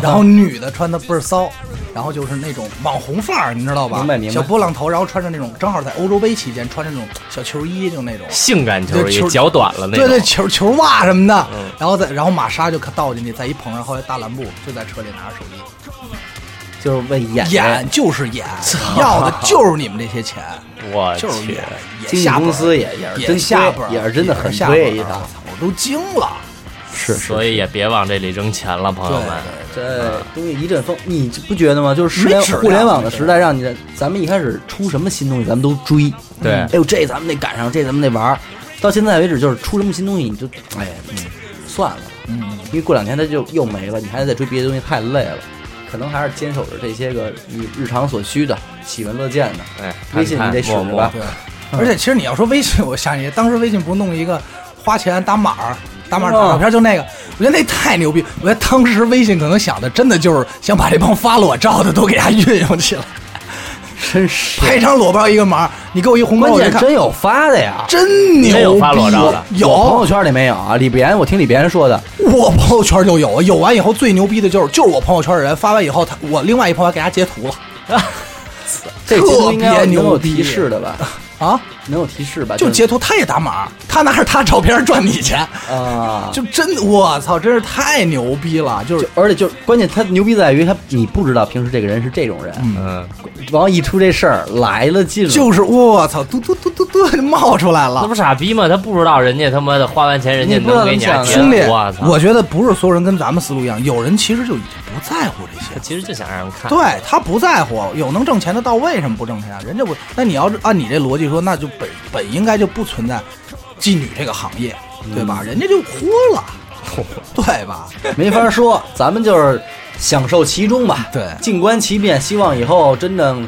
[SPEAKER 2] 然后女的穿的倍儿骚，然后就是那种网红范儿，你知道吧？
[SPEAKER 1] 明白明白
[SPEAKER 2] 小波浪头，然后穿着那种，正好在欧洲杯期间穿着那种小球衣，就那种。
[SPEAKER 3] 性感球
[SPEAKER 2] 对
[SPEAKER 3] 也
[SPEAKER 2] 球
[SPEAKER 3] 脚短了那
[SPEAKER 2] 对
[SPEAKER 3] 种，
[SPEAKER 2] 对，球球袜什么的，
[SPEAKER 1] 嗯
[SPEAKER 2] 然后再然后玛莎就倒进去，在一捧上，后来大蓝布就在车里拿着手机，
[SPEAKER 1] 就是为演
[SPEAKER 2] 演就是演，要的就是你们这些钱，
[SPEAKER 3] 我
[SPEAKER 2] 就是
[SPEAKER 3] 去
[SPEAKER 2] 演，，
[SPEAKER 1] 哎经
[SPEAKER 2] 也
[SPEAKER 1] 纪
[SPEAKER 2] 下
[SPEAKER 1] 公
[SPEAKER 2] 本
[SPEAKER 1] 司
[SPEAKER 2] 儿
[SPEAKER 1] 也也是
[SPEAKER 2] 也
[SPEAKER 1] 真亏
[SPEAKER 2] 下本儿，
[SPEAKER 1] 也是真的很
[SPEAKER 2] 下
[SPEAKER 1] 亏
[SPEAKER 2] 本
[SPEAKER 1] 一
[SPEAKER 2] 儿
[SPEAKER 1] 趟
[SPEAKER 2] 我操，我都惊了，
[SPEAKER 1] 是
[SPEAKER 3] 所以也别往这里扔钱了，朋
[SPEAKER 2] 对
[SPEAKER 3] 友们。
[SPEAKER 1] 这东西一阵风，你不觉得吗？就是互
[SPEAKER 2] 没
[SPEAKER 1] 联
[SPEAKER 2] 质量
[SPEAKER 1] 互联网的时代，让你的咱们一开始出什么新东西，咱们都追。
[SPEAKER 3] 对
[SPEAKER 1] 嗯哎呦，这咱们得赶上，这咱们得玩儿。到现在为止，就是出什么新东西，你就哎，嗯算了，
[SPEAKER 2] 嗯，
[SPEAKER 1] 因为过两天它就又没了，你还得再追别的东西，太累了。可能还是坚守着这些个你日常所需的、喜闻乐见的。
[SPEAKER 3] 哎，
[SPEAKER 1] 微信你
[SPEAKER 3] 看
[SPEAKER 1] 得
[SPEAKER 3] 看
[SPEAKER 1] 使
[SPEAKER 3] 陌
[SPEAKER 1] 着
[SPEAKER 3] 陌
[SPEAKER 1] 吧，
[SPEAKER 2] 对，而且其实你要说微信， 我想起当时微信不弄一个花钱打码儿。打码儿打
[SPEAKER 1] 哦
[SPEAKER 2] 照片就那个，我觉得那太牛逼。我觉得当时微信可能想的真的就是想把这帮发裸照的都给它运用起来。
[SPEAKER 1] 真是。
[SPEAKER 2] 拍一张裸照一个码，你给我一红包，
[SPEAKER 1] 关
[SPEAKER 2] 我就
[SPEAKER 1] 键
[SPEAKER 2] 看，
[SPEAKER 1] 真有发的呀，
[SPEAKER 2] 真牛逼！
[SPEAKER 3] 真有发裸照的
[SPEAKER 1] 我朋
[SPEAKER 2] 有
[SPEAKER 1] 友圈里没有啊。李岩，我听李岩说的，
[SPEAKER 2] 我朋友圈就有啊。有完以后最牛逼的就是就是我朋友圈的人发完以后，他我另外一朋友还给他截图了
[SPEAKER 1] 这节目应该
[SPEAKER 2] 特别
[SPEAKER 1] 能有
[SPEAKER 2] 牛逼
[SPEAKER 1] 提示的吧？
[SPEAKER 2] 啊，
[SPEAKER 1] 能有提示吧？
[SPEAKER 2] 就是截图他也打码，他拿着他照片赚你钱，
[SPEAKER 1] 啊，
[SPEAKER 2] 就真我操，真是太牛逼了！就是
[SPEAKER 1] 就而且就是关键，他牛逼在于他你不知道平时这个人是这种人，
[SPEAKER 3] 嗯，
[SPEAKER 2] 啊
[SPEAKER 1] 然后一出这事儿来了劲了，
[SPEAKER 2] 就是我操，嘟嘟嘟嘟嘟就冒出来
[SPEAKER 3] 那
[SPEAKER 2] 了
[SPEAKER 3] 不。傻逼吗？他不知道人家他妈的花完钱，人家
[SPEAKER 1] 你不知道
[SPEAKER 3] 能给你
[SPEAKER 1] 怎么想
[SPEAKER 3] 还
[SPEAKER 1] 的
[SPEAKER 3] 截
[SPEAKER 2] 兄弟
[SPEAKER 3] 图我，操！
[SPEAKER 2] 我觉得不是所有人跟咱们思路一样，有人其实就已经不在乎这些
[SPEAKER 3] 他。其实就想让人看，
[SPEAKER 2] 对他不在乎，有能挣钱的到，为什么不挣钱啊？人家不，那你要是按你这逻辑说，那就本本应该就不存在妓女这个行业，对吧？
[SPEAKER 1] 嗯
[SPEAKER 2] 人家就豁 了，对吧？
[SPEAKER 1] 没法说，咱们就是享受其中吧，
[SPEAKER 2] 对
[SPEAKER 1] 静观其变。希望以后真正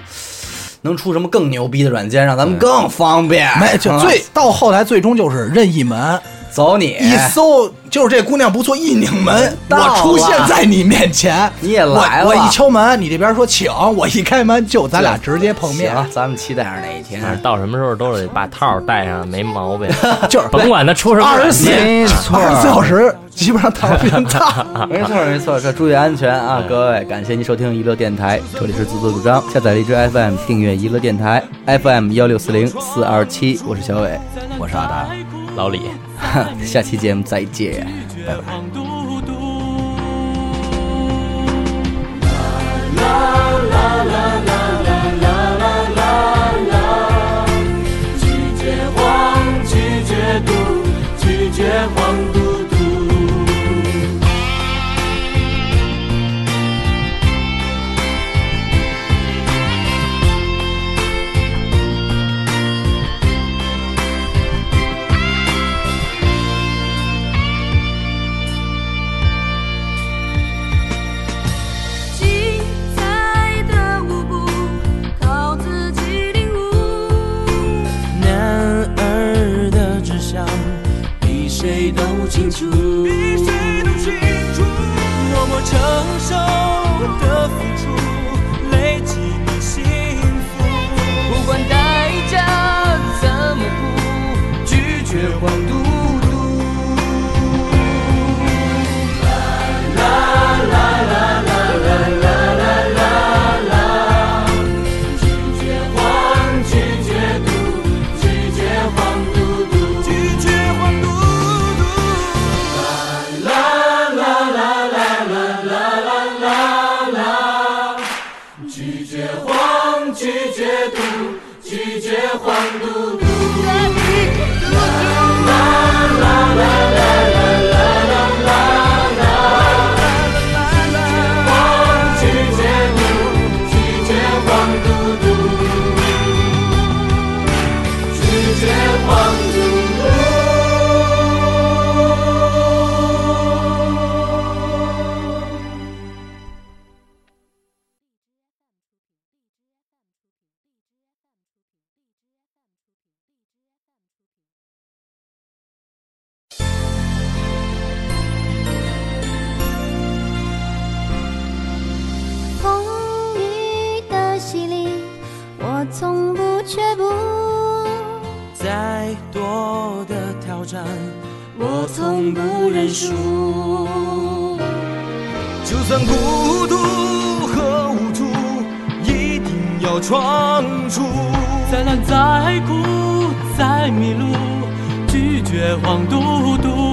[SPEAKER 1] 能出什么更牛逼的软件，让咱们更方便。
[SPEAKER 2] 没就
[SPEAKER 1] 啊
[SPEAKER 2] 最到后来最终就是任意门，
[SPEAKER 1] 走你，
[SPEAKER 2] 一搜就是这姑娘不错，一拧门，
[SPEAKER 1] 哎到了
[SPEAKER 2] 我出现在你面前，
[SPEAKER 1] 你也来了
[SPEAKER 2] 我，我一敲门，你这边说请，我一开门就咱俩直接碰面，
[SPEAKER 1] 行咱们期待着哪一
[SPEAKER 3] 反
[SPEAKER 1] 天
[SPEAKER 3] 正。到什么时候都得把套戴上，没 毛病。
[SPEAKER 2] 就是
[SPEAKER 3] 甭管他出什么
[SPEAKER 2] 二
[SPEAKER 3] 问
[SPEAKER 2] 十四
[SPEAKER 3] 题
[SPEAKER 1] 没错
[SPEAKER 2] 二十四小时基本上躺平 大。
[SPEAKER 1] 没错没错，这注意安全啊，各位！感谢您收听娱乐电台，这里是自作主张，下载荔枝 FM，订阅娱乐电台 FM 幺六四零四二七，我是小伟，
[SPEAKER 2] 我是阿达。
[SPEAKER 3] 老李。
[SPEAKER 1] 下期节目再见。
[SPEAKER 5] 绝望嘟嘟。拒绝黄，拒绝毒，拒绝黄嘟嘟。
[SPEAKER 6] 精彩的舞步靠自己领悟，
[SPEAKER 5] 男儿的志向比谁都清楚，比谁都清楚。默默承受的付出，累积的幸福。不管代价怎么付，拒绝黄嘟嘟。拒绝毒，拒绝黄嘟嘟，拒绝黄嘟嘟。啦啦啦啦啦啦啦啦啦啦，拒绝黄，拒绝毒，拒绝黄嘟嘟。黄拒绝毒，拒绝黄嘟嘟。拒绝黄赌毒。
[SPEAKER 6] 风雨的洗礼，我从不却步，
[SPEAKER 5] 再多的挑战，
[SPEAKER 6] 我
[SPEAKER 5] 我从
[SPEAKER 6] 从不
[SPEAKER 5] 不
[SPEAKER 6] 认
[SPEAKER 5] 认
[SPEAKER 6] 输
[SPEAKER 5] 输。。就算孤独和无助，一定要闯出。再难再苦再迷路，拒绝黄嘟嘟。